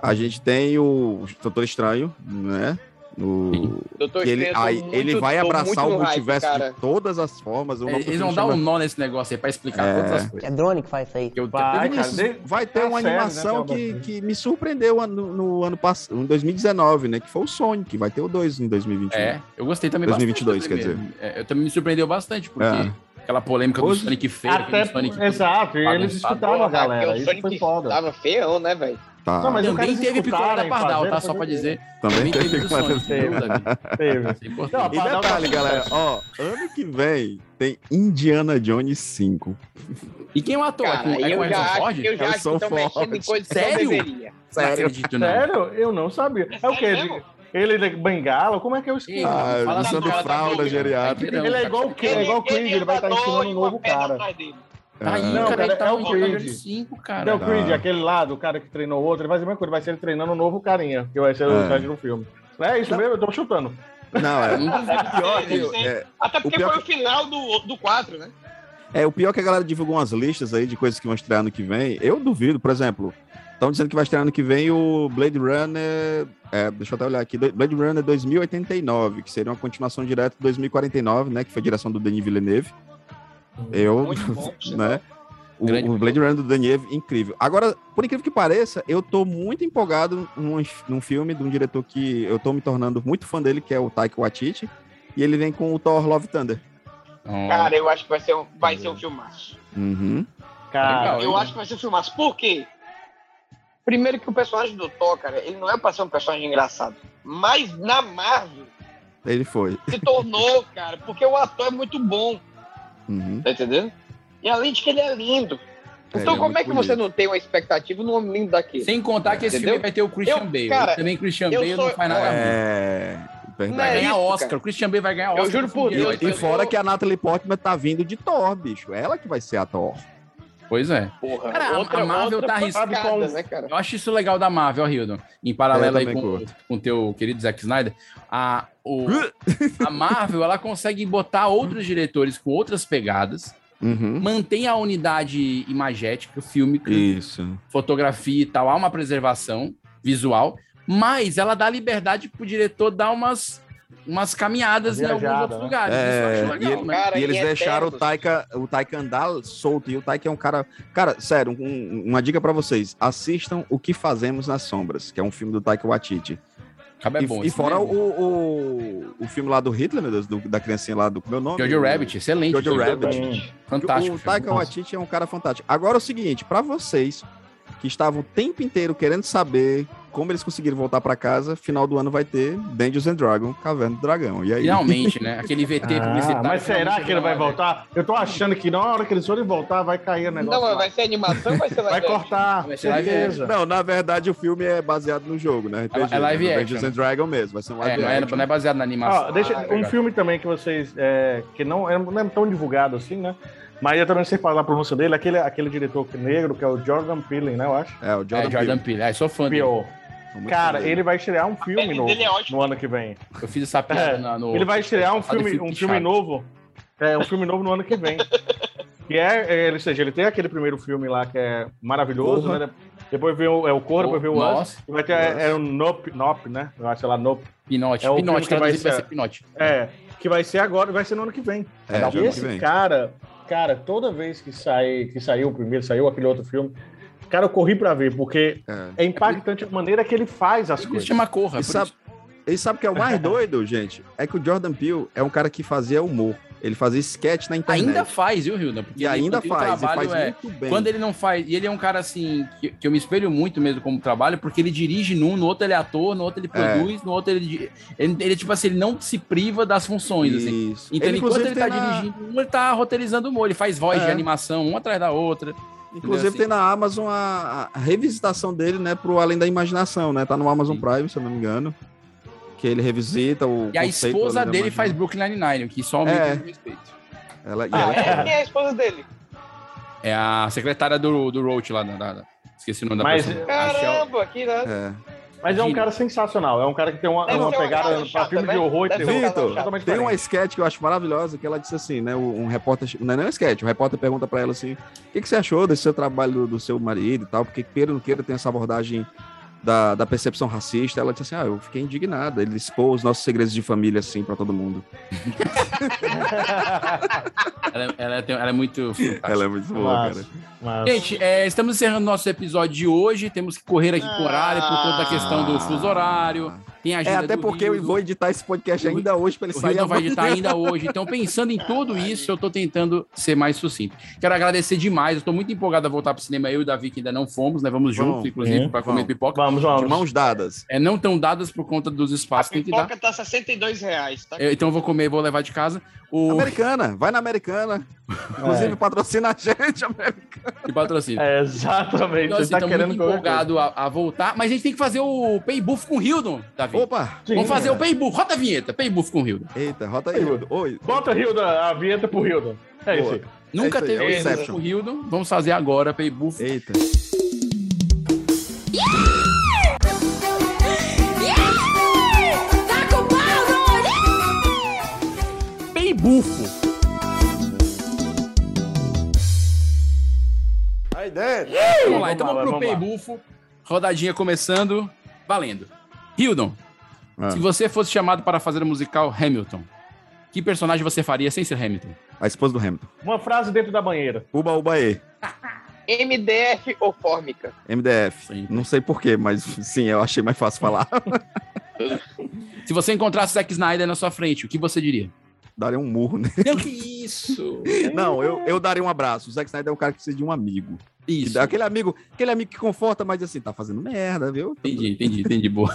Speaker 3: A gente tem o Doutor Estranho, né? O...
Speaker 5: Doutor
Speaker 3: que ele,
Speaker 5: Estranho, eu tô
Speaker 3: aí,
Speaker 5: muito-
Speaker 3: ele vai
Speaker 5: tô
Speaker 3: abraçar
Speaker 5: muito
Speaker 3: o
Speaker 5: no hype,
Speaker 3: multiverso
Speaker 5: cara.
Speaker 3: de todas as formas. Eu não
Speaker 1: Eles vão
Speaker 3: consigo
Speaker 1: dar um
Speaker 3: chamar-
Speaker 1: nó nesse negócio aí pra explicar
Speaker 3: É.
Speaker 1: todas as coisas.
Speaker 3: É
Speaker 1: drone que um- faz isso aí.
Speaker 3: Vai,
Speaker 1: né?
Speaker 3: vai
Speaker 1: É
Speaker 3: ter uma
Speaker 1: Tá
Speaker 3: animação que, que me surpreendeu ano- no, ano passado, em 2019, né? Que foi o Sonic. Vai ter o 2 em 2021.
Speaker 1: É, eu gostei também
Speaker 3: 2022,
Speaker 1: bastante. do
Speaker 3: quer
Speaker 1: primeiro. É, eu também me surpreendeu bastante, porque
Speaker 3: É.
Speaker 1: aquela polêmica do
Speaker 3: Hoje-
Speaker 1: Sonic feio,
Speaker 6: Até-
Speaker 1: aquele Sonic
Speaker 6: exato, e eles
Speaker 1: bagunçado.
Speaker 6: escutaram a galera. Isso foi foda.
Speaker 5: é Tava feião, né, velho?
Speaker 3: Tá.
Speaker 6: Não, mas o cara
Speaker 1: Também
Speaker 6: eles
Speaker 1: teve picolé
Speaker 6: escutaram
Speaker 1: da
Speaker 6: e
Speaker 1: Pardal,
Speaker 6: fazer,
Speaker 1: tá? Só pra
Speaker 6: fazer.
Speaker 1: dizer.
Speaker 3: Também
Speaker 1: Também
Speaker 3: teve
Speaker 1: teve do
Speaker 3: que fazer. assim.
Speaker 1: Sonic, viu, Davi? é
Speaker 6: Teve.
Speaker 1: importante.
Speaker 6: Não, a
Speaker 3: E
Speaker 6: Pardal tá
Speaker 3: detalhe,
Speaker 6: com
Speaker 3: galera,
Speaker 6: sucesso.
Speaker 3: ó, ano que vem tem Indiana Jones 5.
Speaker 1: E quem é o ator?
Speaker 5: Cara,
Speaker 1: É com- é
Speaker 5: eu
Speaker 1: com
Speaker 5: já
Speaker 1: Harrison
Speaker 5: acho-
Speaker 1: Ford?
Speaker 5: eu já acho que
Speaker 1: Harrison
Speaker 5: tão mexendo em
Speaker 1: Ford.
Speaker 5: coisa que não
Speaker 1: Sério?
Speaker 5: deveria.
Speaker 1: Não acredito, não.
Speaker 6: Sério? Eu não sabia. É o quê? Ele, ele de bengala? Como é que eu esqueci?
Speaker 3: Ah,
Speaker 6: Fala
Speaker 3: lançando
Speaker 6: agora,
Speaker 3: fralda
Speaker 6: bom,
Speaker 3: geriátrica.
Speaker 6: cara. Ele é igual o Creed, é igual o Creed, ele vai estar ensinando um novo cara.
Speaker 3: Ah,
Speaker 1: Tá aí,
Speaker 6: Não,
Speaker 1: cara,
Speaker 6: cara,
Speaker 1: ele tá
Speaker 6: é
Speaker 1: no
Speaker 6: o
Speaker 1: Indiana
Speaker 6: Creed.
Speaker 1: Jones 5,
Speaker 6: Não,
Speaker 1: cara.
Speaker 6: o Creed, aquele lá do cara que treinou o outro, ele vai ser a mesma coisa, vai ser ele treinando um novo carinha, que vai ser o
Speaker 3: É.
Speaker 6: cara no filme. É isso mesmo, eu tô chutando.
Speaker 3: Não, é.
Speaker 1: Não duvido.
Speaker 3: Pior que- é,
Speaker 5: Até
Speaker 3: porque
Speaker 5: porque
Speaker 3: O pior foi
Speaker 5: foi o final do, do 4, né?
Speaker 3: é, o pior é que a galera divulgou umas listas aí de coisas que vão estrear ano que vem. Eu duvido, por exemplo, estão dizendo que vai estrear ano que vem o Blade Runner. é, deixa eu até olhar aqui. do- Blade Runner 2089, que seria uma continuação direta de 2049, né? Que foi a direção do Denis Villeneuve. Eu, né? O,
Speaker 1: Grande
Speaker 3: o Blade Runner do Denis, incrível. Agora, por incrível que pareça, eu tô muito empolgado num, num filme de um diretor que eu tô me tornando muito fã dele, que é o Taika Waititi, e ele vem com o Thor Love Thunder.
Speaker 5: Cara, eu acho que vai ser um, vai ser um filmaço.
Speaker 3: Uhum.
Speaker 6: Cara,
Speaker 5: eu acho que vai ser um filmaço. Por quê? Primeiro que o personagem do Thor, cara, ele não é pra ser um personagem engraçado. Mas na Marvel
Speaker 3: Ele foi.
Speaker 5: se tornou, cara, porque o ator é muito bom.
Speaker 3: Uhum.
Speaker 5: Tá entendendo? E além de que ele é lindo.
Speaker 3: É,
Speaker 5: então
Speaker 3: ele é
Speaker 5: como é
Speaker 3: muito
Speaker 5: que você
Speaker 3: bonito.
Speaker 5: não tem uma expectativa num homem lindo daquele?
Speaker 1: Sem contar que esse
Speaker 5: Entendeu?
Speaker 1: filme vai ter o Christian
Speaker 5: Eu-
Speaker 1: Bale.
Speaker 5: cara,
Speaker 1: Também Christian
Speaker 5: eu
Speaker 1: Bale
Speaker 5: sou-
Speaker 1: não faz nada. ruim.
Speaker 3: É. verdade.
Speaker 1: Vai ganhar
Speaker 5: isso,
Speaker 1: Oscar.
Speaker 5: cara.
Speaker 1: O Christian Bale vai ganhar Oscar.
Speaker 5: Eu juro
Speaker 1: no
Speaker 5: por
Speaker 1: filme
Speaker 5: Deus,
Speaker 1: dele.
Speaker 3: E
Speaker 5: eu-
Speaker 3: fora que a Natalie Portman tá vindo de Thor, bicho. Ela que vai ser a Thor.
Speaker 1: Pois é.
Speaker 5: Porra,
Speaker 1: Cara, a- a Marvel tá arriscando.
Speaker 5: pancada, né, cara?
Speaker 1: Eu acho isso legal da Marvel, Hildon. Em paralelo
Speaker 3: Eu
Speaker 1: aí
Speaker 3: também
Speaker 1: com
Speaker 3: curto.
Speaker 1: com o teu querido Zack Snyder, a, o- a Marvel ela consegue botar outros diretores com outras pegadas,
Speaker 3: Uhum.
Speaker 1: mantém a unidade imagética, fílmica,
Speaker 3: Isso.
Speaker 1: fotografia e tal, há uma preservação visual, mas ela dá liberdade pro diretor dar umas, umas caminhadas em alguns
Speaker 6: Viajada,
Speaker 1: outros
Speaker 6: né?
Speaker 1: lugares.
Speaker 3: É,
Speaker 1: Isso eu acho legal,
Speaker 3: e,
Speaker 1: né?
Speaker 5: Cara,
Speaker 3: e eles
Speaker 5: em
Speaker 3: deixaram o
Speaker 5: Eternos.
Speaker 3: Taika, o Taika andar solto. E o Taika é um cara. Cara, sério, um- uma dica pra vocês: assistam O Que Fazemos nas Sombras, que é um filme do Taika Waititi.
Speaker 1: Acaba é
Speaker 3: e,
Speaker 1: bom.
Speaker 3: e
Speaker 1: isso
Speaker 3: fora
Speaker 1: mesmo.
Speaker 3: o, o, o filme lá do Hitler, meu Deus, do- da criancinha lá do. Meu nome?
Speaker 1: Jojo Rabbit, excelente.
Speaker 3: Jojo Rabbit.
Speaker 1: Fantástico.
Speaker 3: o Taika
Speaker 1: filme.
Speaker 3: Waititi é um cara fantástico. Agora é o seguinte, pra vocês que estavam o tempo inteiro querendo saber como eles conseguiram voltar pra casa, final do ano vai ter Dungeons and Dragons, Caverna do Dragão. E aí?
Speaker 1: Finalmente, né? Aquele VT
Speaker 6: Ah,
Speaker 1: publicitário.
Speaker 6: mas será
Speaker 1: finalmente
Speaker 6: que ele vai
Speaker 1: chegou lá,
Speaker 6: voltar? Eu tô achando que na hora que eles forem voltar, vai cair o negócio.
Speaker 5: Não, mas
Speaker 6: lá.
Speaker 5: vai ser animação ou vai ser
Speaker 6: Vai
Speaker 5: live action?
Speaker 6: cortar,
Speaker 1: Vai ser live
Speaker 6: certeza.
Speaker 3: Não, na verdade o filme é baseado no jogo, né? RPG,
Speaker 1: É live
Speaker 3: né?
Speaker 1: action.
Speaker 3: Dungeons and Dragons mesmo, vai ser um
Speaker 1: velho? É,
Speaker 3: live
Speaker 1: não é,
Speaker 3: action.
Speaker 1: não é baseado na animação.
Speaker 6: Ó, deixa,
Speaker 1: Ah,
Speaker 3: é
Speaker 6: um
Speaker 1: legal.
Speaker 6: filme também que vocês. é, que não é, não é tão divulgado assim, né? Mas eu também sei falar a pronúncia dele, aquele, aquele diretor negro, que é o Jordan Peele, né? Eu acho.
Speaker 3: É, o
Speaker 1: É,
Speaker 3: Jordan,
Speaker 1: Jordan Peele. Ah, sou fã dele.
Speaker 6: Peele.
Speaker 3: Peele. Muito
Speaker 6: Cara,
Speaker 3: fã dele.
Speaker 6: ele vai estrear um filme
Speaker 5: dele
Speaker 6: novo
Speaker 5: é ótimo.
Speaker 6: no ano que vem.
Speaker 1: Eu fiz essa piada
Speaker 6: É,
Speaker 1: na- no.
Speaker 6: Ele vai estrear um
Speaker 1: Fala do
Speaker 6: filme, um
Speaker 1: Pichado.
Speaker 6: filme novo. É, um filme novo no ano que vem. Que é, é, ou seja, ele tem aquele primeiro filme lá que é maravilhoso,
Speaker 3: Corra.
Speaker 6: né? Depois veio o- é, o Corra,
Speaker 1: Oh,
Speaker 6: depois veio o
Speaker 1: nossa.
Speaker 6: Us. E vai ter é, é o Nope, Nope, né? Eu acho, sei lá, Nope.
Speaker 1: Pinote,
Speaker 6: é o
Speaker 1: Pinote,
Speaker 6: filme que vai
Speaker 1: traduzido vai
Speaker 6: ser-
Speaker 1: ser Pinote.
Speaker 6: É, que vai ser agora, vai ser no ano que vem.
Speaker 1: É,
Speaker 6: Tá?
Speaker 1: de ano
Speaker 6: esse
Speaker 1: que vem.
Speaker 6: cara, cara, toda vez que sai, que saiu o primeiro, saiu aquele outro filme, cara, eu corri pra ver, porque é, impactante a maneira que ele faz as coisas.
Speaker 1: chama Corra,
Speaker 3: E sabe, e sabe o que é o mais doido, gente? É que o Jordan Peele é um cara que fazia humor. Ele fazia sketch na internet.
Speaker 1: Ainda faz, viu, Hilda? Porque
Speaker 3: E ainda
Speaker 1: ele- o
Speaker 3: faz, e
Speaker 1: trabalho
Speaker 3: faz
Speaker 1: é-
Speaker 3: muito bem.
Speaker 1: Quando ele não faz. E ele é um cara assim, que, que eu me espelho muito mesmo como trabalho, porque ele dirige num, no outro ele é ator, no outro ele
Speaker 3: É.
Speaker 1: produz, no outro ele, di- ele. Ele, tipo assim, ele não se priva das funções, assim.
Speaker 3: Isso.
Speaker 1: Então,
Speaker 3: Ele,
Speaker 1: enquanto ele
Speaker 3: inclusive,
Speaker 1: tá
Speaker 3: tem na-
Speaker 1: dirigindo um, ele tá roteirizando o humor, ele faz voz
Speaker 3: É.
Speaker 1: de animação, uma atrás da outra.
Speaker 3: Inclusive
Speaker 1: é
Speaker 3: tem na Amazon a, a revisitação dele, né, pro Além da Imaginação, né? Tá no Amazon Prime, se eu não me engano. Que ele revisita o
Speaker 1: E a
Speaker 3: conceito é
Speaker 1: esposa
Speaker 3: Além da
Speaker 1: dele
Speaker 3: Imaginação.
Speaker 1: faz Brooklyn Nine-Nine, o que só aumenta
Speaker 3: um. É.
Speaker 1: o respeito.
Speaker 3: Ela, e
Speaker 5: Ah,
Speaker 3: ela-
Speaker 5: é, quem é a esposa dele?
Speaker 1: É a secretária do, do Roach lá, da, da- esqueci o nome da
Speaker 6: Mas-
Speaker 1: pessoa.
Speaker 5: é-
Speaker 1: A Shel-
Speaker 5: Caramba, que nada.
Speaker 6: Mas é um
Speaker 1: Gíria.
Speaker 6: cara sensacional, é um cara que tem uma,
Speaker 5: Deve
Speaker 6: uma
Speaker 5: ser uma
Speaker 6: pegada
Speaker 5: cara
Speaker 6: pra
Speaker 5: chata,
Speaker 6: filme
Speaker 5: né?
Speaker 6: de horror e
Speaker 5: Deve ser
Speaker 6: terror.
Speaker 5: um cara
Speaker 3: Vitor,
Speaker 5: chata.
Speaker 6: totalmente
Speaker 3: tem
Speaker 6: diferente.
Speaker 3: uma sketch que eu acho maravilhosa, que ela disse assim, né? o- Um repórter. Não é nem um sketch, o repórter pergunta pra ela assim: o que, que você achou desse seu trabalho do, do seu marido e tal? Porque queira ou não queira tem essa abordagem da, da percepção racista. Ela disse assim: ah, eu fiquei indignada. Ele expôs os nossos segredos de família assim pra todo mundo.
Speaker 1: Ela, ela tem- ela é muito. fantástica.
Speaker 3: Ela é muito boa,
Speaker 1: Massa.
Speaker 3: cara.
Speaker 1: Gente, é, estamos encerrando nosso episódio de hoje. Temos que correr aqui com o horário por conta da questão do fuso horário. Tem a
Speaker 3: É,
Speaker 1: agenda
Speaker 3: até
Speaker 1: do
Speaker 3: porque eu
Speaker 1: Hildo.
Speaker 3: vou editar esse podcast ainda hoje pra ele
Speaker 1: O
Speaker 3: sair
Speaker 1: Hilton vai
Speaker 3: amanhã.
Speaker 1: editar ainda hoje. Então, pensando em tudo isso, eu estou tentando ser mais sucinto. Quero agradecer demais. Eu estou muito empolgado a voltar pro cinema. Eu e o Davi, que ainda não fomos, né? Vamos
Speaker 3: Vamos.
Speaker 1: juntos, inclusive,
Speaker 3: Uhum.
Speaker 1: para comer
Speaker 3: Vamos.
Speaker 1: pipoca.
Speaker 6: Vamos, vamos.
Speaker 3: De mãos dadas.
Speaker 1: É, não tão dadas por conta dos espaços que tem que dar.
Speaker 5: Pipoca tá 62 reais, tá?
Speaker 1: Eu- então, eu vou comer e vou levar de casa. O... É.
Speaker 3: Americana, vai na Americana. Inclusive, patrocina a gente, Americana.
Speaker 1: E patrocina.
Speaker 6: É, exatamente,
Speaker 1: Então, assim,
Speaker 6: você tá
Speaker 1: tô
Speaker 6: querendo
Speaker 1: muito
Speaker 6: qualquer
Speaker 1: empolgado a, a voltar, mas a gente tem que fazer o paybuff com o Hildon, Davi.
Speaker 3: Opa!
Speaker 1: Vamos
Speaker 6: Sim,
Speaker 1: fazer o
Speaker 6: é.
Speaker 1: paybuff. Roda a vinheta, paybuff com o Hildon.
Speaker 3: Eita, rota aí. Hildo. Oi.
Speaker 6: Bota Hilda, a vinheta pro Hilda. É isso
Speaker 3: Boa.
Speaker 6: aí.
Speaker 1: Nunca
Speaker 3: É isso aí,
Speaker 1: teve
Speaker 3: é o
Speaker 1: paybuff
Speaker 3: Inception.
Speaker 1: com o Hildon. Vamos fazer agora paybuff.
Speaker 3: Eita.
Speaker 1: Peibufo.
Speaker 3: Aí dentro.
Speaker 1: Vamos lá, então
Speaker 6: Vamos lá,
Speaker 1: vamos pro
Speaker 6: vamos lá.
Speaker 1: peibufo. Rodadinha começando, valendo. Hildon,
Speaker 3: Ah.
Speaker 1: se você fosse chamado para fazer o musical Hamilton, que personagem você faria sem ser Hamilton?
Speaker 3: A esposa do Hamilton.
Speaker 6: Uma frase dentro da banheira.
Speaker 3: Uba Uba E.
Speaker 5: MDF ou fórmica?
Speaker 3: MDF. Não sei porquê, mas sim, eu achei mais fácil falar.
Speaker 1: Se você encontrasse Zack Snyder na sua frente, o que você diria?
Speaker 3: daria um murro, né?
Speaker 1: Não, que isso!
Speaker 3: Não, eu, eu daria um abraço. O Zack Snyder é um cara que precisa de um amigo.
Speaker 1: Isso.
Speaker 3: Que- Aquele amigo, aquele amigo que conforta, mas assim, tá fazendo merda, viu?
Speaker 1: Entendi, entendi, entendi. Boa.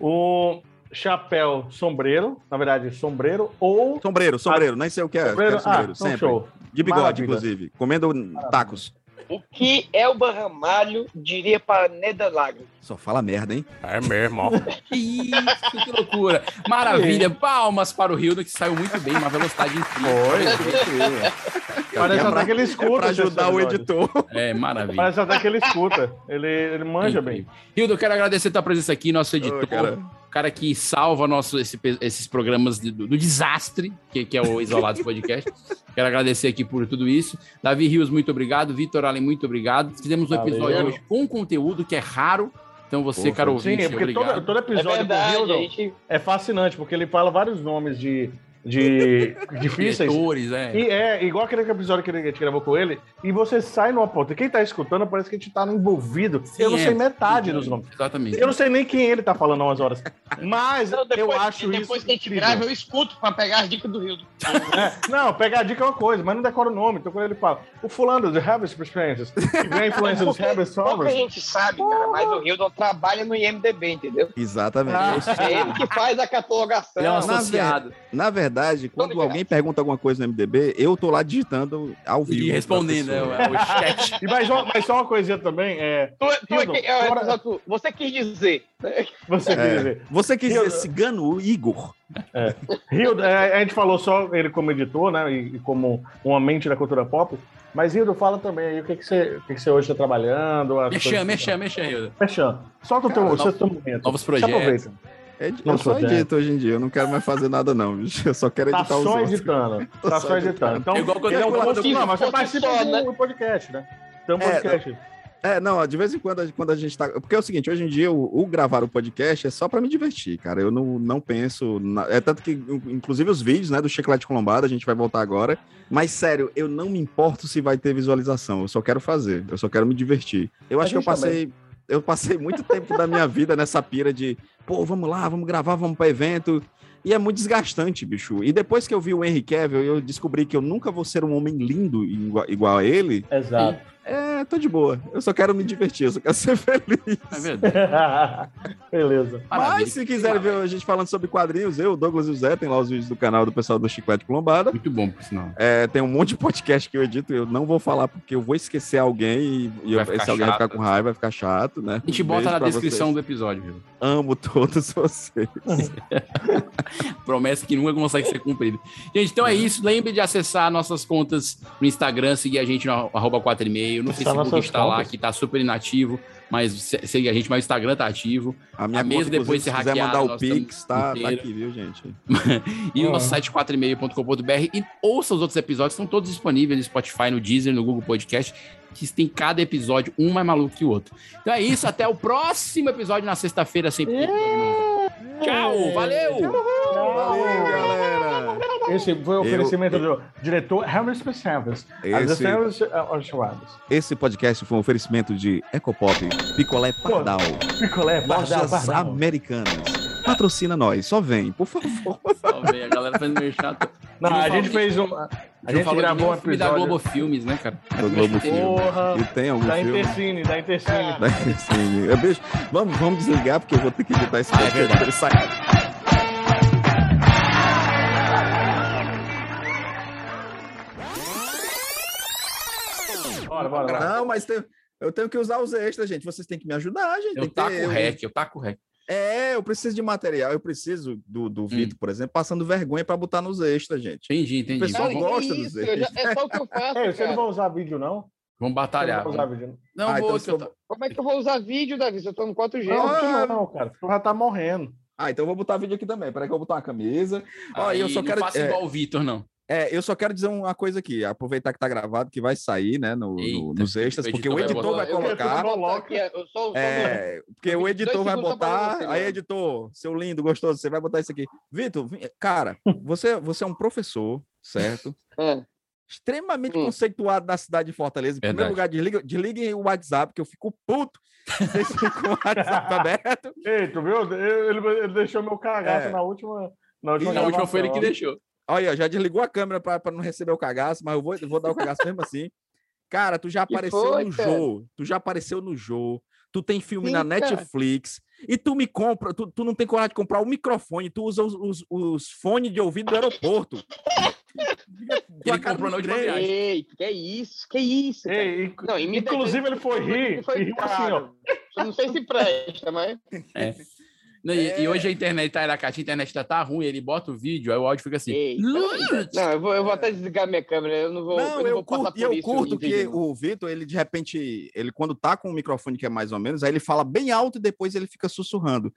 Speaker 6: Um chapéu sombreiro, na verdade, sombreiro ou
Speaker 3: Sombreiro, sombreiro,
Speaker 1: Ah,
Speaker 3: nem sei o que é.
Speaker 6: Sombreiro?
Speaker 3: quero sombreiro,
Speaker 6: Ah, então
Speaker 3: sempre.
Speaker 6: show.
Speaker 3: De bigode,
Speaker 6: Maravilha.
Speaker 3: inclusive. Comendo tacos.
Speaker 5: O que Elba Ramalho diria para Neda Lago?
Speaker 3: Só fala merda, hein?
Speaker 6: É mesmo.
Speaker 1: Que isso, que loucura! Maravilha, palmas para o Hildon, que saiu muito bem, uma velocidade incrível.
Speaker 6: É, Parece
Speaker 3: É
Speaker 6: até
Speaker 3: pra-
Speaker 6: que ele escuta.
Speaker 3: é pra
Speaker 6: esse
Speaker 3: ajudar o
Speaker 6: episódio.
Speaker 3: editor.
Speaker 1: É, maravilha.
Speaker 6: Parece até que ele escuta. Ele, ele manja bem.
Speaker 1: Hildo, eu quero agradecer a tua presença aqui, nosso editor,
Speaker 3: Ô, cara.
Speaker 1: o cara que salva nosso, esse pe- esses programas de- do, do desastre, que, que é o Isolados Podcast. Quero agradecer aqui por tudo isso. Davi Rios, muito obrigado. Vitor Allen, muito obrigado. Fizemos um
Speaker 6: Valeu.
Speaker 1: episódio hoje com conteúdo que é raro. Então você,
Speaker 3: Porra.
Speaker 1: cara
Speaker 6: Sim,
Speaker 1: ouvinte,
Speaker 6: é porque
Speaker 1: obrigado.
Speaker 6: todo, todo episódio
Speaker 5: É verdade,
Speaker 6: do Hildon
Speaker 5: a gente-
Speaker 6: é fascinante, porque ele fala vários nomes de, de difíceis.
Speaker 1: Diretores, é.
Speaker 6: E é igual aquele episódio que ele- que a gente gravou com ele, e você sai numa ponta. Quem tá escutando parece que a gente tá envolvido. eu não
Speaker 1: é.
Speaker 6: sei metade dos nomes.
Speaker 1: Exatamente.
Speaker 6: Eu não sei nem quem ele tá falando há umas horas. Mas
Speaker 5: Não, Então, depois,
Speaker 6: eu acho isso.
Speaker 5: depois que a gente
Speaker 6: incrível.
Speaker 5: grava, eu escuto para pegar as dicas do Rio.
Speaker 6: É, Não, pegar a dica é uma coisa, mas não decora o nome. Então quando ele fala, o fulano de Harvest Experiences, que vem a influência dos Harvest
Speaker 5: Pouca
Speaker 6: Sombras.
Speaker 5: gente sabe, cara, mas o Hildon trabalha no IMDB, entendeu?
Speaker 3: Exatamente.
Speaker 6: Ah.
Speaker 5: É ele que faz a catalogação.
Speaker 1: Ele é um
Speaker 3: Na
Speaker 1: associado.
Speaker 3: Na verdade, quando alguém pergunta alguma coisa no MDB, eu tô lá digitando ao vivo.
Speaker 1: E
Speaker 3: pra
Speaker 1: respondendo, né?
Speaker 3: pessoa.
Speaker 1: O o chat.
Speaker 6: E mais, uma- mais só uma coisinha também, é.
Speaker 5: Tu, tu é
Speaker 6: Hildon,
Speaker 5: que- é,
Speaker 6: fora-
Speaker 5: exato, Você quis dizer. né?
Speaker 6: Você quer
Speaker 3: É.
Speaker 6: dizer.
Speaker 3: Você quis
Speaker 6: Eu-
Speaker 3: dizer cigano Igor.
Speaker 6: Hildo, é, a gente falou só ele como editor, né? E, e como uma mente da cultura pop. Mas, Hildo, fala também aí o que, que, você, o que, que você hoje está trabalhando. as
Speaker 1: Mexam,
Speaker 6: coisas-
Speaker 1: mexam, mexam, Hildo.
Speaker 6: Mexam. Solta o teu,
Speaker 1: Cara,
Speaker 6: o seu-
Speaker 1: novos-
Speaker 6: teu momento.
Speaker 1: novos
Speaker 6: Se
Speaker 1: projetos.
Speaker 6: aproveita.
Speaker 3: É, edi- eu
Speaker 6: Nossa,
Speaker 3: só
Speaker 6: velho.
Speaker 3: edito hoje em dia, eu não quero mais fazer nada, não. bicho. Eu só quero
Speaker 6: Tá
Speaker 3: editar os
Speaker 6: só
Speaker 3: outros.
Speaker 6: editando. Tá só editando. Então,
Speaker 1: É igual quando
Speaker 6: ele é um
Speaker 1: eu-
Speaker 6: consultor,
Speaker 5: quando eu-
Speaker 6: mas você
Speaker 5: quando eu-
Speaker 6: participa
Speaker 5: só,
Speaker 6: do podcast, um né? Tem um
Speaker 3: É,
Speaker 6: podcast.
Speaker 3: É, não, de vez em quando, quando a gente tá. Porque é o seguinte, hoje em dia o, o gravar o podcast é só para me divertir, cara. Eu não, não penso. na- É tanto que, inclusive, os vídeos, né, do Chiclete com Lombada, a gente vai voltar agora. Mas, sério, eu não me importo se vai ter visualização. Eu só quero fazer. Eu só quero me divertir. Eu
Speaker 16: A
Speaker 3: acho que eu
Speaker 16: gente também.
Speaker 3: passei. Eu passei muito tempo da minha vida nessa pira de, pô, vamos lá, vamos gravar, vamos para evento. E é muito desgastante, bicho. E depois que eu vi o Henry Cavill, eu descobri que eu nunca vou ser um homem lindo igua- igual a ele.
Speaker 6: Exato.
Speaker 3: É, tô de boa. Eu só quero me divertir, eu só quero ser feliz. É
Speaker 6: verdade. Beleza.
Speaker 3: Mas se quiserem ver a gente falando sobre quadrinhos, eu, Douglas e o Zé, tem lá os vídeos do canal do pessoal do Chiclete com Lombada.
Speaker 1: Muito bom, por sinal.
Speaker 3: É, tem um monte de podcast que eu edito, eu não vou falar porque eu vou esquecer alguém e, e eu-
Speaker 1: Vai
Speaker 3: esse
Speaker 1: ficar
Speaker 3: alguém vai ficar
Speaker 1: chato.
Speaker 3: com raiva, vai ficar chato, né?
Speaker 1: A gente
Speaker 3: Um
Speaker 1: bota
Speaker 3: beijo
Speaker 1: na
Speaker 3: pra
Speaker 1: descrição do
Speaker 3: vocês.
Speaker 1: episódio, viu?
Speaker 3: Amo todos vocês.
Speaker 1: Promessa que nunca consegue ser cumprida. Gente, então é
Speaker 3: Uhum.
Speaker 1: isso. Lembre de acessar nossas contas no Instagram, seguir a gente no arroba 4 e meio. No
Speaker 3: Acessar
Speaker 1: Facebook a gente
Speaker 3: nossas
Speaker 1: tá lá,
Speaker 3: contas.
Speaker 1: que tá super inativo, mas se- segue a gente, mas o Instagram tá ativo.
Speaker 3: A minha
Speaker 1: mesa
Speaker 3: conta, inclusive, se quiser mandar o Pix, tá, tá aqui, viu, gente?
Speaker 1: E
Speaker 3: Uhum.
Speaker 1: o nosso site 4,5.com.br. E ouça os outros episódios, estão todos disponíveis no Spotify, no Deezer, no Google Podcast, que tem cada episódio um mais maluco que o outro. Então é isso, até o próximo episódio na sexta-feira, sempre. Tchau, valeu!
Speaker 3: Valeu, galera!
Speaker 6: Esse foi o oferecimento do diretor Harry Spence. As
Speaker 3: Esse-
Speaker 6: estrelas eh, Ochoadas.
Speaker 3: Esse podcast foi um oferecimento de Ecopop, Picolé Pardal,
Speaker 6: Picolé, Pardal,
Speaker 3: Lojas
Speaker 6: Pardal.
Speaker 3: Americanas. Patrocina nós, só vem, por favor.
Speaker 1: Salve, a galera fazendo tá? meio chato.
Speaker 6: Não, a gente fez um. A gente
Speaker 1: falou de
Speaker 6: gravou um
Speaker 1: nenhum filme da Globo
Speaker 6: episódio.
Speaker 1: Filmes, né, cara?
Speaker 3: Do Globo Filme.
Speaker 6: Porra.
Speaker 3: E tem algum
Speaker 6: Da
Speaker 3: filme?
Speaker 6: Intercine, da
Speaker 5: Ah,
Speaker 6: Intercine.
Speaker 3: Daí, assim, eu deixo- Vamos, vamos desligar, porque eu vou ter que editar
Speaker 1: Ah, é
Speaker 3: esse podcast.
Speaker 6: verdade.
Speaker 3: Sai. É.
Speaker 6: Bora, bora, bora.
Speaker 3: Não, mas tem- eu tenho que usar os extras, gente. Vocês têm que me ajudar, gente.
Speaker 1: Eu
Speaker 3: Tem que
Speaker 1: taco
Speaker 3: ter- um
Speaker 1: o rec, eu taco o rec.
Speaker 3: É, eu preciso de material. Eu preciso do,
Speaker 1: Hum.
Speaker 3: do Vitor, por exemplo, passando vergonha pra botar nos extras, gente.
Speaker 1: Entendi, entendi.
Speaker 3: O pessoal
Speaker 1: Cara, que
Speaker 3: gosta
Speaker 1: isso?
Speaker 3: dos
Speaker 1: Eu já-
Speaker 3: extras.
Speaker 5: É só o que eu faço.
Speaker 6: Ei, você
Speaker 5: cara.
Speaker 6: não vai usar vídeo, não?
Speaker 1: Vamos
Speaker 6: Você
Speaker 1: batalhar.
Speaker 6: não vai usar vídeo, não?
Speaker 1: Não
Speaker 3: Ah, então
Speaker 1: vou,
Speaker 3: se
Speaker 1: que eu
Speaker 3: for-
Speaker 1: tô-
Speaker 5: Como é que eu vou usar vídeo, Davi? Se eu tô no 4G.
Speaker 6: Não, não, cara. Tu já tá morrendo.
Speaker 3: Ah, então eu vou botar vídeo aqui também. Peraí que eu vou botar uma camisa. Ó,
Speaker 1: Aí
Speaker 3: eu só
Speaker 1: não
Speaker 3: quero.
Speaker 1: faça
Speaker 3: é,
Speaker 1: igual o Vitor, não.
Speaker 3: É, eu só quero dizer uma coisa aqui, aproveitar que tá gravado, que vai sair, né, no, no-
Speaker 1: Eita,
Speaker 3: nos extras,
Speaker 1: o
Speaker 3: porque
Speaker 1: editor
Speaker 3: o
Speaker 1: vai
Speaker 3: editor
Speaker 1: botar.
Speaker 3: vai
Speaker 1: Eu quero que
Speaker 3: colocar.
Speaker 5: Eu sou, um sou
Speaker 3: É, porque o editor vai botar. Aí, editor, seu lindo, gostoso, você vai botar isso aqui. Vitor, vi- cara, você, você é um professor, certo? Extremamente conceituado da cidade de Fortaleza. Em primeiro
Speaker 1: Hum. Verdade.
Speaker 3: lugar, desliga, desliguem o WhatsApp, que eu fico puto. Vocês ficam com o WhatsApp aberto.
Speaker 6: Ei, tu viu? Ele, ele- ele deixou meu cagaço
Speaker 3: É.
Speaker 6: na última. Na última,
Speaker 3: Na última
Speaker 6: gravação.
Speaker 3: foi ele que
Speaker 1: deixou.
Speaker 3: Olha, aí, ó, já desligou a câmera pra, pra não receber o cagaço, mas eu vou, eu vou dar o cagaço mesmo assim. Cara, tu já
Speaker 1: Que
Speaker 3: apareceu
Speaker 1: foi,
Speaker 3: no
Speaker 1: cara?
Speaker 3: jogo. Tu já apareceu no jogo. Tu tem filme
Speaker 1: Sim,
Speaker 3: na
Speaker 1: cara.
Speaker 3: Netflix. E tu me compra, tu, tu não tem coragem de comprar o microfone, tu usa os, os, os fones de ouvido do aeroporto.
Speaker 1: Ele comprou na última viagem.
Speaker 5: Ei, que é isso? Que isso? cara?
Speaker 6: Ei, inc-
Speaker 5: Não, e me
Speaker 6: inclusive
Speaker 5: defende-
Speaker 6: ele foi rir,
Speaker 5: Foi
Speaker 6: e riu assim, ó.
Speaker 5: Eu não sei se presta, mas.
Speaker 1: É. Não, E,
Speaker 3: É.
Speaker 1: e hoje a internet tá aí na caixa, a internet tá, tá ruim, ele bota o vídeo, aí o áudio fica assim.
Speaker 3: tá
Speaker 5: Não, eu vou, eu vou até desligar minha câmera. Eu não vou.
Speaker 3: Não,
Speaker 5: não
Speaker 3: eu
Speaker 5: vou passar
Speaker 3: curto, e
Speaker 5: por
Speaker 3: eu
Speaker 5: isso
Speaker 3: curto
Speaker 5: em
Speaker 3: que
Speaker 5: vídeo, não.
Speaker 3: o Vitor, ele de repente, ele quando tá com o microfone que é mais ou menos, aí ele fala bem alto e depois ele fica sussurrando.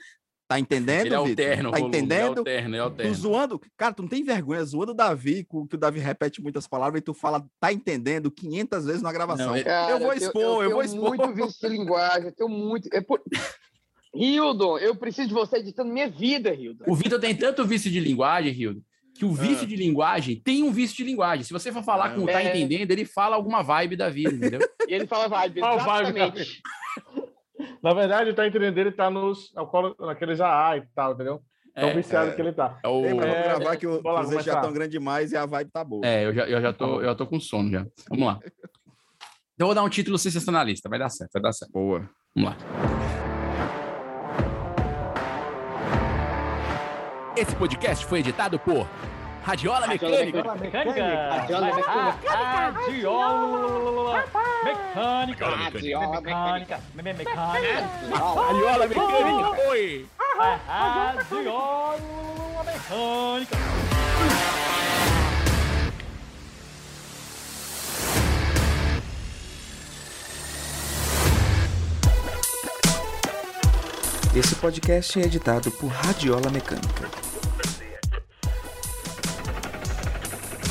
Speaker 3: Tá entendendo,
Speaker 1: Ele
Speaker 3: Vitor?
Speaker 1: alterna o
Speaker 3: Tá
Speaker 1: volume, ele
Speaker 3: entendendo?
Speaker 1: alterna, ele é alterna.
Speaker 3: Tu zoando, cara, tu não tem vergonha, zoando o Davi, com- que o Davi repete muitas palavras e tu fala, tá entendendo 500 vezes na gravação.
Speaker 1: Não, ele-
Speaker 5: Cara,
Speaker 3: eu vou
Speaker 5: tenho-
Speaker 3: expor, eu, vou expor.
Speaker 5: tenho muito vício de linguagem, eu tenho muito. É por... Hildon, eu preciso de você editando minha vida, Hildon.
Speaker 1: O Vitor tem tanto vício de linguagem, Hildo, que o
Speaker 3: Ah.
Speaker 1: vício de linguagem tem um vício de linguagem. Se você for falar com o tá
Speaker 5: É.
Speaker 1: entendendo, ele fala alguma vibe da vida, entendeu?
Speaker 5: E ele fala vibe,
Speaker 6: Qual vibe,
Speaker 5: exatamente.
Speaker 6: Na verdade, tá entendendo, ele tá nos alcoólicos, naqueles AA e tal, entendeu? Tão
Speaker 1: É,
Speaker 6: viciado
Speaker 3: é.
Speaker 6: que ele tá.
Speaker 1: É o-
Speaker 3: Ei, mas vamos gravar que o-
Speaker 6: bora lá,
Speaker 3: os eixos já
Speaker 6: começar.
Speaker 3: estão grandes demais e a vibe tá boa.
Speaker 1: É, eu já, eu já, tô, eu já tô com sono já. Vamos lá. Então eu vou dar um título sensacionalista, vai dar certo, vai dar certo.
Speaker 3: Boa.
Speaker 1: Vamos lá. Esse podcast foi editado por Radiola Mecânica.
Speaker 12: Radiola Mecânica. Ah, tá. Radiola Mecânica. Radiola Mecânica. Me- Mecânica. Ah,
Speaker 1: Radiola Mecânica. Oi.
Speaker 12: tá Radiola Mecânica.
Speaker 17: Esse podcast é editado por Radiola Mecânica.